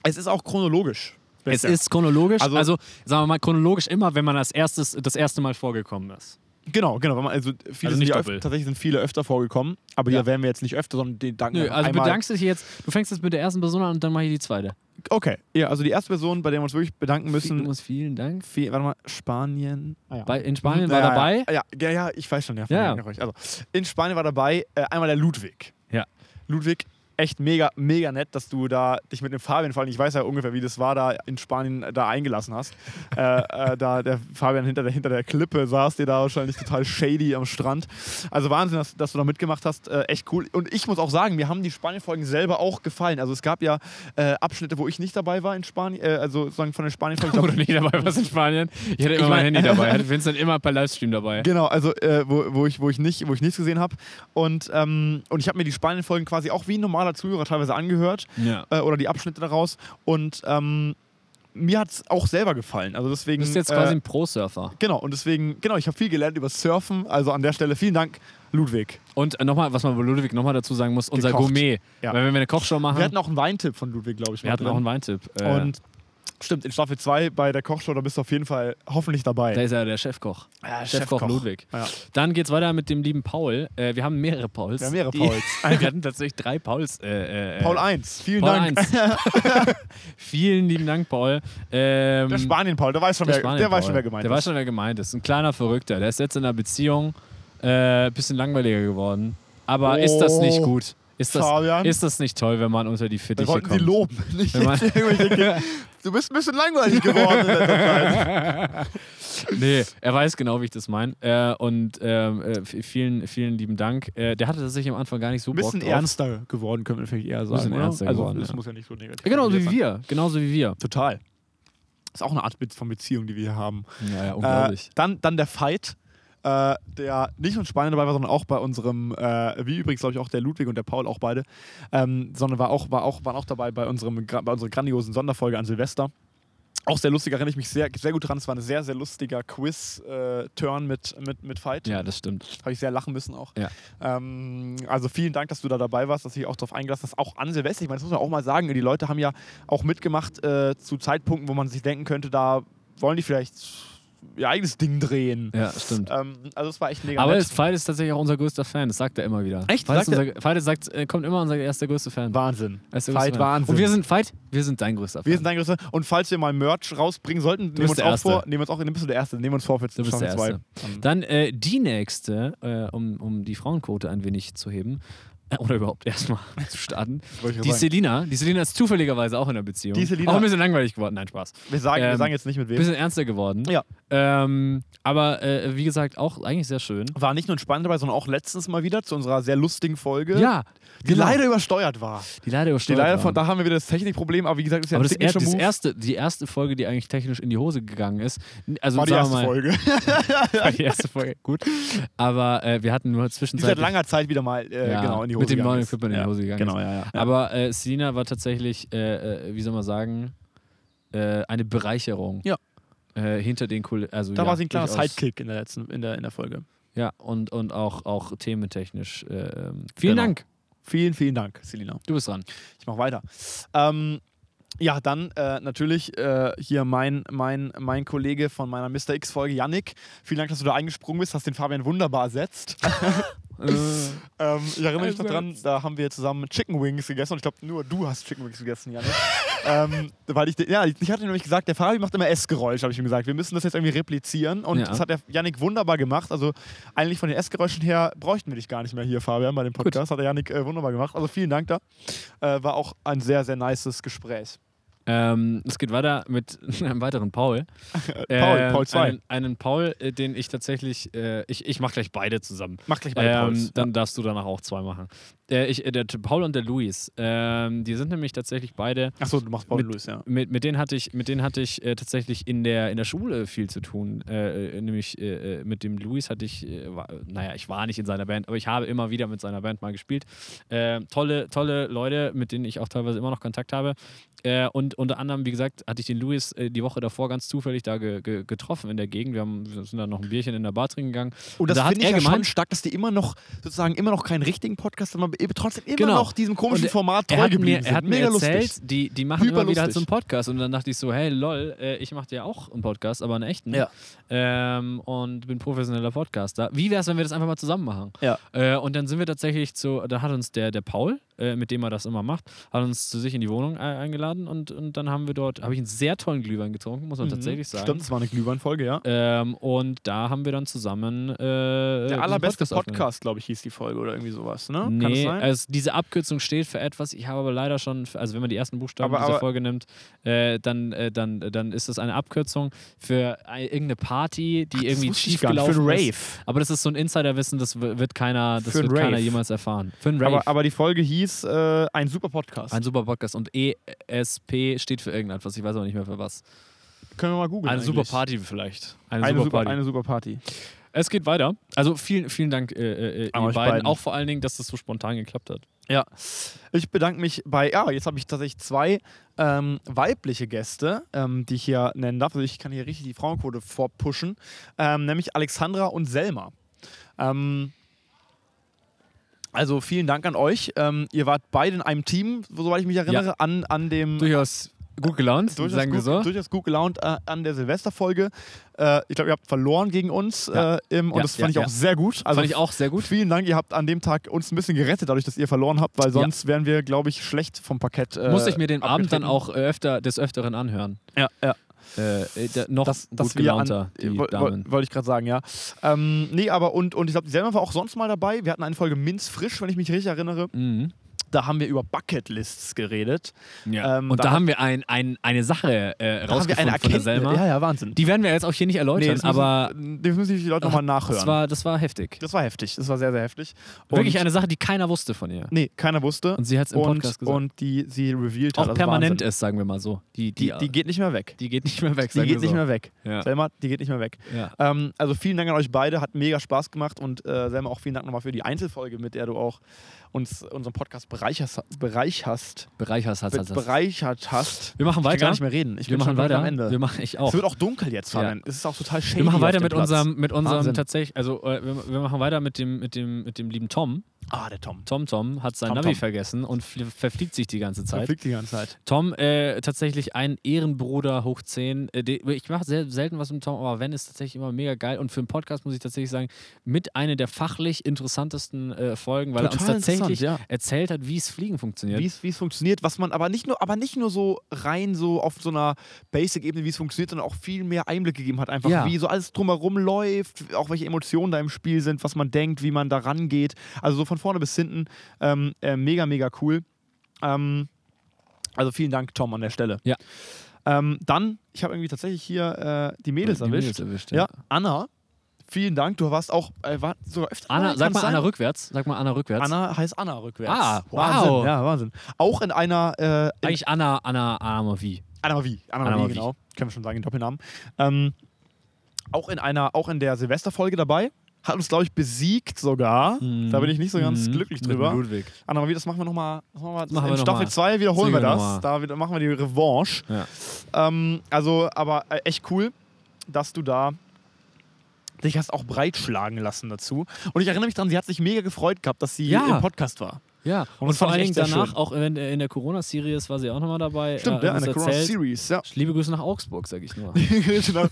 Es ist auch chronologisch.
Es
Bitte.
ist chronologisch, also,
Also-
sagen wir mal chronologisch immer, wenn man als erstes das erste Mal vorgekommen ist.
Genau, genau. wenn man- Also, viele
Also
sind
nicht
ja öf-
doppelt.
tatsächlich sind viele öfter vorgekommen, aber
Ja.
hier wären wir jetzt nicht öfter, sondern den danken
Nö,
einfach
also
einmal.
bedankst du dich jetzt, du fängst jetzt mit der ersten Person an und dann mache ich die zweite.
Okay, ja, also die erste Person, bei der wir uns wirklich bedanken
Vielen,
müssen,
muss vielen Dank.
viel, warte mal, Spanien. Ah, ja.
Bei, in Spanien
Mhm,
war
ja,
dabei.
Ja, ja, ja, ja, ich weiß schon, ja.
Ja.
ja. Also, in Spanien war dabei äh, einmal der Ludwig.
Ja.
Ludwig, echt mega, mega nett, dass du da dich mit dem Fabian, vor allem ich weiß ja ungefähr, wie das war, da in Spanien da eingelassen hast. äh, äh, da der Fabian hinter der, hinter der Klippe saß dir da wahrscheinlich total shady am Strand. Also Wahnsinn, dass, dass du da mitgemacht hast. Äh, echt cool. Und ich muss auch sagen, mir haben die Spanien-Folgen selber auch gefallen. Also es gab ja äh, Abschnitte, wo ich nicht dabei war in Spanien, äh, also sozusagen von den Spanien-Folgen. Ich glaub,
Oder nicht dabei was in Spanien. Ich hatte immer
mein-
mein Handy dabei. Hatte Vincent immer per Livestream dabei.
Genau, also äh, wo, wo, ich, wo, ich nicht, wo ich nichts gesehen habe. Und, ähm, und ich habe mir die Spanien-Folgen quasi auch wie ein normaler Zuhörer teilweise angehört
Ja.
äh, oder die Abschnitte daraus. Und ähm, mir hat es auch selber gefallen. Also deswegen.
Du bist jetzt
äh,
quasi ein Pro-Surfer.
Genau, und deswegen, genau, ich habe viel gelernt über Surfen. Also an der Stelle vielen Dank, Ludwig.
Und äh, nochmal, was man bei Ludwig nochmal dazu sagen muss, unser
Gekocht.
Gourmet.
Ja.
Weil wenn wir eine Kochshow machen,
Wir hatten auch einen Weintipp von Ludwig, glaube ich.
wir
mal
hatten
drin.
auch einen Weintipp. Äh,
Und stimmt, in Staffel 2 bei der Kochshow, da bist du auf jeden Fall hoffentlich
da
dabei.
ist er der Chefkoch.
Ja,
Chefkoch Ludwig.
Ja.
Dann geht's weiter mit dem lieben Paul. Äh, wir haben mehrere Pauls.
Wir haben mehrere
Die-
Pauls.
wir hatten tatsächlich drei Pauls. Äh, äh,
Paul 1, vielen
Paul
Dank.
1. Vielen lieben Dank, Paul. Ähm,
Der Spanien-Paul, der weiß schon,
der
wer, der weiß schon,
Spanien-Paul.
wer gemeint
Der
ist.
weiß schon, wer gemeint ist. Ein kleiner Verrückter. Der ist jetzt in einer Beziehung äh, bisschen langweiliger geworden. Aber ist das nicht
Oh,
gut? Ist das,
Fabian.
ist das nicht toll, wenn man unter die
Wir
Fittiche
wollten sie
kommt?
loben, nicht
Wenn man-
irgendwelche Kinder. Du bist ein bisschen langweilig geworden in letzter Zeit.
Nee, er weiß genau, wie ich das meine. Äh, und ähm, äh, f- vielen, vielen lieben Dank. Äh, der hatte tatsächlich am Anfang gar nicht so
Ein
Bock
bisschen
drauf.
ernster geworden, könnte man vielleicht eher sagen.
Bisschen
oder?
ernster
also,
geworden,
Das
ja.
muss ja nicht so negativ
Ja, Genauso
formuliert
wie
sein.
wir. Genauso wie wir.
Total. Ist auch eine Art Be- von Beziehung, die wir hier haben.
Ja, ja,
Äh,
unglaublich.
dann, dann der Fight, äh, der nicht nur in Spanien dabei war, sondern auch bei unserem, äh, wie übrigens, glaube ich, auch der Ludwig und der Paul auch beide, ähm, sondern war auch, war auch, waren auch dabei bei, unserem, gra- bei unserer grandiosen Sonderfolge an Silvester. Auch sehr lustig, erinnere ich mich sehr, sehr gut dran. Es war ein sehr, sehr lustiger Quiz-Turn mit, mit, mit Fight.
Äh, ja, das stimmt.
Habe ich sehr lachen müssen auch.
Ja.
Ähm, also vielen Dank, dass du da dabei warst, dass ich auch darauf eingelassen hast. Auch an Silvester, ich meine, das muss man auch mal sagen, die Leute haben ja auch mitgemacht äh, zu Zeitpunkten, wo man sich denken könnte, da wollen die vielleicht ihr eigenes Ding drehen.
Ja, stimmt.
Ähm, also es war echt mega
Aber
nett.
das Fide ist tatsächlich auch unser größter Fan, das sagt er immer wieder.
Echt?
Fide, ist
Sagt er-
unser, Fide sagt, äh, kommt immer unser erster größter Fan.
Wahnsinn.
Er ist der größte
Fight
Fan.
Wahnsinn.
Und wir sind Fight, wir sind dein größter Fan.
wir sind dein größter. Und falls wir mal Merch rausbringen sollten, nehmen wir
bist
uns
der
auch
Erste.
vor, nehmen wir uns auch, bist du der Erste, nehmen wir uns vor für Ähm,
Du bist
Staffel
der
2.
Erste. Dann äh, die nächste, äh, um, um die Frauenquote ein wenig zu heben. Äh, Oder überhaupt erstmal zu starten.
Wollte ich
Die
ja sagen.
Selina. Die Selina ist zufälligerweise auch in einer Beziehung.
Die Selina-
Auch ein bisschen langweilig geworden. Nein, Spaß.
Wir sagen, wir
Ähm,
sagen jetzt nicht mit wem.
Bisschen ernster geworden.
Ja.
Ähm, aber äh, wie gesagt, auch eigentlich sehr schön.
War nicht nur spannend dabei, sondern auch letztens mal wieder zu unserer sehr lustigen Folge.
Ja.
Die
genau.
leider übersteuert war.
Die leider
Die
übersteuert
leider
waren.
von, da haben wir wieder das Technikproblem, aber wie gesagt, ist ja
Aber
ein
das, er,
Signature
das
Move.
erste, die erste Folge, die eigentlich technisch in die Hose gegangen ist, n- also
war die
sagen
erste
wir mal,
Folge.
War die erste Folge, gut. Aber äh, wir hatten nur
Die halt seit
zwischenzeitlich
langer Zeit wieder mal äh,
Ja,
genau in die Hose
mit dem
gegangen
neuen
ist.
Equipment in die
ja.
Hose gegangen
Genau, ja, ja. ja.
Aber äh, Selina war tatsächlich, äh, äh, wie soll man sagen, äh, eine Bereicherung.
Ja.
Äh, hinter den Kulissen. Also,
da
ja,
war sie ein kleiner
durchaus.
Sidekick in der letzten in der, in der Folge.
Ja, und, und auch, auch thementechnisch. Äh, ähm, vielen
Genau.
Dank.
Vielen, vielen Dank, Selina.
Du bist dran.
Ich mache weiter. Ähm, ja, dann äh, natürlich äh, hier mein, mein, mein Kollege von meiner Mr. X-Folge, Yannick. Vielen Dank, dass du da eingesprungen bist, hast den Fabian wunderbar ersetzt. Ähm, ich erinnere mich noch dran, da haben wir zusammen Chicken Wings gegessen und ich glaube, nur du hast Chicken Wings gegessen, Janik. ähm, weil ich, ja, ich hatte nämlich gesagt, der Fabi macht immer Essgeräusche, habe ich ihm gesagt. Wir müssen das jetzt irgendwie replizieren und
Ja.
das hat der Janik wunderbar gemacht. Also eigentlich von den Essgeräuschen her bräuchten wir dich gar nicht mehr hier, Fabian, bei dem Podcast. Hat der Janik äh, wunderbar gemacht. Also vielen Dank da. Äh, war auch ein sehr, sehr nices Gespräch.
Ähm, es geht weiter mit einem weiteren Paul. Paul,
Paul zwei.
Einen, einen Paul, äh, den ich tatsächlich, äh, ich, ich mache gleich beide zusammen.
Mach gleich mal den
Ähm,
Pauls.
dann darfst du danach auch zwei machen. Äh, ich, äh, der T- Paul und der Luis, ähm, die sind nämlich tatsächlich beide.
Achso, du machst Paul
mit-
und Luis, ja.
Mit, mit denen hatte ich, mit denen hatte ich äh, tatsächlich in der, in der Schule viel zu tun. Äh, äh, nämlich äh, äh, mit dem Luis hatte ich, äh, war, naja, ich war nicht in seiner Band, aber ich habe immer wieder mit seiner Band mal gespielt. Äh, tolle, tolle Leute, mit denen ich auch teilweise immer noch Kontakt habe. Äh, und unter anderem, wie gesagt, hatte ich den Luis äh, die Woche davor ganz zufällig da ge, ge, getroffen in der Gegend. Wir haben, wir sind dann noch ein Bierchen in der Bar trinken gegangen.
Und Oh, das
da hat
finde ich
er
ja schon
gemeint-
stark, dass die immer noch sozusagen immer noch keinen richtigen Podcast haben, aber eben trotzdem immer
Genau.
noch diesem komischen
Und er-
Format
Er
treu
hat,
geblieben
mir, er hat
sind.
mir
Mega
erzählt,
lustig.
die, die machen immer
Hyperlustig.
wieder halt so einen Podcast. Und dann dachte ich so, hey, lol, äh, ich mache dir auch einen Podcast, aber einen echten.
Ja.
Ähm, und bin professioneller Podcaster. Wie wäre es, wenn wir das einfach mal zusammen machen?
Ja.
Äh, und dann sind wir tatsächlich zu, da hat uns der, der Paul, äh, äh, mit dem er das immer macht, hat uns zu sich in die Wohnung äh, eingeladen und, und dann haben wir dort, habe ich einen sehr tollen Glühwein getrunken, muss man tatsächlich sagen.
Mhm. Stimmt, es war eine Glühweinfolge, ja.
Ähm, und da haben wir dann zusammen. Äh,
Der
diesen
allerbeste
aufgenommen.
Podcast, glaube ich, hieß die Folge oder irgendwie sowas, ne? Kann es
Nee,
sein?
also diese Abkürzung steht für etwas. Ich habe aber leider schon, also wenn man die ersten Buchstaben
Aber-
dieser
aber-
Folge nimmt, äh, dann, äh, dann, dann ist das eine Abkürzung für ei- irgendeine Party, die irgendwie
wusste ich
schief
gar nicht.
gelaufen
Für einen
ist. Aber das ist so ein Insiderwissen, das w- wird keiner, das
Für einen
wird keiner
Rave.
jemals erfahren. Für einen Rave.
Aber, aber die Folge hieß äh, ein super Podcast.
ein super Podcast und ESP steht für irgendetwas. Ich weiß auch nicht mehr für was.
Können wir mal googeln.
Eine
eigentlich.
super Party vielleicht. Eine,
Eine
super
super,
Party.
eine super Party.
Es geht weiter. Also vielen, vielen Dank, äh, äh, ihr
An
beiden.
euch beiden.
Auch vor allen Dingen, dass das so spontan geklappt hat.
Ja, ich bedanke mich bei, ja, jetzt habe ich tatsächlich zwei ähm, weibliche Gäste, ähm, die ich hier nennen darf. Also ich kann hier richtig die Frauenquote vorpushen, ähm, nämlich Alexandra und Selma. Ähm, also vielen Dank an euch. Ähm, ihr wart beide in einem Team, soweit ich mich erinnere, an, an dem
Durchaus gut gelaunt,
durchaus
sagen wir
gut,
so.
durchaus gut gelaunt äh, an der Silvesterfolge. Äh, ich glaube, ihr habt verloren gegen uns
Ja.
äh, im, und
Ja,
das
ja,
fand ich
ja.
auch sehr gut. Also
Fand ich auch sehr gut.
Vielen Dank, ihr habt an dem Tag uns ein bisschen gerettet, dadurch, dass ihr verloren habt, weil sonst wären wir, glaube ich, schlecht vom Parkett. Äh,
Musste ich mir den Abend dann
abgetreten.
auch äh, öfter, des Öfteren anhören.
Ja, ja.
Äh, äh, da, noch
Das, das
gut
wir an,
gelaunter, die
woll-
Damen.
woll- Wollte ich gerade sagen, ja. Ähm, nee, aber und, und ich glaube, selber war auch sonst mal dabei. Wir hatten eine Folge Minzfrisch, wenn ich mich richtig erinnere.
Mhm.
Da haben wir über Bucketlists geredet.
Ja.
Ähm,
Und da,
da-
haben wir ein, ein, eine Sache äh,
Da haben wir
rausgefunden
eine
von der
Erkenntnis.
Selma.
Ja, ja, Wahnsinn.
Die werden wir jetzt auch hier nicht erläutern,
das müssen,
aber
Das müssen die Leute nochmal nachhören.
das war, das war heftig.
das war heftig. Das war sehr, sehr heftig. Und-
Wirklich eine Sache, die keiner wusste von ihr.
Nee, keiner wusste.
Und sie hat es im
und,
Podcast gesagt.
und die sie revealed hat.
auch
Also
permanent
Wahnsinn.
ist, sagen wir mal so. Die, die,
Die, die geht nicht mehr weg.
die geht nicht mehr weg.
Die
sagen
geht
wir
nicht
so.
mehr weg.
Ja.
Selma, die geht nicht mehr weg.
Ja.
Ähm, also vielen Dank an euch beide, hat mega Spaß gemacht und äh, Selma auch vielen Dank nochmal für die Einzelfolge, mit der du auch uns unseren Podcast bereichers, bereich hast,
Bereichers hat
be bereichert hast.
Wir machen
Ich kann
weiter.
gar nicht mehr reden. Ich
wir
bin
machen
schon
weiter.
am Ende.
Wir machen ich
Es
auch.
wird auch dunkel jetzt, Fabian. Es ist auch total shady
Wir machen
auf
weiter
dem
mit
Platz.
unserem, mit unserem
Wahnsinn.
tatsächlich, also äh, wir, wir machen weiter mit dem, mit dem, mit dem lieben Tom.
Ah, der Tom.
Tom Tom hat sein
Tom
Navi
Tom.
vergessen und fl- verfliegt sich die ganze
Der
Zeit.
fliegt die ganze Zeit.
Tom, äh, tatsächlich ein Ehrenbruder hoch 10. Äh, de- ich mache sehr selten was mit Tom, aber wenn, ist tatsächlich immer mega geil. Und für einen Podcast muss ich tatsächlich sagen, mit einer der fachlich interessantesten äh, Folgen, weil er
Total
uns tatsächlich
interessant,
erzählt hat, wie es Fliegen funktioniert.
Wie es wie es funktioniert, was man aber nicht nur, aber nicht nur so rein so auf so einer Basic-Ebene, wie es funktioniert, sondern auch viel mehr Einblick gegeben hat, einfach
Ja.
wie so alles drumherum läuft, auch welche Emotionen da im Spiel sind, was man denkt, wie man da rangeht. Also so von vorne bis hinten. Ähm, äh, mega, mega cool. Ähm, also vielen Dank, Tom, an der Stelle.
Ja.
Ähm, dann, ich habe irgendwie tatsächlich hier äh, die Mädels
Die
erwischt.
Mädels erwischt,
ja.
ja.
Anna, vielen Dank. Du warst auch äh, war sogar öfter
Anna,
dabei,
sag
kann's
mal
sein?
Anna rückwärts. Sag mal Anna rückwärts.
Anna heißt Anna rückwärts.
Ah, wow.
Wahnsinn, ja, Wahnsinn. Auch in einer äh, in
Eigentlich Anna, Anna, Anna wie.
Anna Marie, Anna,
Anna
Marie,
Marie.
genau. Können wir schon sagen, den Doppelnamen. Ähm, auch in einer, auch in der Silvesterfolge dabei. Hat uns, glaube ich, besiegt sogar. Da bin ich nicht so ganz
Mhm.
glücklich
Mit
drüber.
Ludwig.
Anna Marie, das machen wir nochmal. Noch
Machen wir
in
noch
Staffel
mal.
2 wiederholen wir
Sehen wir
das.
noch mal.
Da wieder, machen wir die Revanche.
Ja.
Ähm, also, aber äh, echt cool, dass du da dich hast auch breitschlagen lassen dazu. Und ich erinnere mich dran, sie hat sich mega gefreut gehabt, dass sie
Ja.
im Podcast war.
Ja, und,
Und das
vor
fand
allen
ich
Dingen
echt sehr
danach,
schön.
auch äh, in, in der Corona-Serie war sie auch nochmal dabei.
Stimmt,
äh,
ja,
hat
eine
uns
Corona
erzählt.
Series, ja.
Liebe Grüße nach Augsburg, sag ich nur.
genau.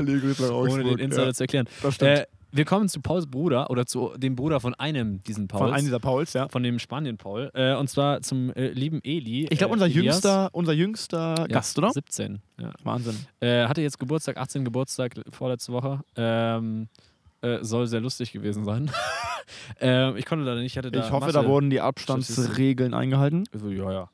Liebe Grüße nach
Ohne den Insider
ja.
zu erklären.
Das stimmt.
Äh, wir kommen zu Pauls Bruder oder zu dem Bruder von einem diesen Pauls.
Von einem dieser Pauls, ja.
von dem Spanien-Paul. Äh, und zwar zum äh, lieben Eli.
Ich glaube,
äh,
unser
Elias.
jüngster, unser jüngster
Ja,
Gast, oder?
17. Ja.
Wahnsinn.
Äh, hatte jetzt Geburtstag, 18. Geburtstag vorletzte Woche. Ähm, äh, soll sehr lustig gewesen sein. ähm, ich konnte leider nicht. Ich, hatte da
ich hoffe,
Mathe.
da wurden die Abstandsregeln eingehalten.
Also, ja, ja.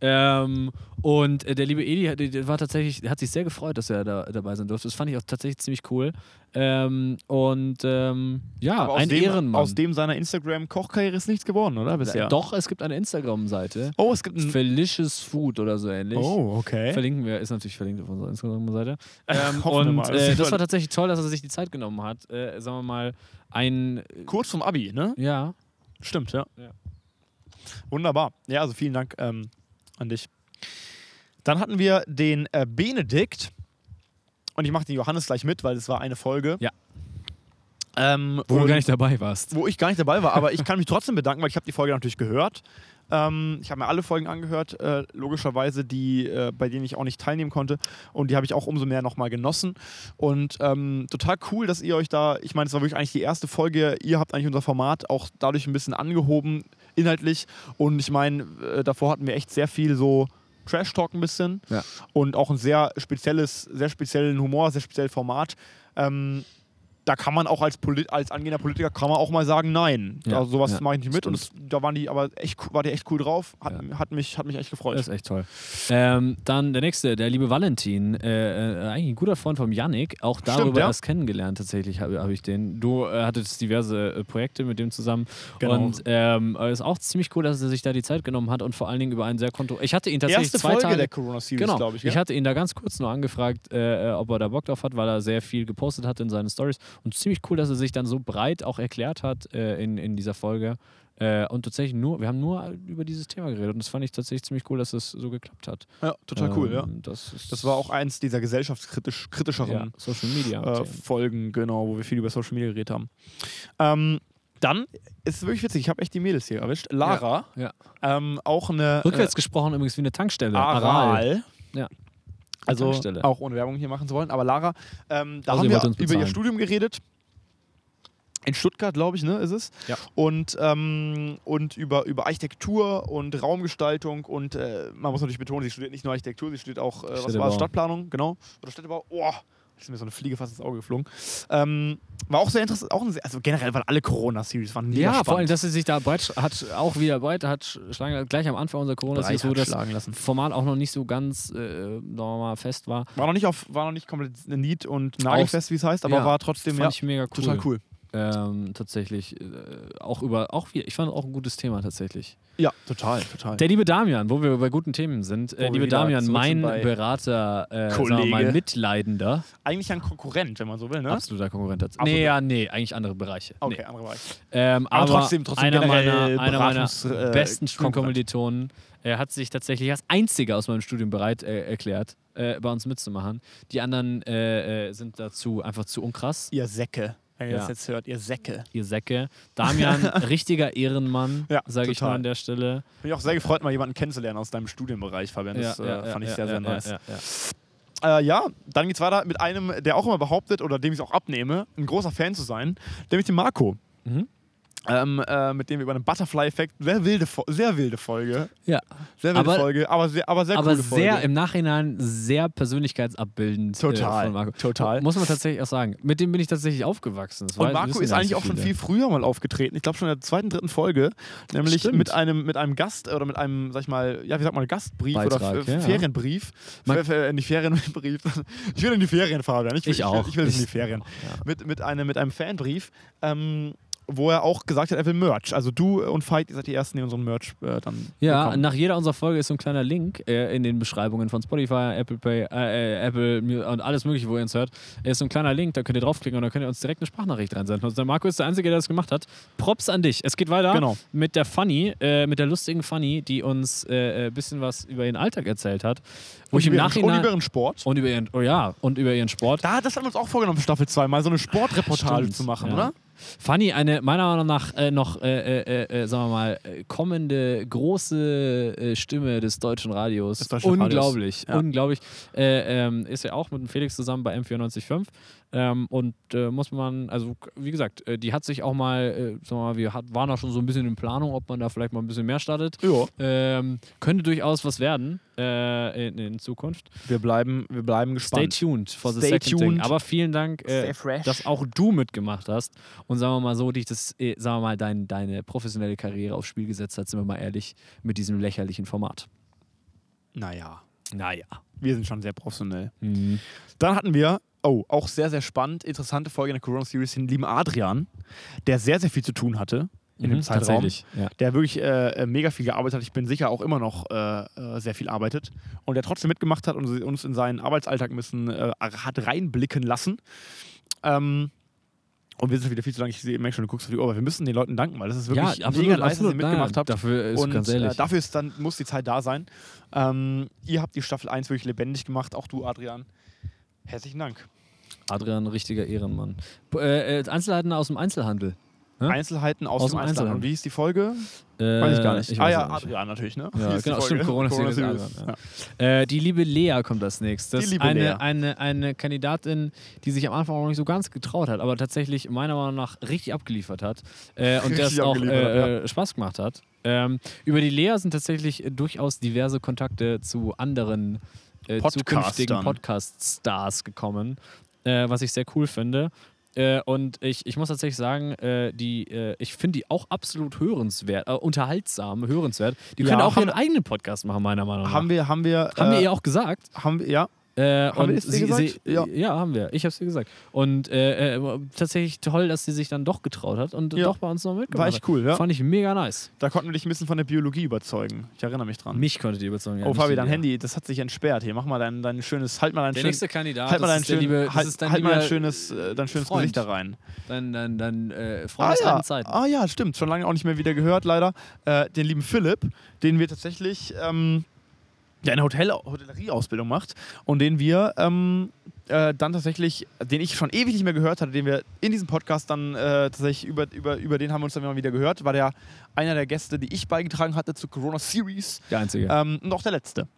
Ähm, und äh, der liebe Eli hat, der war tatsächlich, der hat sich sehr gefreut, dass er da dabei sein durfte. Das fand ich auch tatsächlich ziemlich cool. Ähm, und ähm, ja,
Aber aus
ein
dem,
Ehrenmann. Äh,
Aus dem seiner Instagram-Kochkarriere ist nichts geworden, oder? Bisher.
Doch, es gibt eine Instagram-Seite.
Oh, es gibt ein.
Felicious Food oder so ähnlich.
Oh, okay.
Verlinken wir, ist natürlich verlinkt auf unserer Instagram-Seite. Ähm,
Hoffen wir
und
mal.
äh, das war tatsächlich toll, dass er sich die Zeit genommen hat. Äh, sagen wir mal, ein,
Kurz vom Abi, ne?
ja,
Stimmt, ja.
Ja.
Wunderbar. Ja, also vielen Dank ähm, an dich. Dann hatten wir den äh, Benedikt. Und ich mache den Johannes gleich mit, weil es war eine Folge.
Ja.
Ähm,
wo du
und-
gar nicht dabei warst.
wo ich gar nicht dabei war, aber ich kann mich trotzdem bedanken, weil ich habe die Folge natürlich gehört. Ähm, ich habe mir alle Folgen angehört, äh, logischerweise die, äh, bei denen ich auch nicht teilnehmen konnte. Und die habe ich auch umso mehr nochmal genossen. Und ähm, total cool, dass ihr euch da, ich meine, es war wirklich eigentlich die erste Folge, ihr habt eigentlich unser Format auch dadurch ein bisschen angehoben. inhaltlich. Und ich meine, äh, davor hatten wir echt sehr viel so Trash-Talk ein bisschen
Ja.
und auch ein sehr spezielles, sehr speziellen Humor, sehr spezielles Format. Ähm, da kann man auch als, Polit als angehender Politiker kann man auch mal sagen, nein,
Ja,
also sowas
ja,
mache ich nicht mit. Und das,
stimmt.
da waren die aber echt, cool- war die echt cool drauf, hat, hat, mich, hat mich echt gefreut.
Das ist echt toll. Ähm, dann der nächste, der liebe Valentin, äh, äh, eigentlich ein guter Freund von Yannick, auch darüber
Stimmt, ja.
erst kennengelernt tatsächlich habe hab ich den. Du äh, hattest diverse äh, Projekte mit dem zusammen
Genau.
und ähm, äh, ist auch ziemlich cool, dass er sich da die Zeit genommen hat und vor allen Dingen über einen sehr konto. Ich hatte ihn tatsächlich
Erste
zwei
Folge
Tage
der Corona-Series,
Genau,
glaube ich.
ich,
Ja?
hatte ihn da ganz kurz nur angefragt, äh, äh, ob er da Bock drauf hat, weil er sehr viel gepostet hat in seinen Stories. Und ziemlich cool, dass er sich dann so breit auch erklärt hat äh, in, in dieser Folge. Äh, und tatsächlich nur, wir haben nur über dieses Thema geredet. Und das fand ich tatsächlich ziemlich cool, dass es so geklappt hat.
ja, total cool,
Ähm,
ja.
Das, ist,
Das war auch eins dieser gesellschaftskritisch
ja,
kritischeren
Social Media.
äh,
Themen.
Folgen, genau, wo wir viel über Social Media geredet haben. Ähm, dann ist es wirklich witzig, ich habe echt die Mädels hier erwischt. Lara,
Ja,
Ähm, auch eine äh,
Rückwärts gesprochen übrigens wie eine Tankstelle. Aral.
Aral.
Ja.
Also
Tankstelle.
auch ohne Werbung hier machen zu wollen. Aber Lara, ähm, da
Also ihr
haben wir
wollt uns
über ihr
bezahlen.
Studium geredet. In Stuttgart, glaube ich, ne, ist es.
Ja.
Und, ähm, und über, über Architektur und Raumgestaltung und äh, man muss natürlich betonen, sie studiert nicht nur Architektur, sie studiert auch, äh, was war
Städtebau.
es, Stadtplanung, genau. Oder Städtebau. Oh, ist mir so eine Fliege fast ins Auge geflogen. Ähm, war auch sehr interessant, auch ein sehr, also generell waren alle Corona-Series, waren mega
Ja,
spannend.
vor allem, dass sie sich da breit hat, auch wieder breit hat, schlagen, gleich am Anfang unserer corona
Breit
ist so
hat
das
schlagen lassen.
Format auch noch nicht so ganz äh, normal fest war.
War noch nicht, auf, war noch nicht komplett nied und nagelfest, wie es heißt, aber
Ja,
war trotzdem
Fand
ja,
ich mega cool.
total cool.
Ähm, tatsächlich äh, auch über, auch wieder, ich fand auch ein gutes Thema tatsächlich.
Ja, total, total.
Der liebe Damian, wo wir bei guten Themen sind.
Wo
Äh,
wir
liebe
wieder
Damian,
zurück
mein
sind bei
Berater, äh, sagen wir
Kollege.
mal Mitleidender,
Eigentlich ein Konkurrent, wenn man so will, ne?
absoluter Konkurrent dazu.
Absolut.
Nee, ja, nee, eigentlich andere Bereiche.
Okay,
Nee.
andere Bereich.
Ähm, aber,
Aber trotzdem- trotzdem
einer
generell
meiner, einer meiner
Beratungs- äh,
besten
Konkurrent.
Schulkommilitonen äh, hat sich tatsächlich als einziger aus meinem Studium bereit äh, erklärt, äh, bei uns mitzumachen. Die anderen äh, äh, sind dazu einfach zu unkrass.
Ihr Säcke, wenn ihr
Ja.
das jetzt hört, ihr Säcke.
ihr Säcke. Damian, richtiger Ehrenmann,
Ja,
sage ich
total.
mal an der Stelle.
Bin ich auch sehr gefreut, mal jemanden kennenzulernen aus deinem Studienbereich, Fabian. Das
Ja,
äh,
ja,
fand ich
ja,
sehr,
ja,
sehr
ja,
nice.
Ja, ja.
Ja. Äh, ja, dann geht's weiter mit einem, der auch immer behauptet oder dem ich auch abnehme, ein großer Fan zu sein, nämlich dem Marco.
Mhm.
Ähm, äh, mit dem wir über einen Butterfly-Effekt, sehr wilde, Fo- sehr wilde Folge,
ja.
sehr wilde
Aber-
Folge, aber sehr, aber sehr
Aber
coole Folge.
sehr im Nachhinein sehr persönlichkeitsabbildend.
Total,
Äh, von Marco.
total.
Muss man tatsächlich auch sagen. Mit dem bin ich tatsächlich aufgewachsen. Das
Und
weiß-
Marco
wissen
ist
gar nicht
eigentlich
so
auch schon
viele.
viel früher mal aufgetreten. Ich glaube schon in der zweiten, dritten Folge. Nämlich
Stimmt.
mit einem, mit einem Gast äh, oder mit einem, sag ich mal, ja, wie sagt man, Gastbrief oder
Beitrag,
F-
ja.
Ferienbrief.
Man-
F- äh, nicht Ferienbrief. Ich will in die Ferien, Fabian. Ich, will,
Ich auch.
Ich will, ich will in
Ich-
die Ferien.
ja.
Mit, mit, einem, mit einem Fanbrief, ähm, wo er auch gesagt hat, er will Merch. Also du und Veit, ihr seid die Ersten, die unseren Merch äh, dann
Ja,
bekommen.
nach jeder unserer Folge ist so ein kleiner Link äh, in den Beschreibungen von Spotify, Apple Pay, äh, äh, Apple Mu- und alles mögliche, wo ihr uns hört. Ist so ein kleiner Link, da könnt ihr draufklicken und dann könnt ihr uns direkt eine Sprachnachricht reinsenden. Also der Marco ist der Einzige, der das gemacht hat. Props an dich. Es geht weiter
Genau.
mit der Funny, äh, mit der lustigen Funny, die uns äh, äh, ein bisschen was über ihren Alltag erzählt hat. Wo
Und
ich im
über ihren-
Nachhinein...
Und über den Sport.
und über ihren, oh ja, und über ihren Sport.
Da, das haben wir uns auch vorgenommen, für Staffel 2 mal so eine Sportreportage
Stimmt,
zu machen,
ja.
oder?
Fanny, eine meiner Meinung nach äh, noch, äh, äh, äh, sagen wir mal, äh, kommende große äh, Stimme des deutschen Radios.
Des deutschen
unglaublich,
Radios, ja.
unglaublich. Äh, ähm, ist ja auch mit dem Felix zusammen bei M945. Ähm, und äh, muss man, also k- wie gesagt, äh, die hat sich auch mal, äh, sagen wir mal, wir hat, waren auch schon so ein bisschen in Planung, ob man da vielleicht mal ein bisschen mehr startet.
Ja.
Ähm, könnte durchaus was werden äh, in, in Zukunft.
Wir bleiben, wir bleiben
Stay
gespannt.
tuned for the
Stay
second thing.
tuned.
Aber vielen Dank, äh,
Stay fresh.
dass auch du mitgemacht hast und sagen wir mal so, dich das, äh, sagen wir mal, dein, deine professionelle Karriere aufs Spiel gesetzt hat, sind wir mal ehrlich, mit diesem lächerlichen Format.
Naja.
Naja.
Wir sind schon sehr professionell.
Mhm.
Dann hatten wir, oh, auch sehr, sehr spannend, interessante Folge in der Corona Series, den lieben Adrian, der sehr, sehr viel zu tun hatte in dem Zeitraum.
Mhm. Tatsächlich. Ja.
Der wirklich äh, äh, mega viel gearbeitet hat. Ich bin sicher auch immer noch äh, äh, sehr viel arbeitet. Und der trotzdem mitgemacht hat und sie- uns in seinen Arbeitsalltag ein bisschen äh, hat reinblicken lassen. Ähm, und wir sind wieder viel zu lang. Ich sehe- merke schon, du guckst auf die Uhr, aber wir müssen den Leuten danken, weil das ist
ja,
wirklich
absolut,
mega nice,
absolut.
dass ihr mitgemacht
nein,
habt.
Dafür ist
Und
ganz
äh,
ehrlich.
dafür ist dann, muss die Zeit da sein. Ähm, ihr habt die Staffel 1 wirklich lebendig gemacht, auch du, Adrian. Herzlichen Dank.
Adrian, richtiger Ehrenmann. P- Äh, äh, Einzelheiten aus dem Einzelhandel. Hä?
Einzelheiten aus,
Aus
dem
dem
Einzelhandel.
Einzelhandel.
Und wie ist die Folge?
Äh,
weiß ich gar nicht. ah
weiß
ja,
es nicht.
ah, ja, natürlich, ne?
Ja,
Wie ist die
genau,
Folge?
stimmt, Corona ist
Corona
die
Series.
Serie, Äh, die liebe Lea kommt als nächstes.
Die liebe
eine,
Lea.
Eine, eine Kandidatin, die sich am Anfang auch nicht so ganz getraut hat, aber tatsächlich meiner Meinung nach richtig abgeliefert hat äh, und der es
Richtig
auch
abgeliefert hat,
äh, äh, Spaß gemacht hat. Ähm, über die Lea sind tatsächlich äh, durchaus diverse Kontakte zu anderen äh,
Podcastern.
zukünftigen Podcast-Stars gekommen, äh, was ich sehr cool finde. Äh, und ich, ich muss tatsächlich sagen, äh, die, äh, ich finde die auch absolut hörenswert, äh, unterhaltsam, hörenswert. Die
Ja,
können auch
haben-
ihren eigenen Podcast machen, meiner Meinung nach.
Haben wir, haben wir,
Haben wir
äh,
ihr auch gesagt.
haben wir, ja,
Äh,
Haben wir
und
es ihr
sie,
gesagt?
Sie,
Ja.
ja. haben wir. Ich habe es ihr gesagt. Und äh, äh, tatsächlich toll, dass sie sich dann doch getraut hat und
Ja.
doch bei uns noch
war
mitgemacht hat.
echt cool, ja.
Fand ich mega nice.
Da konnten wir dich ein bisschen von der Biologie überzeugen. Ich erinnere mich dran.
Mich konnte die überzeugen. ja,
oh,
nicht
Fabi,
die
dein
Lea.
Handy, das hat sich entsperrt. Hier, mach mal dein, dein schönes, halt mal dein
Der
schönes,
nächste Kandidat,
halt mal
das
dein,
ist der
schön,
liebe, das
halt,
ist dein
halt mal
lieber,
dein schönes, äh, dein schönes
Freund.
Gesicht da rein.
dein, dein, dein äh, Freund
Ah
aus
ja.
alten Zeiten.
ah ja, stimmt. Schon lange auch nicht mehr wieder gehört, leider. Äh, den lieben Philipp, den wir tatsächlich, ähm, der eine Hotel Hotellerie-Ausbildung macht und den wir ähm, äh, dann tatsächlich, den ich schon ewig nicht mehr gehört hatte, den wir in diesem Podcast dann äh, tatsächlich über, über, über den haben wir uns dann immer wieder gehört, war der einer der Gäste, die ich beigetragen hatte zur Corona Series
Der einzige.
ähm, und auch der letzte.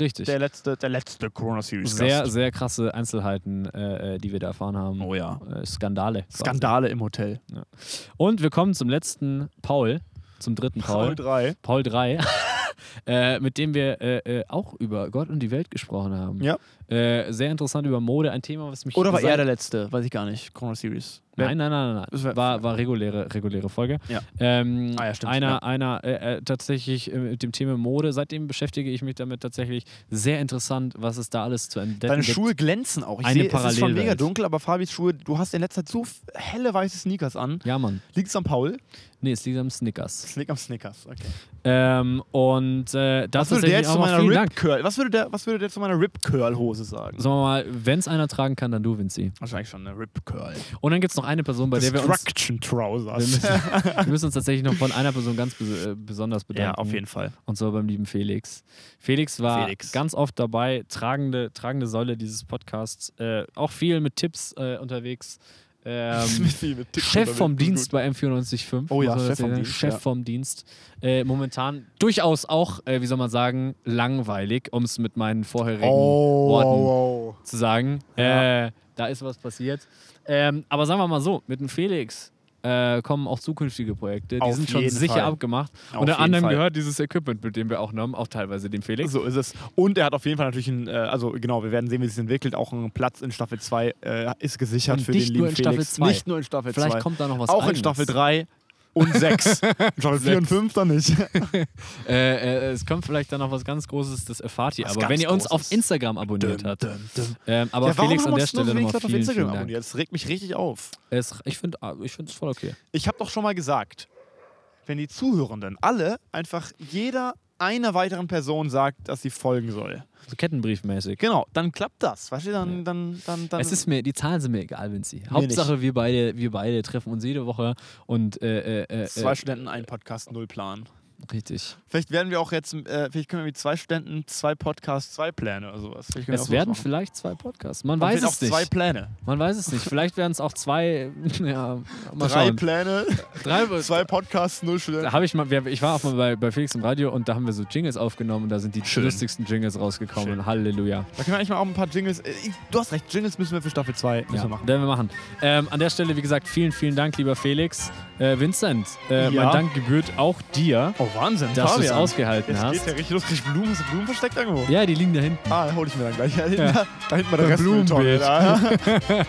Richtig.
Der letzte, der letzte Corona Series.
Sehr,
Gast.
sehr krasse Einzelheiten, äh, äh, die wir da erfahren haben.
Oh ja.
Äh, Skandale. quasi.
Skandale im Hotel.
Und wir kommen zum letzten Paul, zum dritten Paul.
3.
Paul 3, äh, mit dem wir äh, äh, auch über Gott und die Welt gesprochen haben.
Ja.
Äh, sehr interessant über Mode, ein Thema, was mich.
Oder war
seit-
er der letzte? Weiß ich gar nicht. Corona Series. Wer-
Nein, nein, nein, nein.
Das
nein.
wär-
War, war reguläre, reguläre Folge.
Ja.
Ähm,
Ah ja, stimmt,
Einer,
ja.
einer äh, äh, tatsächlich äh, mit dem Thema Mode. Seitdem beschäftige ich mich damit tatsächlich. Sehr interessant, was es da alles zu entdecken
Deine
gibt.
Schuhe glänzen auch. Ich
Eine
sehe, es ist schon
Parallelwelt.
mega dunkel, aber Fabis Schuhe, du hast in letzter Zeit so f- helle weiße Sneakers an.
Ja, Mann.
Liegt's am Paul?
Nee, es liegt am Snickers.
Es liegt am Snickers. Okay.
Ähm, und äh, das
Was würde
tatsächlich
der jetzt zu
auch mal
meiner
vielen
Rip
Dank.
Curl? Was würde der, was würde der zu meiner Rip Curl Hose sagen?
Sagen wir mal, wenn es einer tragen kann, dann du, Vinci.
Wahrscheinlich schon eine Rip Curl.
Und dann gibt es noch eine Person, bei der wir uns
Destruction
Wir
Trousers.
müssen, wir müssen uns tatsächlich noch von einer Person ganz bes äh, besonders bedanken.
Ja, auf jeden Fall.
Und zwar beim lieben Felix. Felix war
Felix.
ganz oft dabei, tragende, tragende Säule dieses Podcasts. Äh, auch viel mit Tipps äh, unterwegs. Ähm, Chef vom Dienst bei M945.
Oh ja,
muss man
Chef vom
sagen.
Dienst,
Chef
ja.
vom Dienst. Äh, momentan durchaus auch, äh, wie soll man sagen, langweilig, um es mit meinen vorherigen Worten
Oh, wow.
zu sagen.
Ja.
Äh, da ist was passiert. Ähm, aber sagen wir mal so, mit dem Felix äh, kommen auch zukünftige Projekte. Die
Auf
sind schon
jeden
sicher
Fall.
abgemacht.
Auf
Unter
jeden
anderem
Fall. Also
gehört dieses Equipment, mit dem wir auch nahmen, auch teilweise dem Felix.
So ist es. Und er hat auf jeden Fall natürlich, einen, äh, also genau, wir werden sehen, wie es sich entwickelt. Auch ein Platz in Staffel 2 äh, ist gesichert
Und
für
nicht
den
nur
lieben
in
Felix.
Staffel zwei.
Nicht nur in Staffel 2.
Vielleicht kommt da noch was
Auch in
eigenes.
Staffel 3 und 6. in Staffel 4 und
Sechs.
5 dann nicht.
Äh, äh, es kommt vielleicht dann noch was ganz Großes, das erfahrt ihr.
Was
Aber
ganz
wenn ihr uns
Großes.
auf Instagram abonniert habt. Ähm, aber
Ja, warum
Felix
haben
an der
uns
Stelle
nur so wenig
nochmal
Leute auf
vielen,
Instagram
vielen Dank.
abonniert? Das regt mich richtig auf.
Es, ich finde ich es voll okay.
Ich habe doch schon mal gesagt, wenn die Zuhörenden alle einfach jeder einer weiteren Person sagt, dass sie folgen soll.
So kettenbriefmäßig.
Genau, dann klappt das. Weißt du, dann,
Ja.
dann, dann, dann.
Es ist mir, die Zahlen sind mir egal, Vinci. Hauptsache, wir beide, wir beide treffen uns jede Woche und äh, äh, äh,
zwei
äh,
Studenten, ein Podcast, null Plan.
richtig.
Vielleicht werden wir auch jetzt, äh, vielleicht können wir mit zwei Studenten, zwei Podcasts, zwei Pläne oder sowas. Vielleicht können wir auch
Es
sowas
werden
machen.
vielleicht zwei Podcasts. Man
Dann
weiß
sind
es
auch zwei
nicht.
Pläne.
Man weiß es nicht. Vielleicht werden es auch zwei. Ja, mal
Drei
schauen.
Pläne,
Drei,
zwei Podcasts, null Studenten.
Da habe ich mal, wir- ich war auch mal bei, bei Felix im Radio und da haben wir so Jingles aufgenommen und da sind die
Schön.
lustigsten Jingles rausgekommen.
Schön.
Halleluja.
Da können wir eigentlich mal auch ein paar Jingles. äh, Du hast recht, Jingles müssen wir für Staffel 2
Ja,
machen.
werden wir machen. Ähm, an der Stelle, wie gesagt, vielen, vielen Dank, lieber Felix. Äh, Vincent, äh,
Ja.
mein Dank gebührt auch dir,
Oh, Wahnsinn.
dass du es
Fabian.
ausgehalten
Jetzt geht's
hast.
ja richtig los. Kriegst du Blumen? Hast du Blumen versteckt irgendwo?
Ja, die liegen da hinten.
Ah, da hol ich mir dann gleich. Ja,
Ja.
Da hinten bei der
Ein
Restmülltonne.
Blumenbeet.
da.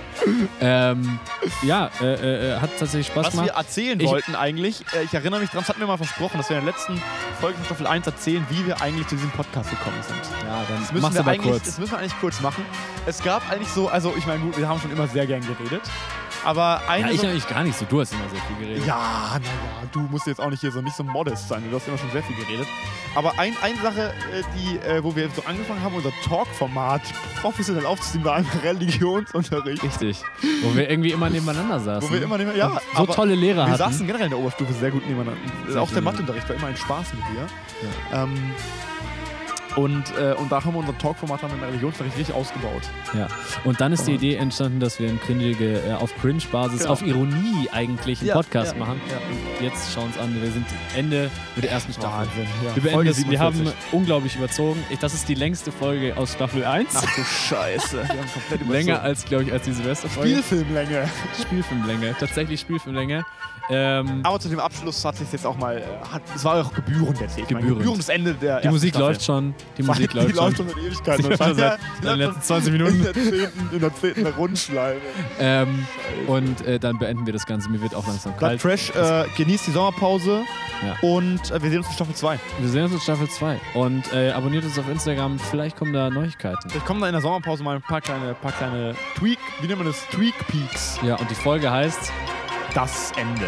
Ähm, ja, äh, äh, äh, hat tatsächlich Spaß
Was wir
gemacht.
erzählen
Ich-
wollten eigentlich, äh, ich erinnere mich dran, das hatten wir mal versprochen, dass wir in der letzten Folge von Staffel 1 erzählen, wie wir eigentlich zu diesem Podcast gekommen sind.
Ja,
Das
dann
müssen,
mach's
wir
aber
eigentlich,
kurz.
das müssen wir eigentlich kurz machen. Es gab eigentlich so, also ich meine, gut, wir haben schon immer sehr gern geredet, aber
Ja,
eine
ich
so
eigentlich gar nicht so. Du hast immer sehr viel geredet.
Ja, naja, du musst jetzt auch nicht hier so nicht so modest sein. Du hast immer schon sehr viel geredet. Aber ein, eine Sache, äh, die, äh, wo wir so angefangen haben, unser Talk-Format professionell aufzuziehen, war ein Religionsunterricht.
Richtig. Wo wir irgendwie immer nebeneinander saßen.
Wo wir immer, nicht mehr- ja,
so
aber
tolle Lehrer
wir
hatten.
saßen generell in der Oberstufe sehr gut nebeneinander.
Sehr
Auch der
schön.
Matheunterricht war immer ein Spaß mit dir. Ähm, Und, äh, und da haben wir unser Talkformat haben wir im Religionsunterricht richtig ausgebaut.
Ja. Und dann ist die Idee entstanden, dass wir einen cringige, äh, auf Cringe-Basis,
Genau.
auf Ironie eigentlich einen
Ja,
Podcast
ja,
machen.
ja.
Und jetzt schauen wir uns an, wir sind Ende mit der ersten Staffel.
Ja.
Wir, beenden
Folge
das, wir haben
47.
unglaublich überzogen. Ich, das ist die längste Folge aus Staffel 1.
Ach du Scheiße. Wir haben komplett
Länger als, glaube ich, als die Silvesterfolge.
Spielfilmlänge.
Spielfilmlänge. Tatsächlich Spielfilmlänge. Ähm,
Aber zu dem Abschluss hat sich jetzt auch mal. äh, Hat, es war auch gebührend jetzt. Ich
Gebührend.
gebührend das Ende der.
die Musik läuft schon. Die Musik
die
läuft schon.
läuft schon seit Ewigkeiten.
Die läuft schon seit-
Die
seit den
läuft
letzten 20
schon
Minuten.
In der zehnten, in der zehnten Rundschleife.
Ähm, und äh, dann beenden wir das Ganze. Mir wird auch langsam kalt.
Bleibt fresh, äh, genießt die Sommerpause
Halt. Ja.
und äh, wir sehen uns in Staffel 2.
Wir sehen uns in Staffel 2. Und äh, abonniert uns auf Instagram. Vielleicht kommen da Neuigkeiten.
Vielleicht kommen da in der Sommerpause mal ein paar kleine, paar kleine Tweak, wie nennt man das? Tweak Peaks.
Ja, und die Folge heißt
Das Ende.